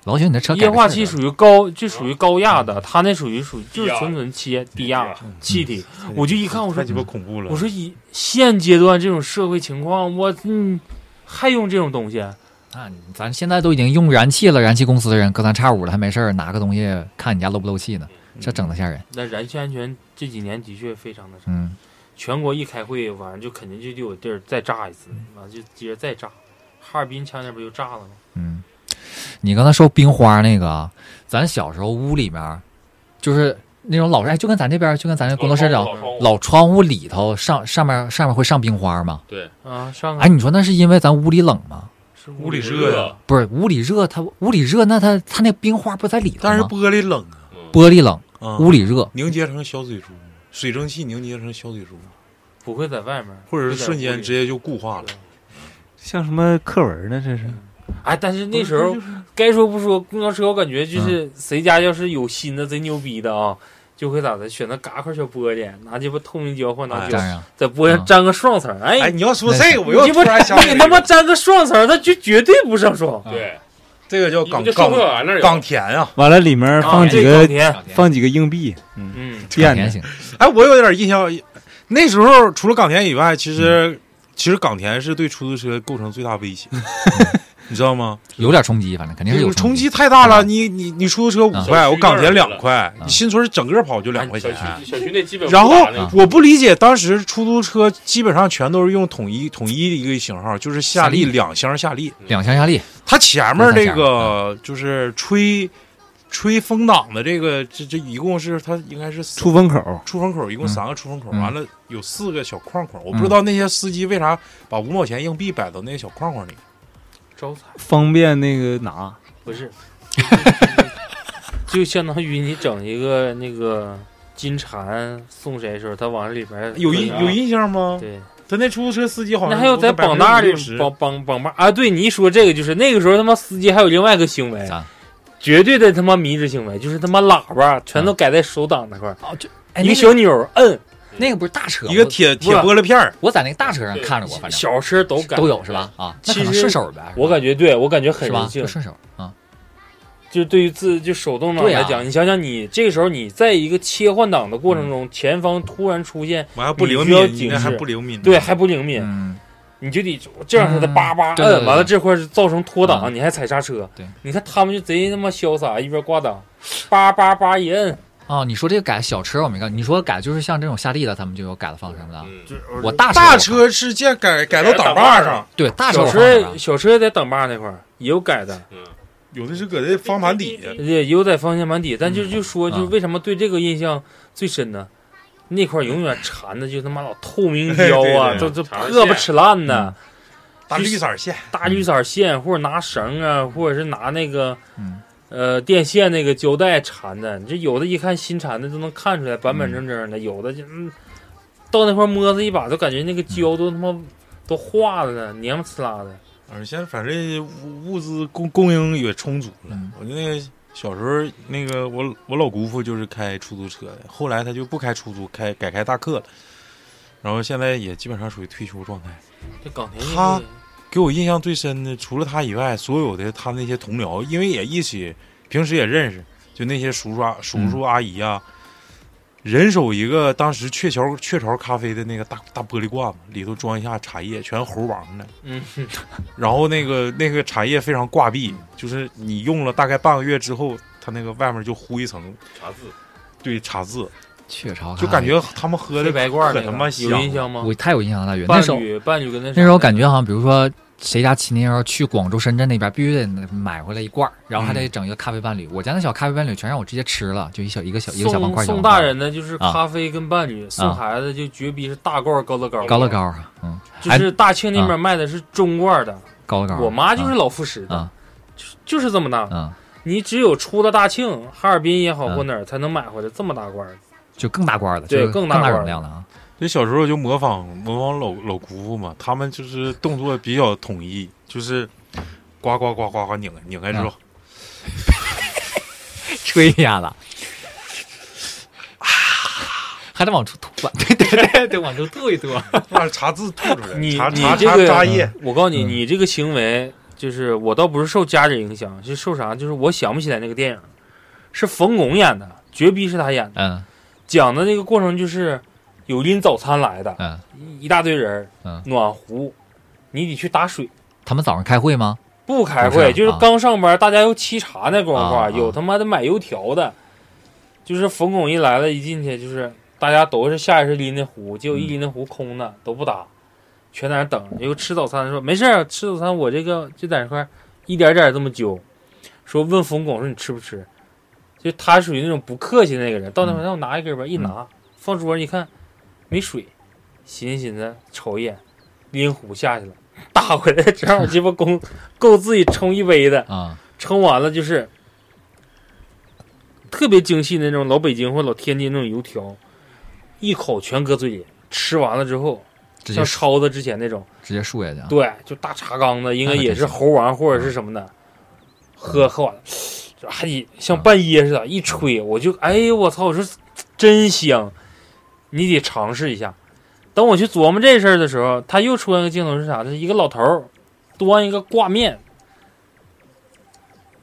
Speaker 1: 老许你这车改
Speaker 2: 液
Speaker 1: 个
Speaker 2: 化
Speaker 1: 气
Speaker 2: 气
Speaker 1: 儿
Speaker 2: 属于高，就属于高压的，它那属于属于就是纯纯气低压气体。我就一看，我说
Speaker 3: 太鸡巴恐怖了！
Speaker 2: 我说以现阶段这种社会情况，我嗯还用这种东西？
Speaker 1: 啊，你咱现在都已经用燃气了，燃气公司的人隔三差五的还没事儿拿个东西看你家漏不漏气呢，这整的吓人。
Speaker 2: 那燃气安全这几年的确非常的差，
Speaker 1: 嗯，
Speaker 2: 全国一开会，晚上就肯定就得有地儿再炸一次，完就接着再炸。哈尔滨前两天不就炸了吗？
Speaker 1: 嗯，你刚才说冰花那个啊，咱小时候屋里面儿就是那种老哎，就跟咱这边儿就跟咱这工作室
Speaker 5: 哦老
Speaker 1: 长
Speaker 5: 窗户
Speaker 1: 老窗户里头上上面上面会上冰花嘛？
Speaker 5: 对，
Speaker 2: 啊，上
Speaker 1: 哎，你说那是因为咱屋里冷吗？
Speaker 2: 是
Speaker 3: 屋里热
Speaker 5: 热
Speaker 3: 呀，
Speaker 1: 不是屋里热，它屋里热，那它它那冰花不在里头
Speaker 3: 但是
Speaker 1: 吗？
Speaker 3: 玻璃冷啊，
Speaker 5: 嗯
Speaker 1: 玻璃冷，
Speaker 3: 啊
Speaker 1: 屋里热，
Speaker 3: 凝结成小水珠，水蒸气凝结成小水珠，
Speaker 2: 不会在外面，
Speaker 3: 或者
Speaker 2: 会
Speaker 3: 是
Speaker 2: 在
Speaker 3: 瞬
Speaker 2: 屋
Speaker 3: 间
Speaker 2: 里
Speaker 3: 直接就固化了。
Speaker 4: 像什么课文呢？这是
Speaker 2: 哎，但是那时候该说不说，公交车我感觉
Speaker 3: 嗯
Speaker 2: 就是谁家要是有新的贼牛逼的啊，就会咋的，选择嘎块小玻璃，拿鸡巴透明胶或者拿
Speaker 3: 哎
Speaker 2: 胶
Speaker 1: 当然
Speaker 2: 在玻璃上
Speaker 1: 嗯
Speaker 2: 粘个双层儿，
Speaker 3: 哎，
Speaker 2: 哎，
Speaker 3: 你要说这个，我又
Speaker 2: 你
Speaker 3: 突
Speaker 2: 不
Speaker 3: 然想起来
Speaker 2: 你
Speaker 3: 一
Speaker 2: 他妈
Speaker 3: 个，
Speaker 2: 粘个双层儿，它就绝对不上霜。
Speaker 5: 对，
Speaker 3: 这个
Speaker 2: 嗯
Speaker 3: 叫港
Speaker 5: 就受不
Speaker 3: 港
Speaker 5: 了那儿有
Speaker 3: 港田啊！
Speaker 4: 完了里面放
Speaker 2: 啊
Speaker 4: 几
Speaker 2: 这
Speaker 4: 个
Speaker 2: 天，
Speaker 4: 放几个硬币
Speaker 2: 嗯，
Speaker 1: 港
Speaker 4: 垫
Speaker 1: 田
Speaker 4: 的，
Speaker 1: 行，
Speaker 3: 哎，我有点印象，那时候除了港田以外，其实其实港田是对出租车构成最大威胁，你知道吗？
Speaker 1: 有点冲击，反正肯定是
Speaker 3: 就
Speaker 1: 有
Speaker 3: 是冲
Speaker 1: 击。
Speaker 3: 击太大了，你你你出租车五块，
Speaker 5: 嗯
Speaker 3: 我港田两块，
Speaker 1: 嗯
Speaker 3: 你新村整个跑就两块
Speaker 5: 小
Speaker 3: 钱。
Speaker 5: 区小区那基本
Speaker 3: 然后
Speaker 5: 不打那
Speaker 3: 我不理解，当时出租车基本上全都是用统一统一的一个型号，就是夏利
Speaker 1: 夏利
Speaker 3: 两厢夏利。
Speaker 1: 两厢夏利，
Speaker 3: 它前面这
Speaker 1: 两厢
Speaker 3: 个就是吹吹风挡的这个，这这一共是它应该是四
Speaker 4: 出风口
Speaker 3: 出风口，一共
Speaker 1: 嗯
Speaker 3: 三个出风口，
Speaker 1: 嗯
Speaker 3: 完了有四个小框框。我不知道那些司机为啥把五毛钱硬币摆到那个小框框里。
Speaker 2: 招财
Speaker 4: 方便那个拿，
Speaker 2: 不是，就相当于你整一个那个金蝉送谁的时候，它往里边啊
Speaker 3: 有印有印象吗？
Speaker 2: 对，
Speaker 3: 他那出租车司机好像
Speaker 2: 那还有在绑带里
Speaker 3: 60%
Speaker 2: 绑绑绑把啊！对你一说这个，就是那个时候他妈司机还有另外一个行为
Speaker 1: 啥，
Speaker 2: 绝对的他妈迷之行为，就是他妈喇叭全
Speaker 1: 嗯
Speaker 2: 都改在手挡那块儿，
Speaker 1: 哦，就
Speaker 2: 一个小钮儿摁，
Speaker 1: 那个不是大车，
Speaker 3: 一个铁铁玻璃片儿，
Speaker 1: 我，我在那个大车上看着过，反正
Speaker 2: 小车都改
Speaker 1: 都有是？吧？啊，那可能
Speaker 2: 其实
Speaker 1: 顺手呗，
Speaker 2: 我感觉对我感觉很
Speaker 1: 是吧？
Speaker 2: 人
Speaker 1: 就
Speaker 2: 性，
Speaker 1: 顺手啊，
Speaker 2: 就对于自就手动挡
Speaker 1: 对啊
Speaker 2: 来讲，你想想你这个时候你在一个切换档的过程
Speaker 1: 嗯
Speaker 2: 中，前方突然出现
Speaker 3: 我还不灵
Speaker 2: 你需要
Speaker 3: 敏，
Speaker 2: 警示
Speaker 3: 你那还不灵敏呢。
Speaker 2: 对还不灵敏，
Speaker 1: 嗯，
Speaker 2: 你就得这样式的叭叭
Speaker 1: 嗯对对
Speaker 2: 摁，
Speaker 1: 对
Speaker 2: 完了这块是造成脱档，
Speaker 1: 嗯
Speaker 2: 你还踩刹车。
Speaker 1: 对，
Speaker 2: 你看他们就贼他妈潇洒，一边挂档，叭叭叭一摁，
Speaker 1: 哦，你说这个改小车我没看，你说改就是像这种下地的，他们就有改的方式什么的。
Speaker 5: 嗯
Speaker 2: 就是
Speaker 1: 我大车
Speaker 3: 大车是建改改到挡把上，
Speaker 1: 对大车
Speaker 2: 小
Speaker 1: 我啊放那
Speaker 2: 车
Speaker 1: 儿
Speaker 2: 小车在挡把那块儿也有改的，
Speaker 3: 有的是搁这方盘底下。
Speaker 2: 也有在方向盘底，但就就说就是
Speaker 1: 嗯
Speaker 2: 为什么对这个印象最深呢？那块儿永远缠的就他妈老透明
Speaker 3: 对
Speaker 2: 胶啊，
Speaker 3: 对对
Speaker 2: 都都
Speaker 5: 缠着
Speaker 2: 破不
Speaker 5: 线
Speaker 2: 哧烂的，
Speaker 1: 嗯
Speaker 3: 大绿色线，
Speaker 2: 大绿色线或者拿绳啊，或者是拿那个
Speaker 1: 嗯
Speaker 2: 呃电线那个胶带缠的，你这有的一看新缠的都能看出来板板正正的，有的就嗯到那块儿摸着一把都感觉那个胶都他妈都化了呢，黏不呲啦的。
Speaker 3: 而现在反正物物资供供应也充足了
Speaker 1: 嗯。
Speaker 3: 我那个小时候，那个我我老姑父就是开出租车的，后来他就不开出租，开改开大客了。然后现在也基本上属于退休状态。
Speaker 2: 这港田
Speaker 3: 他给我印象最深的，除了他以外，所有的他那些同僚，因为也一起平时也认识，就那些叔叔啊、叔叔阿姨啊，人手一个当时雀巢雀巢咖啡的那个大大玻璃罐子，里头装一下茶叶，全猴王的。
Speaker 2: 嗯，
Speaker 3: 然后那个那个茶叶非常挂壁，就是你用了大概半个月之后，它那个外面就糊一层
Speaker 5: 查字，
Speaker 3: 对茶渍，
Speaker 1: 雀巢咖啡
Speaker 3: 就感觉他们喝的
Speaker 2: 黑白罐儿
Speaker 3: 可
Speaker 2: 那
Speaker 3: 他
Speaker 2: 个
Speaker 3: 妈
Speaker 2: 有印
Speaker 3: 香。
Speaker 2: 象吗
Speaker 1: 啊我？太有印象了，大宇那
Speaker 2: 伴
Speaker 1: 时候
Speaker 2: 侣伴侣跟那啥
Speaker 1: 那时候感觉好像，比如说谁家亲戚要是去广州、深圳那边，必须得买回来一罐儿，然后还
Speaker 2: 嗯
Speaker 1: 得整一个咖啡伴侣。我家那小咖啡伴侣全让我直接吃了，就一小一个小一个小方块小
Speaker 2: 送送
Speaker 1: 方
Speaker 2: 大
Speaker 1: 块
Speaker 2: 人的就是
Speaker 1: 啊
Speaker 2: 咖啡跟伴侣，送
Speaker 1: 啊
Speaker 2: 孩子就绝逼是大罐儿高乐高，
Speaker 1: 高乐高啊，嗯，
Speaker 2: 就
Speaker 1: 哎
Speaker 2: 是大庆那边卖的是中罐儿的，
Speaker 1: 高乐高。
Speaker 2: 我妈就是老副食的
Speaker 1: 啊，
Speaker 2: 就就是这么大，
Speaker 1: 嗯，
Speaker 2: 你只有出了大庆、哈尔滨也好
Speaker 1: 嗯
Speaker 2: 或哪儿才能买回来这么大罐儿。
Speaker 1: 就更大罐儿的，
Speaker 2: 对
Speaker 1: 就是
Speaker 2: 更
Speaker 1: 更
Speaker 2: 大罐儿
Speaker 1: 容量的啊。
Speaker 3: 所以小时候就模仿模仿老老姑父嘛，他们就是动作比较统一，就是呱呱呱呱呱拧开拧开之
Speaker 1: 啊
Speaker 3: 后，
Speaker 1: 吹一下子， 啊，还得往出吐吧， 对对对，得往出吐一吐。啊
Speaker 3: 把茶渍吐出 来，
Speaker 2: 你
Speaker 3: 茶
Speaker 2: 你
Speaker 3: 茶
Speaker 2: 这
Speaker 3: 茶
Speaker 2: 个
Speaker 3: 茶叶，
Speaker 2: 我告诉你，
Speaker 1: 嗯
Speaker 2: 你这个行为就是我倒不是受家人影响，是受啥？就是我想不起来那个电影，是冯巩演的，绝逼是他演的。
Speaker 1: 嗯
Speaker 2: 讲的那个过程就是有拎早餐来的，
Speaker 1: 嗯，
Speaker 2: 一大堆人，
Speaker 1: 嗯
Speaker 2: 暖壶，你得去打水。
Speaker 1: 他们早上开会吗？
Speaker 2: 不开
Speaker 1: 不是
Speaker 2: 会，
Speaker 1: 啊
Speaker 2: 就是刚上班，大家又沏茶那功夫，
Speaker 1: 啊啊
Speaker 2: 有他妈的买油条的，就是冯巩一来了，一进去就是大家都是下意识拎的壶，结果一拎的壶空的，都不打，全在那等着。又吃早餐的说没事儿，吃早餐我这个就在那块儿一点点这么揪，说问冯巩说你吃不吃，就他属于那种不客气的那个人，到那块儿让我拿一根吧，一
Speaker 1: 嗯
Speaker 2: 拿放桌上一看没水，寻思寻思瞅一眼，拎壶下去了。打回来，正好鸡巴公够自己冲一杯的，
Speaker 1: 啊，
Speaker 2: 冲完了就是特别精细的那种老北京或老天津那种油条，一口全搁嘴里，吃完了之后，
Speaker 1: 直接
Speaker 2: 像超子之前那种，
Speaker 1: 直接竖下去啊。
Speaker 2: 对，就大茶缸子，应该
Speaker 1: 那可
Speaker 2: 也
Speaker 1: 真
Speaker 2: 是
Speaker 1: 行嗯
Speaker 2: 猴王或者是什么的，喝喝完了，就还得像半噎似的，一吹我就哎呦我操，我说真香，你得尝试一下。等我去琢磨这事儿的时候，他又出现个镜头是啥呢？是一个老头儿端一个挂面，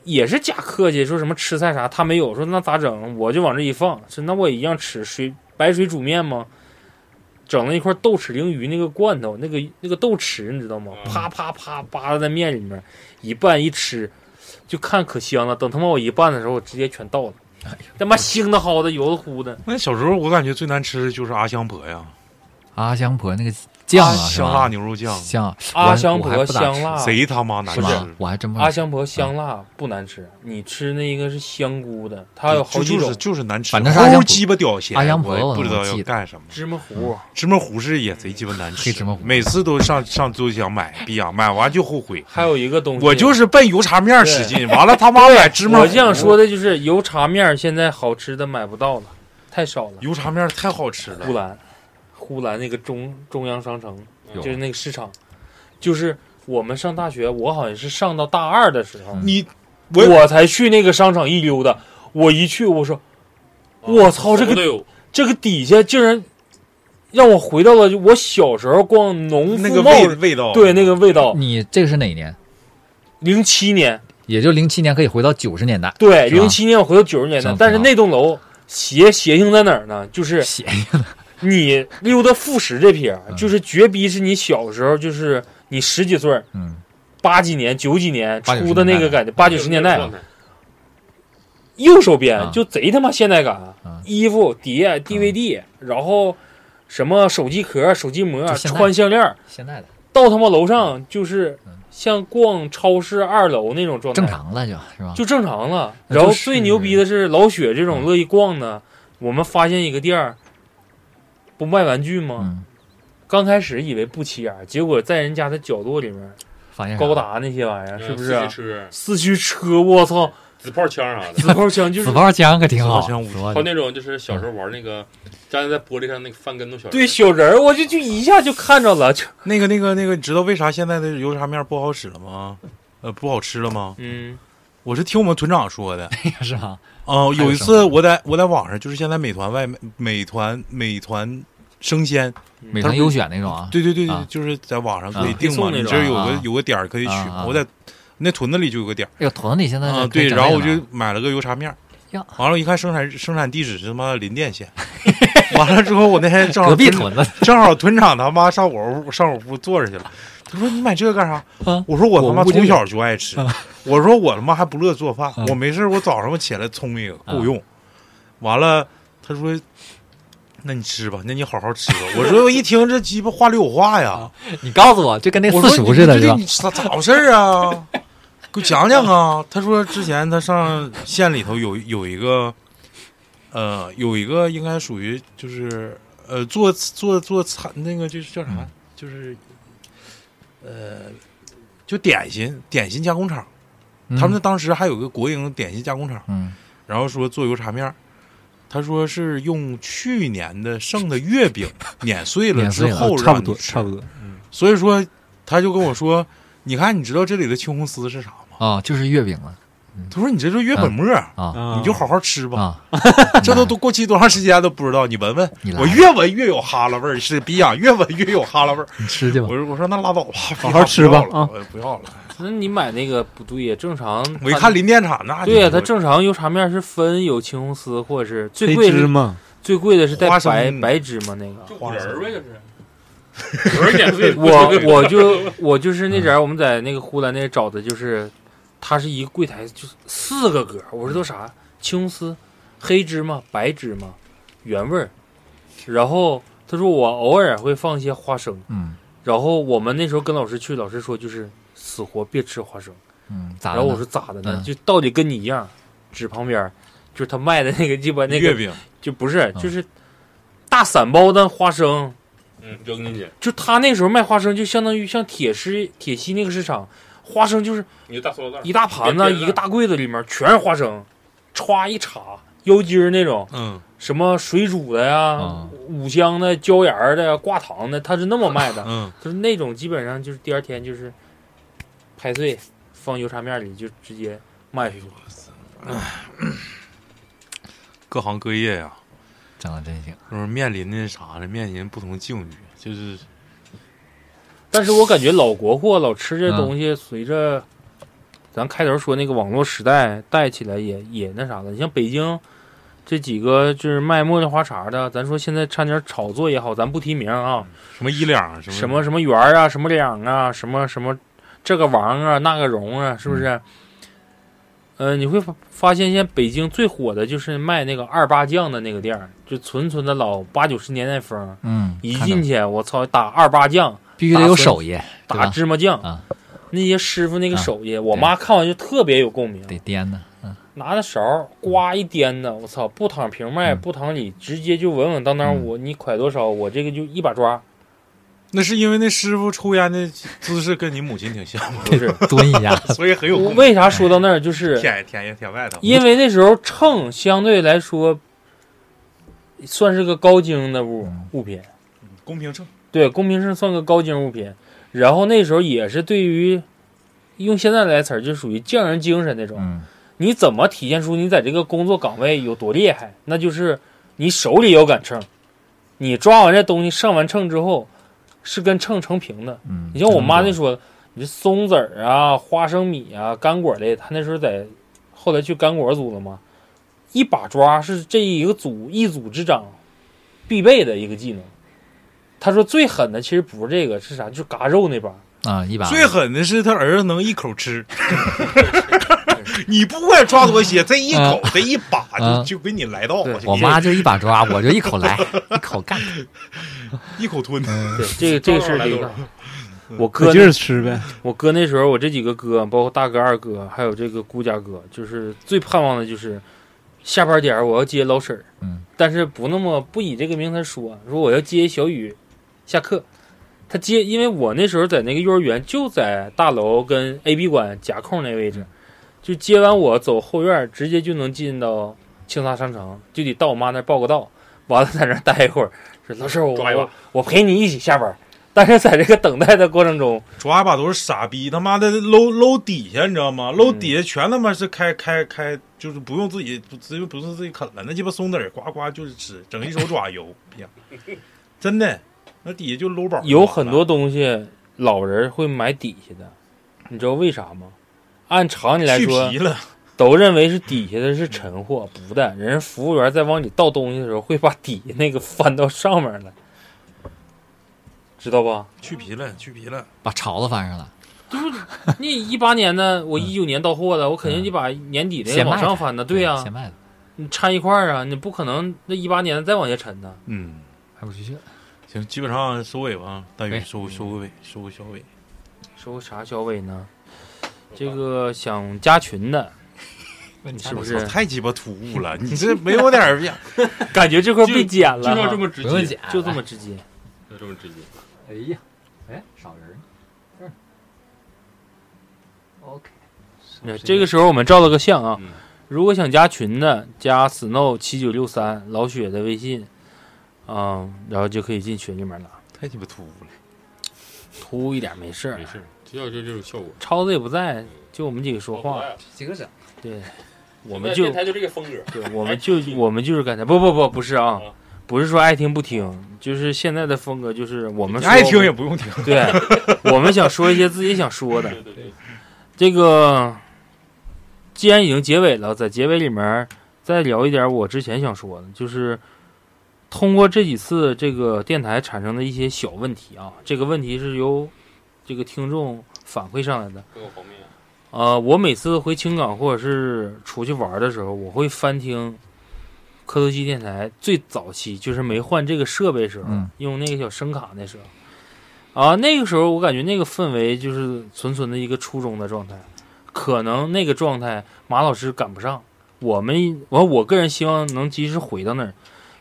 Speaker 2: 也是假客气，说什么吃菜啥他没有，说那咋整？我就往这一放，是那我也一样吃水白水煮面吗？整了一块豆豉鲮鱼那个罐头，那个那个豆豉你知道吗？
Speaker 5: 嗯
Speaker 2: 啪啪啪扒拉在面里面，一拌一吃，就看可香了。等他妈我一拌的时候，我直接全倒了，他妈腥的蒿的，油的乎的。
Speaker 3: 那小时候我感觉最难吃的就是阿香婆呀，
Speaker 1: 阿香婆那个酱啊，是
Speaker 3: 香
Speaker 1: 吧
Speaker 3: 辣牛肉酱，啊
Speaker 1: 香啊
Speaker 2: 阿香婆
Speaker 1: 我还不咋吃
Speaker 2: 香辣，
Speaker 3: 贼他妈难
Speaker 1: 是
Speaker 3: 吃。
Speaker 1: 吗？我还真不知道
Speaker 2: 阿香婆香辣不难吃，你吃那个是香菇的，它有好
Speaker 3: 就
Speaker 2: 几
Speaker 3: 就
Speaker 2: 种
Speaker 3: 是就是难吃，
Speaker 1: 反正是阿香
Speaker 3: 齁
Speaker 1: 婆
Speaker 3: 鸡巴屌咸，
Speaker 1: 阿香婆
Speaker 3: 我
Speaker 1: 我
Speaker 3: 也不知道
Speaker 1: 能
Speaker 3: 要
Speaker 1: 记得
Speaker 3: 干什么。
Speaker 2: 芝麻糊。
Speaker 3: 芝麻糊啊是也贼鸡巴难吃，
Speaker 1: 黑芝麻糊
Speaker 3: 每次都上上都想买，逼呀，买完就后悔。
Speaker 2: 还有一个东西，
Speaker 3: 我就是奔油茶面使劲，完了他妈买芝麻糊。
Speaker 2: 我想说的就是油茶面儿现在好吃的买不到了，太少了。
Speaker 3: 油茶面太好吃
Speaker 2: 呼
Speaker 3: 了，
Speaker 2: 兰，呼兰那个中中央商城，
Speaker 1: 有
Speaker 2: 就是那个市场，就是我们上大学，我好像是上到大二的时候，
Speaker 1: 嗯
Speaker 3: 你我
Speaker 2: 我才去那个商场一溜达。我一去，我说
Speaker 1: 哦
Speaker 2: 我操这个
Speaker 5: 什么嗯都有，
Speaker 2: 这个底下竟然让我回到了我小时候逛农
Speaker 3: 那
Speaker 2: 夫
Speaker 3: 个
Speaker 2: 帽
Speaker 3: 味味道，嗯
Speaker 2: 对那个味道。
Speaker 1: 你这个是哪年？
Speaker 2: 零七年，
Speaker 1: 也就零七年，可以回到九十年代。
Speaker 2: 对，
Speaker 1: 是吧
Speaker 2: 零七年我回到九十年代
Speaker 1: 正，
Speaker 2: 但是
Speaker 1: 常
Speaker 2: 那栋楼邪邪性在哪儿呢？就是
Speaker 1: 写
Speaker 2: 你溜达副食这撇儿，
Speaker 1: 嗯
Speaker 2: 就是绝逼是你小时候，就是你十几岁儿、
Speaker 1: 嗯，
Speaker 2: 八几年、九几年
Speaker 1: 八九十
Speaker 2: 出的那
Speaker 1: 年代
Speaker 2: 个感觉，八九十年代
Speaker 5: 那个，状态
Speaker 2: 右手边
Speaker 1: 啊
Speaker 2: 就贼他妈现代感
Speaker 1: 啊，
Speaker 2: 衣服、碟、DVD，然后什么手机壳、手机膜、
Speaker 1: 就现代
Speaker 2: 穿项链儿，
Speaker 1: 现在的
Speaker 2: 到他妈楼上就是
Speaker 1: 嗯
Speaker 2: 像逛超市二楼那种状态，
Speaker 1: 正常了就，是吧？
Speaker 2: 就正常了。
Speaker 1: 那就
Speaker 2: 然后
Speaker 1: 是嗯
Speaker 2: 最牛逼的是老雪这种乐意逛的，我们发现一个店儿不卖玩具吗？
Speaker 1: 嗯，
Speaker 2: 刚开始以为不起眼儿，结果在人家的角落里面，
Speaker 1: 发现啥
Speaker 2: 高达那些玩意儿是不是
Speaker 5: 嗯
Speaker 2: 啊？
Speaker 5: 四驱车、
Speaker 2: 四驱车，我操，
Speaker 5: 纸炮枪啥的，
Speaker 2: 自炮枪就是
Speaker 1: 紫包枪可挺好，
Speaker 3: 紫包枪
Speaker 5: 还有那种就是小时候玩那个站在玻璃上那个翻跟头小人，
Speaker 2: 对小人儿，我就就一下就看着了，就
Speaker 3: 那个那个那个，你知道为啥现在的油茶面不好使了吗？呃，不好吃了吗？
Speaker 2: 嗯，
Speaker 3: 我是听我们团长说 的。
Speaker 1: 是吧？
Speaker 3: 哦，
Speaker 1: 还有
Speaker 3: 有一
Speaker 1: 什
Speaker 3: 次我在我在网上，就是现在美团外卖、美团美团生鲜，
Speaker 1: 美团优选那种啊，
Speaker 3: 对对对对，
Speaker 1: 啊
Speaker 3: 就是在网上可以
Speaker 1: 啊
Speaker 3: 订
Speaker 2: 配
Speaker 3: 嘛，
Speaker 2: 送那种
Speaker 3: 你这儿有
Speaker 1: 啊
Speaker 3: 个
Speaker 1: 啊
Speaker 3: 有个点儿可以取
Speaker 1: 啊
Speaker 3: 嘛。
Speaker 1: 啊
Speaker 3: 我在那屯子里就有个点儿
Speaker 1: 哎呦，屯子里现在
Speaker 3: 啊，
Speaker 1: 是可
Speaker 3: 对，
Speaker 1: 以整
Speaker 3: 然后我
Speaker 1: 这个
Speaker 3: 就
Speaker 1: 了
Speaker 3: 买了个油茶面儿，
Speaker 1: 呀，
Speaker 3: 完了，一看生产生产地址是他妈林甸县， 完了之后我那天正好
Speaker 1: 隔壁
Speaker 3: 屯
Speaker 1: 屯子，
Speaker 3: 正好屯长他妈上我屋上我屋坐着去了，他说你买这个干啥？
Speaker 1: 啊
Speaker 3: 我说我他妈
Speaker 1: 我屋就
Speaker 3: 从小就爱吃，
Speaker 1: 啊
Speaker 3: 我说我他妈还不乐做饭，
Speaker 1: 啊
Speaker 3: 我没事我早上我起来冲一个够用。完了，他说。那你吃吧，那你好好吃吧。我说我一听这鸡巴话里有话
Speaker 1: 啊
Speaker 3: 呀，
Speaker 1: 你告诉我，就跟那
Speaker 3: 我
Speaker 1: 四
Speaker 3: 说
Speaker 1: 叔似的，
Speaker 3: 你
Speaker 1: 是吧？
Speaker 3: 你咋咋回事儿啊？ 给我讲讲啊！他说之前他上县里头有有一个，呃，有一个应该属于就是呃做做做餐那个就是叫啥，
Speaker 1: 嗯
Speaker 3: 就是呃就点心点心加工厂，
Speaker 1: 嗯
Speaker 3: 他们当时还有个国营点心加工厂，
Speaker 1: 嗯，
Speaker 3: 然后说做油茶面儿。他说是用去年的剩的月饼 碾碎了
Speaker 1: 碾
Speaker 3: 之
Speaker 1: 碎了
Speaker 3: 后
Speaker 4: 啊差不
Speaker 3: 让你
Speaker 4: 多，
Speaker 3: 吃
Speaker 4: 差不多。
Speaker 3: 所以说，他就跟我说：“你看，你知道这里的青红丝是啥吗
Speaker 1: 哦，就是月饼了？”
Speaker 2: 嗯
Speaker 3: 他说：“你这就是月本沫儿，
Speaker 1: 啊
Speaker 3: 你就好好吃吧。
Speaker 1: 啊，
Speaker 3: 这都都过期多长时间都不知道，你闻闻
Speaker 1: 你。来
Speaker 3: 我越闻越有哈喇味儿，是逼养，越闻越有哈喇味儿。
Speaker 1: 你吃去吧
Speaker 2: 嗯
Speaker 3: 我。说我说那拉倒吧，
Speaker 4: 好好吃吧
Speaker 3: 不
Speaker 2: 啊
Speaker 3: 要了我不要了。
Speaker 2: 那你买那个不对呀，正常。
Speaker 3: 我一看，林电厂那就
Speaker 2: 对呀，它正常油茶面是分有青红丝或者是最
Speaker 4: 黑
Speaker 2: 贵
Speaker 4: 芝
Speaker 2: 的，
Speaker 4: 麻，
Speaker 2: 最贵的是带
Speaker 3: 花
Speaker 2: 白
Speaker 3: 生
Speaker 2: 白芝麻那个。。
Speaker 5: 就
Speaker 3: 花
Speaker 5: 五人
Speaker 3: 生
Speaker 5: 儿呗，就是五人免 费
Speaker 2: 我我就我就是那阵儿我们在那个呼兰那找的，就是它是一个柜台，就是四个格儿。我说都啥？青丝、黑芝麻、白芝麻、原味儿。然后他说我偶尔会放一些花生。
Speaker 1: 嗯
Speaker 2: 然后我们那时候跟老师去，老师说就是死活别吃花生。
Speaker 1: 嗯，咋
Speaker 2: 然
Speaker 1: 了
Speaker 2: 后我
Speaker 1: 呢？
Speaker 2: 说咋的呢？
Speaker 1: 嗯
Speaker 2: 就到底跟你一样，纸旁边儿就是他卖的那个鸡巴那
Speaker 3: 月
Speaker 2: 个，
Speaker 3: 饼，
Speaker 2: 就不是
Speaker 1: 嗯
Speaker 2: 就是大散包的花生。
Speaker 5: 嗯，扔进去，
Speaker 2: 就他那时候卖花生，就相当于像铁市铁西那个市场，花生就是
Speaker 5: 你就大塑料袋儿，
Speaker 2: 一大盘
Speaker 5: 扁
Speaker 2: 子，
Speaker 5: 扁的
Speaker 2: 一个大柜子里面全是花生，歘一插腰筋儿那种，
Speaker 3: 嗯，
Speaker 2: 什么水煮的呀
Speaker 1: 啊、
Speaker 2: 五香的、椒盐儿的呀、挂糖的，他是那么卖 的，
Speaker 3: 嗯，
Speaker 2: 就是那种基本上就是第二天就是拍碎，放油茶面里就直接卖出去了。
Speaker 3: 各行各业呀，
Speaker 1: 整的真行。
Speaker 3: 就是面临的啥呢？面临不同境遇，就是
Speaker 2: 但是我感觉老国货老吃这东西，随着咱开头说那个网络时代带起来也也那啥了。你像北京这几个就是卖茉莉花茶的，咱说现在差点炒作也好，咱不提名啊，
Speaker 3: 什么一两嗯什么
Speaker 2: 什么什么圆儿啊，什么两啊，什么什么这个王啊，那个荣啊，是不是？呃，你会发发现，现在北京最火的就是卖那个二八酱的那个店儿，就纯纯的老八九十年代风儿。
Speaker 1: 嗯，
Speaker 2: 一
Speaker 1: 看着
Speaker 2: 进去，我操，打二八酱，
Speaker 1: 必须得有手艺，对
Speaker 2: 打
Speaker 1: 吧？
Speaker 2: 芝麻酱
Speaker 1: 啊
Speaker 2: 那些师傅那个手艺，我
Speaker 1: 对
Speaker 2: 妈看完就特别有共鸣。
Speaker 1: 得颠呢。
Speaker 2: 拿着勺儿呱一颠的，我操，不躺平卖，
Speaker 1: 嗯
Speaker 2: 不躺里，直接就稳稳当当。
Speaker 1: 嗯
Speaker 2: 我你蒯多少，我这个就一 把抓，
Speaker 3: 那是因为那师傅抽烟的姿势跟你母亲挺像吗？
Speaker 2: 就是
Speaker 1: 蹲一下，
Speaker 3: 所以很有
Speaker 2: 我
Speaker 3: 共鸣
Speaker 2: 为啥说到那儿，
Speaker 1: 哎
Speaker 2: 就是
Speaker 3: 舔舔一舔外头，
Speaker 2: 因为那时候秤相对来说算是个高精的物
Speaker 1: 嗯
Speaker 2: 物品，
Speaker 3: 公平秤。
Speaker 2: 对，公屏秤算个高精物品。然后那时候也是对于用现在来词儿，就属于匠人精神那种。
Speaker 1: 嗯，
Speaker 2: 你怎么体现出你在这个工作岗位有多厉害？那就是你手里有杆秤，你抓完这东西上完秤之后，是跟秤成平的。
Speaker 1: 嗯，
Speaker 2: 你像我妈那说，你这松子儿啊、花生米啊、干果类，她那时候在后来去干果组了嘛，一把抓是这一个组一组之长必备的一个技能。她说最狠的其实不是这个，是啥？就是嘎肉那把。
Speaker 1: 啊，一把
Speaker 3: 最狠的是他儿子能一口吃， 你不管抓多些，这一口这一把
Speaker 1: 啊
Speaker 3: 就就给你来到，
Speaker 2: 嗯对
Speaker 1: 我妈就一把抓，我就一口来，一口干。
Speaker 3: 一口吞。
Speaker 2: 对，这个这个是这个。 我
Speaker 4: 可
Speaker 2: 哥
Speaker 4: 劲儿吃呗。
Speaker 2: 我哥那时候，我这几个哥，包括大哥、二哥，还有这个姑家哥，就是最盼望的就是下班点儿我要接老婶儿，
Speaker 1: 嗯，
Speaker 2: 但是不那么不以这个名头说，说我要接小雨下课。他接，因为我那时候在那个幼儿园就在大楼跟 A B 馆夹空那位置，就接完我走后院儿，直接就能进到青沙商城，就得到我妈那儿报个到，完了在那儿待一会儿，说老婶儿我
Speaker 5: 抓一把
Speaker 2: 我我陪你一起下班儿。但是在这个等待的过程中，
Speaker 3: 抓一把都是傻逼，他妈的搂搂底下，你知道
Speaker 2: 嗯
Speaker 3: 吗？搂底下全他妈是开开开，就是不用自己不直接不用自己啃了，那鸡巴松子儿呱呱就是吃，整一手抓油，哎呀，真的，那底下就搂饱。
Speaker 2: 有很多东西老人会买底下的，你知道为啥吗？按常理来
Speaker 3: 去
Speaker 2: 说
Speaker 3: 皮，了，
Speaker 2: 都认为是底下的是沉货，不的，人家服务员在往里倒东西的时候会把底下那个翻到上面来，知道 吧？
Speaker 3: 去皮了，去皮了。
Speaker 1: 把槽子翻上了，
Speaker 2: 你一八年的，我一九年到货的，我肯定就把年底的
Speaker 1: 先卖
Speaker 2: 往上翻的，对呀、
Speaker 1: 先卖的，
Speaker 2: 你掺一块儿啊，你不可能那一八年的再往下沉呢。
Speaker 3: 嗯，
Speaker 1: 还不去去？
Speaker 3: 行，基本上收尾吧，大宇
Speaker 2: 哎
Speaker 1: 对
Speaker 3: 收收个尾，收个小尾。
Speaker 2: 收啥消费呢？这个想加群的，
Speaker 1: 问
Speaker 2: 是不
Speaker 3: 我
Speaker 2: 是
Speaker 3: 操，太鸡巴突兀了！你这没有点儿呀？
Speaker 2: 感觉这块被剪
Speaker 5: 就
Speaker 2: 了哈，
Speaker 5: 要这么直
Speaker 1: 不用
Speaker 5: 接，
Speaker 1: 剪，
Speaker 2: 就这么直接。
Speaker 5: 就这么直接。
Speaker 1: 哎呀，哎，少人呢，这儿，OK，
Speaker 2: 那这个时候我们照了个相啊
Speaker 5: 嗯，
Speaker 2: 如果想加群的，加 snow 七九六三老雪的微信，嗯，然后就可以进群里面了。
Speaker 3: 太鸡巴突兀了。
Speaker 2: 突兀一点没事儿
Speaker 5: 没，事，就要就这种效果。
Speaker 2: 超子也不在，就我们几个说话，
Speaker 1: 几个整？
Speaker 2: 对，
Speaker 5: 我
Speaker 2: 我们就
Speaker 5: 台就这个风格。
Speaker 2: 对，我们就我们就是刚才不不不不是啊
Speaker 5: 啊，
Speaker 2: 不是说爱听不听，就是现在的风格就是我们
Speaker 3: 你
Speaker 2: 说
Speaker 3: 爱听也不用听。
Speaker 2: 对，我们想说一些自己想说的。
Speaker 5: 对对对，
Speaker 2: 这个既然已经结尾了，在结尾里面再聊一点我之前想说的，就是通过这几次这个电台产生的一些小问题啊，这个问题是由这个听众反馈上来的。
Speaker 5: 各个方面。
Speaker 2: 呃，我每次回青港或者是出去玩的时候，我会翻听科头机电台最早期，就是没换这个设备时候，
Speaker 1: 嗯
Speaker 2: 用那个小声卡那时候。啊，那个时候我感觉那个氛围就是纯纯的一个初中的状态，可能那个状态马老师赶不上。我们完，我个人希望能及时回到那儿。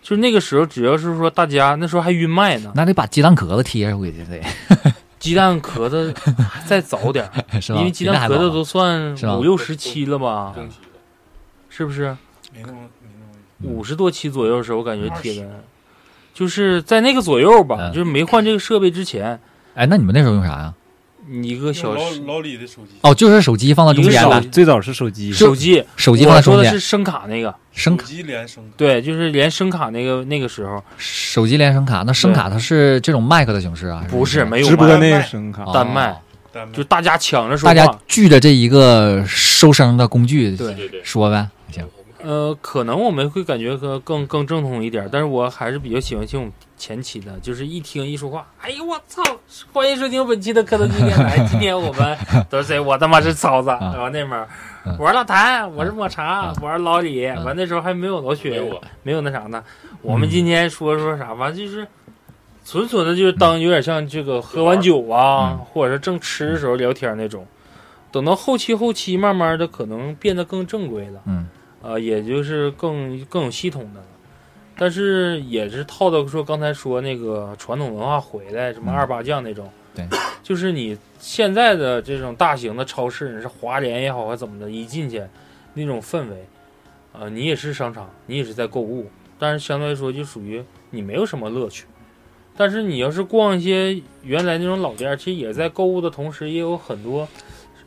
Speaker 2: 就是那个时候，只要是说大家那时候还晕麦呢，
Speaker 1: 那得把鸡蛋壳子贴上，我给这得
Speaker 2: 鸡蛋壳子再早点儿，
Speaker 1: 是吧？
Speaker 2: 因为鸡
Speaker 1: 比那
Speaker 2: 蛋
Speaker 1: 还
Speaker 2: 壳子
Speaker 1: 早啊
Speaker 2: 都算
Speaker 1: 是吧
Speaker 2: 五六十期了吧，
Speaker 5: 中期的，
Speaker 2: 是不是？
Speaker 3: 没那么没那么。
Speaker 1: 嗯
Speaker 2: 五十多期左右的时候，我感觉贴的，就是在那个左右吧，
Speaker 1: 嗯
Speaker 2: 就是没换这个设备之前，
Speaker 1: 哎，那你们那时候用啥呀？
Speaker 2: 你一个小
Speaker 3: 老老李的手机，
Speaker 1: 哦，就是手机放到中间
Speaker 2: 一
Speaker 1: 了
Speaker 2: 个，
Speaker 4: 最早是手机，
Speaker 2: 手机，
Speaker 1: 手机放
Speaker 2: 我
Speaker 1: 在
Speaker 2: 说
Speaker 1: 中
Speaker 2: 的
Speaker 1: 间
Speaker 2: 是，声卡那个，
Speaker 1: 声卡，
Speaker 3: 机连声卡。
Speaker 2: 对，就是连声卡那个那个时候
Speaker 1: 手机连声卡。那声卡它是这种麦克的形式啊？还
Speaker 2: 不是没有
Speaker 4: 直播
Speaker 2: 麦
Speaker 4: 那个声卡
Speaker 1: 哦，
Speaker 2: 单麦，
Speaker 3: 单
Speaker 2: 就大家抢着说
Speaker 1: 大家
Speaker 2: 话。
Speaker 1: 聚着这一个收声的工具
Speaker 2: 对
Speaker 5: 对对。
Speaker 1: 说呗，行，
Speaker 2: 呃，可能我们会感觉更更更正统一点，但是我还是比较喜欢这种前期的，就是一听一说话，哎呦我操！欢迎收听本期的磕头机电台，今天我 们都是谁？我他妈是超子，
Speaker 1: 啊
Speaker 2: 完那边儿
Speaker 1: 嗯
Speaker 2: 我是老谭，我是抹茶
Speaker 1: 啊，嗯
Speaker 2: 我是老李，完那时候还没有老
Speaker 5: 没
Speaker 2: 雪
Speaker 5: 有，我，
Speaker 2: 没有那啥呢。我们今天说说啥吧，就是纯纯的，就是当有点像这个喝完酒啊，
Speaker 1: 嗯
Speaker 2: 或者是正吃的时候聊天那种。等到后期后期，慢慢的可能变得更正规了，
Speaker 1: 嗯，
Speaker 2: 呃，也就是更更有系统的了。但是也是套到说刚才说那个传统文化回来，什么
Speaker 1: 嗯
Speaker 2: 二八酱那种，
Speaker 1: 对，
Speaker 2: 就是你现在的这种大型的超市，你是华联也好还是怎么的，一进去那种氛围，呃，你也是商场，你也是在购物，但是相对来说就属于你没有什么乐趣。但是你要是逛一些原来那种老店儿，其实也在购物的同时，也有很多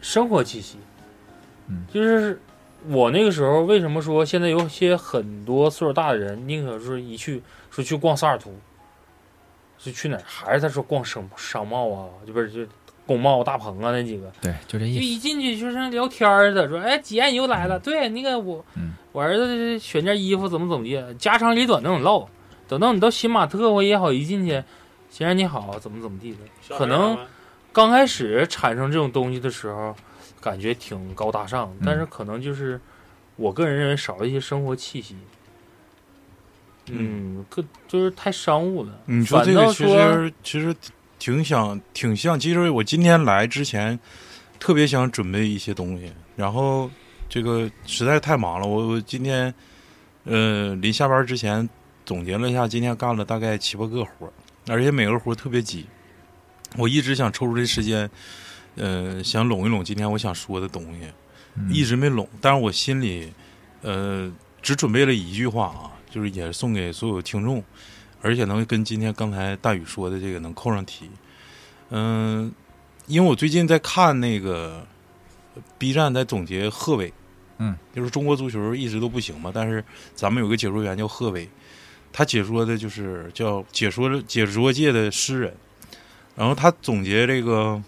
Speaker 2: 生活气息。
Speaker 1: 嗯，
Speaker 2: 就是我那个时候为什么说现在有些很多岁数大的人，宁可说一去说去逛萨尔图，是去哪儿？还是他说逛商商贸啊，就不是就工贸、大棚啊那几个，
Speaker 1: 对，就这
Speaker 2: 就
Speaker 1: 意思。
Speaker 2: 一进去就是像聊天儿似的，说哎姐你又来了，对那个我、
Speaker 1: 嗯
Speaker 2: 我儿子选件衣服怎么怎么地，家长里短那种唠。等到你到新玛特或也好，一进去，先生你好，怎么怎么地的。可能刚开始产生这种东西的时候，感觉挺高大上，但
Speaker 3: 嗯
Speaker 2: 是可能就是我个人认为少了一些生活气息。嗯，个就是太商务了。
Speaker 3: 你说
Speaker 2: 反
Speaker 3: 这个
Speaker 2: 倒
Speaker 3: 其
Speaker 2: 说
Speaker 3: 实其实挺想挺像，其实我今天来之前特别想准备一些东西，然后这个实在是太忙了，我我今天呃临下班之前总结了一下，今天干了大概七八个活儿，而且每个活儿特别急，我一直想抽出这时间，呃，想拢一拢今天我想说的东西，
Speaker 1: 嗯
Speaker 3: 一直没拢，但是我心里，呃，只准备了一句话啊，就是也是送给所有听众，而且能跟今天刚才大宇说的这个能扣上题。嗯、因为我最近在看那个 B 站在总结贺炜，
Speaker 1: 嗯，
Speaker 3: 就是中国足球一直都不行嘛，但是咱们有个解说员叫贺炜，他解说的就是叫解说解说界的诗人，然后他总结啊这个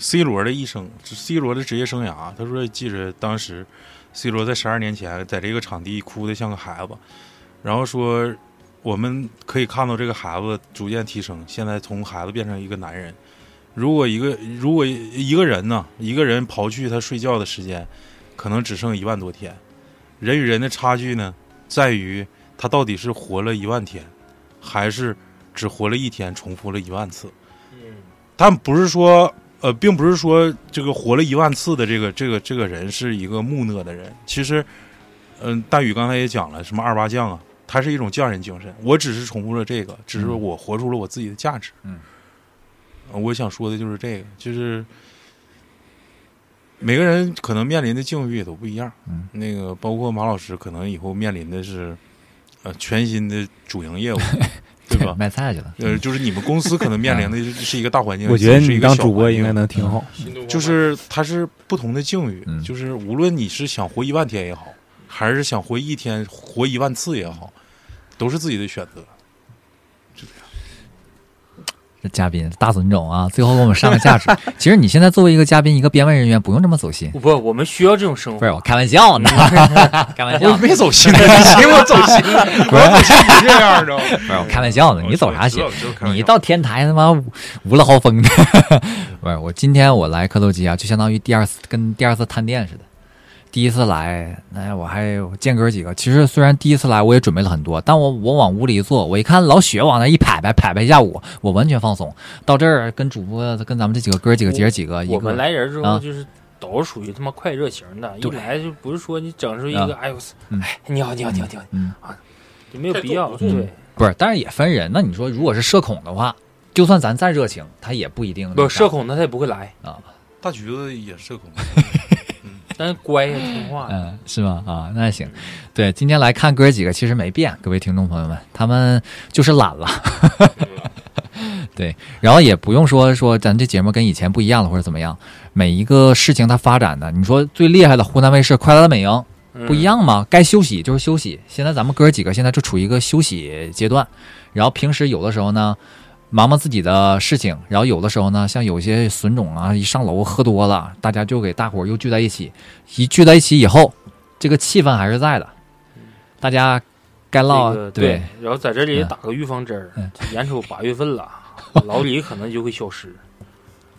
Speaker 3: C 罗的一生，C 罗的职业生涯，他说记着当时 C 罗在十二年前在这个场地哭得像个孩子，然后说我们可以看到这个孩子逐渐提升，现在从孩子变成一个男人。如果一个如果一个人呢，一个人刨去他睡觉的时间，可能只剩一万多天。人与人的差距呢，在于他到底是活了一万天，还是只活了一天，重复了一万次。
Speaker 2: 嗯，
Speaker 3: 但不是说呃，并不是说这个活了一万次的这个这个这个人是一个木讷的人。其实，嗯、大宇刚才也讲了，什么二八将啊，它是一种匠人精神。我只是重复了这个，只是我活出了我自己的价值。
Speaker 1: 嗯
Speaker 3: 呃，我想说的就是这个，就是每个人可能面临的境遇也都不一样。
Speaker 1: 嗯，
Speaker 3: 那个包括马老师，可能以后面临的是呃全新的主营业务，对吧？
Speaker 1: 卖菜去了。嗯
Speaker 3: 呃，就是你们公司可能面临的是一个大环境，
Speaker 4: 我觉得
Speaker 3: 是一
Speaker 4: 你
Speaker 3: 个
Speaker 4: 当
Speaker 3: 小
Speaker 4: 主播
Speaker 3: 环
Speaker 4: 应该
Speaker 3: 境
Speaker 4: 能挺好。
Speaker 5: 新东方
Speaker 3: 就是它是不同的境遇，
Speaker 1: 嗯
Speaker 3: 就是无论你是想活一万天也好，还是想活一天、活一万次也好，都是自己的选择。
Speaker 1: 这嘉宾大尊重啊，最后给我们上个价值。 其实你现在作为一个嘉宾，一个编外人员，不用这么走心。
Speaker 2: 不，我们需要这种生
Speaker 1: 不
Speaker 2: 活。
Speaker 1: 是我开玩笑 呢，开玩笑
Speaker 3: 我
Speaker 1: 呢，
Speaker 3: 没走心，结果走心了，我要走心你这样的，
Speaker 1: 不是我开玩笑呢，
Speaker 2: 哦
Speaker 1: 你走啥心？你一
Speaker 3: 到
Speaker 1: 到天台他妈无无了豪风的， 不是我今天我来克罗基亚，就相当于第二次跟第二次探店似的。第一次来，哎，我还我见哥几个。其实虽然第一次来我也准备了很多，但我我往屋里一坐，我一看老雪往那一拍拍拍拍一下午，我完全放松。到这儿跟主播跟咱们这几个哥几个姐儿几个一
Speaker 2: 我们
Speaker 1: 个，
Speaker 2: 来人之后
Speaker 1: 啊
Speaker 2: 就是都是属于他妈快热型的，一
Speaker 1: 对
Speaker 2: 来就不是说你整出一个哎呦，
Speaker 1: 嗯
Speaker 2: 哎你好你好你好你好
Speaker 1: 嗯，
Speaker 2: 啊就没有必
Speaker 5: 态
Speaker 2: 要。
Speaker 5: 度不
Speaker 2: 对，
Speaker 1: 不是，但是也分人。那你说如果是社恐的话，就算咱再热情，他也不一定能
Speaker 2: 不
Speaker 1: 干
Speaker 2: 社恐的他也不会来，
Speaker 3: 大橘子也社恐，
Speaker 2: 但是乖呀听话呀。
Speaker 1: 嗯，是吗？啊，那行，对，今天来看哥几个其实没变，各位听众朋友们，他们就是懒了， 然后也不用说说咱这节目跟以前不一样了或者怎么样，每一个事情它发展的，你说最厉害的湖南卫视《快乐大本营》
Speaker 2: 嗯
Speaker 1: 不一样吗？该休息就是休息，现在咱们哥几个现在就处于一个休息阶段，然后平时有的时候呢。忙忙自己的事情，然后有的时候呢，像有些损种啊，一上楼喝多了，大家就给大伙儿又聚在一起，一聚在一起以后，这个气氛还是在的，大家该唠、
Speaker 2: 这个
Speaker 1: 对
Speaker 2: 对，然后在这里也
Speaker 1: 嗯
Speaker 2: 打个预防针儿
Speaker 1: 嗯，
Speaker 2: 眼瞅八月 份了，老李可能就会消失，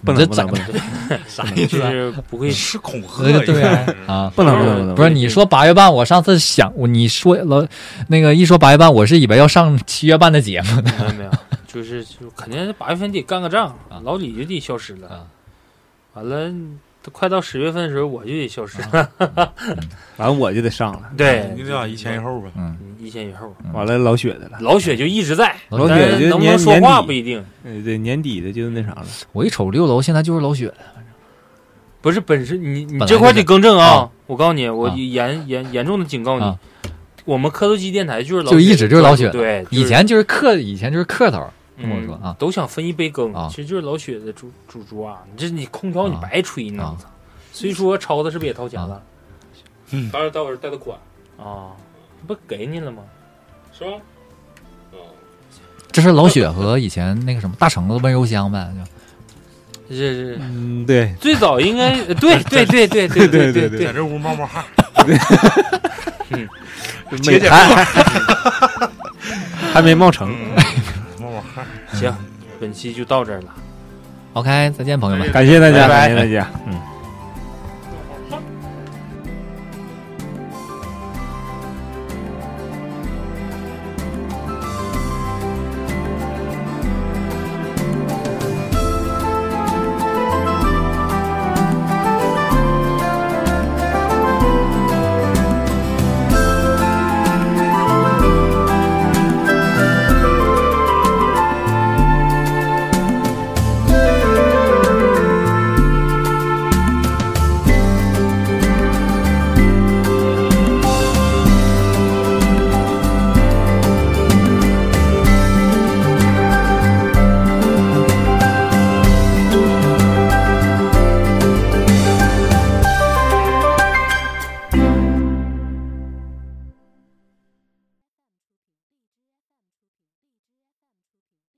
Speaker 4: 不
Speaker 1: 你这
Speaker 4: 能不能
Speaker 1: 整
Speaker 4: 不能
Speaker 1: 啊
Speaker 2: 就是不会
Speaker 3: 是恐吓
Speaker 1: 对对
Speaker 3: 呀。
Speaker 1: 啊，
Speaker 4: 不能不能不能，
Speaker 1: 不是你说八月半，我上次想我你说了那个一说八月半，我是以为要上七月半的节目呢。
Speaker 2: 没有 没有，就是就肯定八月份得干个仗，
Speaker 1: 啊
Speaker 2: 老李就得消失了。
Speaker 1: 啊
Speaker 2: 完了，都快到十月份的时候，我就得消
Speaker 1: 啊
Speaker 2: 失了。
Speaker 4: 完了我就得上了，
Speaker 2: 对，
Speaker 3: 你俩一前一后呗。
Speaker 1: 嗯，
Speaker 2: 嗯一前一后。
Speaker 1: 嗯
Speaker 4: 完了老雪的了，
Speaker 2: 老雪就一直在，
Speaker 1: 老
Speaker 2: 但
Speaker 1: 雪
Speaker 2: 是
Speaker 4: 就
Speaker 2: 能不能
Speaker 4: 年
Speaker 2: 说
Speaker 4: 年
Speaker 2: 话
Speaker 4: 底
Speaker 2: 不一定。
Speaker 4: 呃，对，年底的就那啥了，
Speaker 1: 我一瞅六楼现在就是老雪了，
Speaker 2: 不是本身你你
Speaker 1: 本来
Speaker 2: 这块
Speaker 1: 就是
Speaker 2: 得更正啊
Speaker 1: 啊！
Speaker 2: 我告诉你，我
Speaker 1: 啊
Speaker 2: 严严严重的警告
Speaker 1: 啊
Speaker 2: 你，我们磕头机电台就是老
Speaker 1: 就一直就是老雪
Speaker 2: 对，就是
Speaker 1: 以前就是客，以前就是客头。听我说
Speaker 2: 嗯
Speaker 1: 啊
Speaker 2: 都想分一杯羹
Speaker 1: 啊，
Speaker 2: 其实就是老雪的主主抓。你这你空调你
Speaker 1: 啊
Speaker 2: 白吹呢，
Speaker 1: 啊
Speaker 2: 我操虽说超子是不是也掏钱
Speaker 1: 啊
Speaker 2: 了
Speaker 5: 当然，待会儿带他管
Speaker 2: 啊？这不给你了吗？
Speaker 5: 是吧？啊，
Speaker 1: 这是老雪和以前那个什么大橙子温柔乡呗，就
Speaker 2: 这是
Speaker 4: 嗯，对，
Speaker 2: 最早应该对对对对对
Speaker 4: 对
Speaker 2: 对
Speaker 4: 对
Speaker 3: 在这屋冒冒汗，
Speaker 4: 没还还没冒成，
Speaker 3: 冒冒汗。
Speaker 2: 行，本期就到这儿了。
Speaker 1: OK，再见，朋友们。
Speaker 4: 感谢大
Speaker 2: 拜
Speaker 4: 家，
Speaker 2: 拜
Speaker 4: 感谢大家，嗯。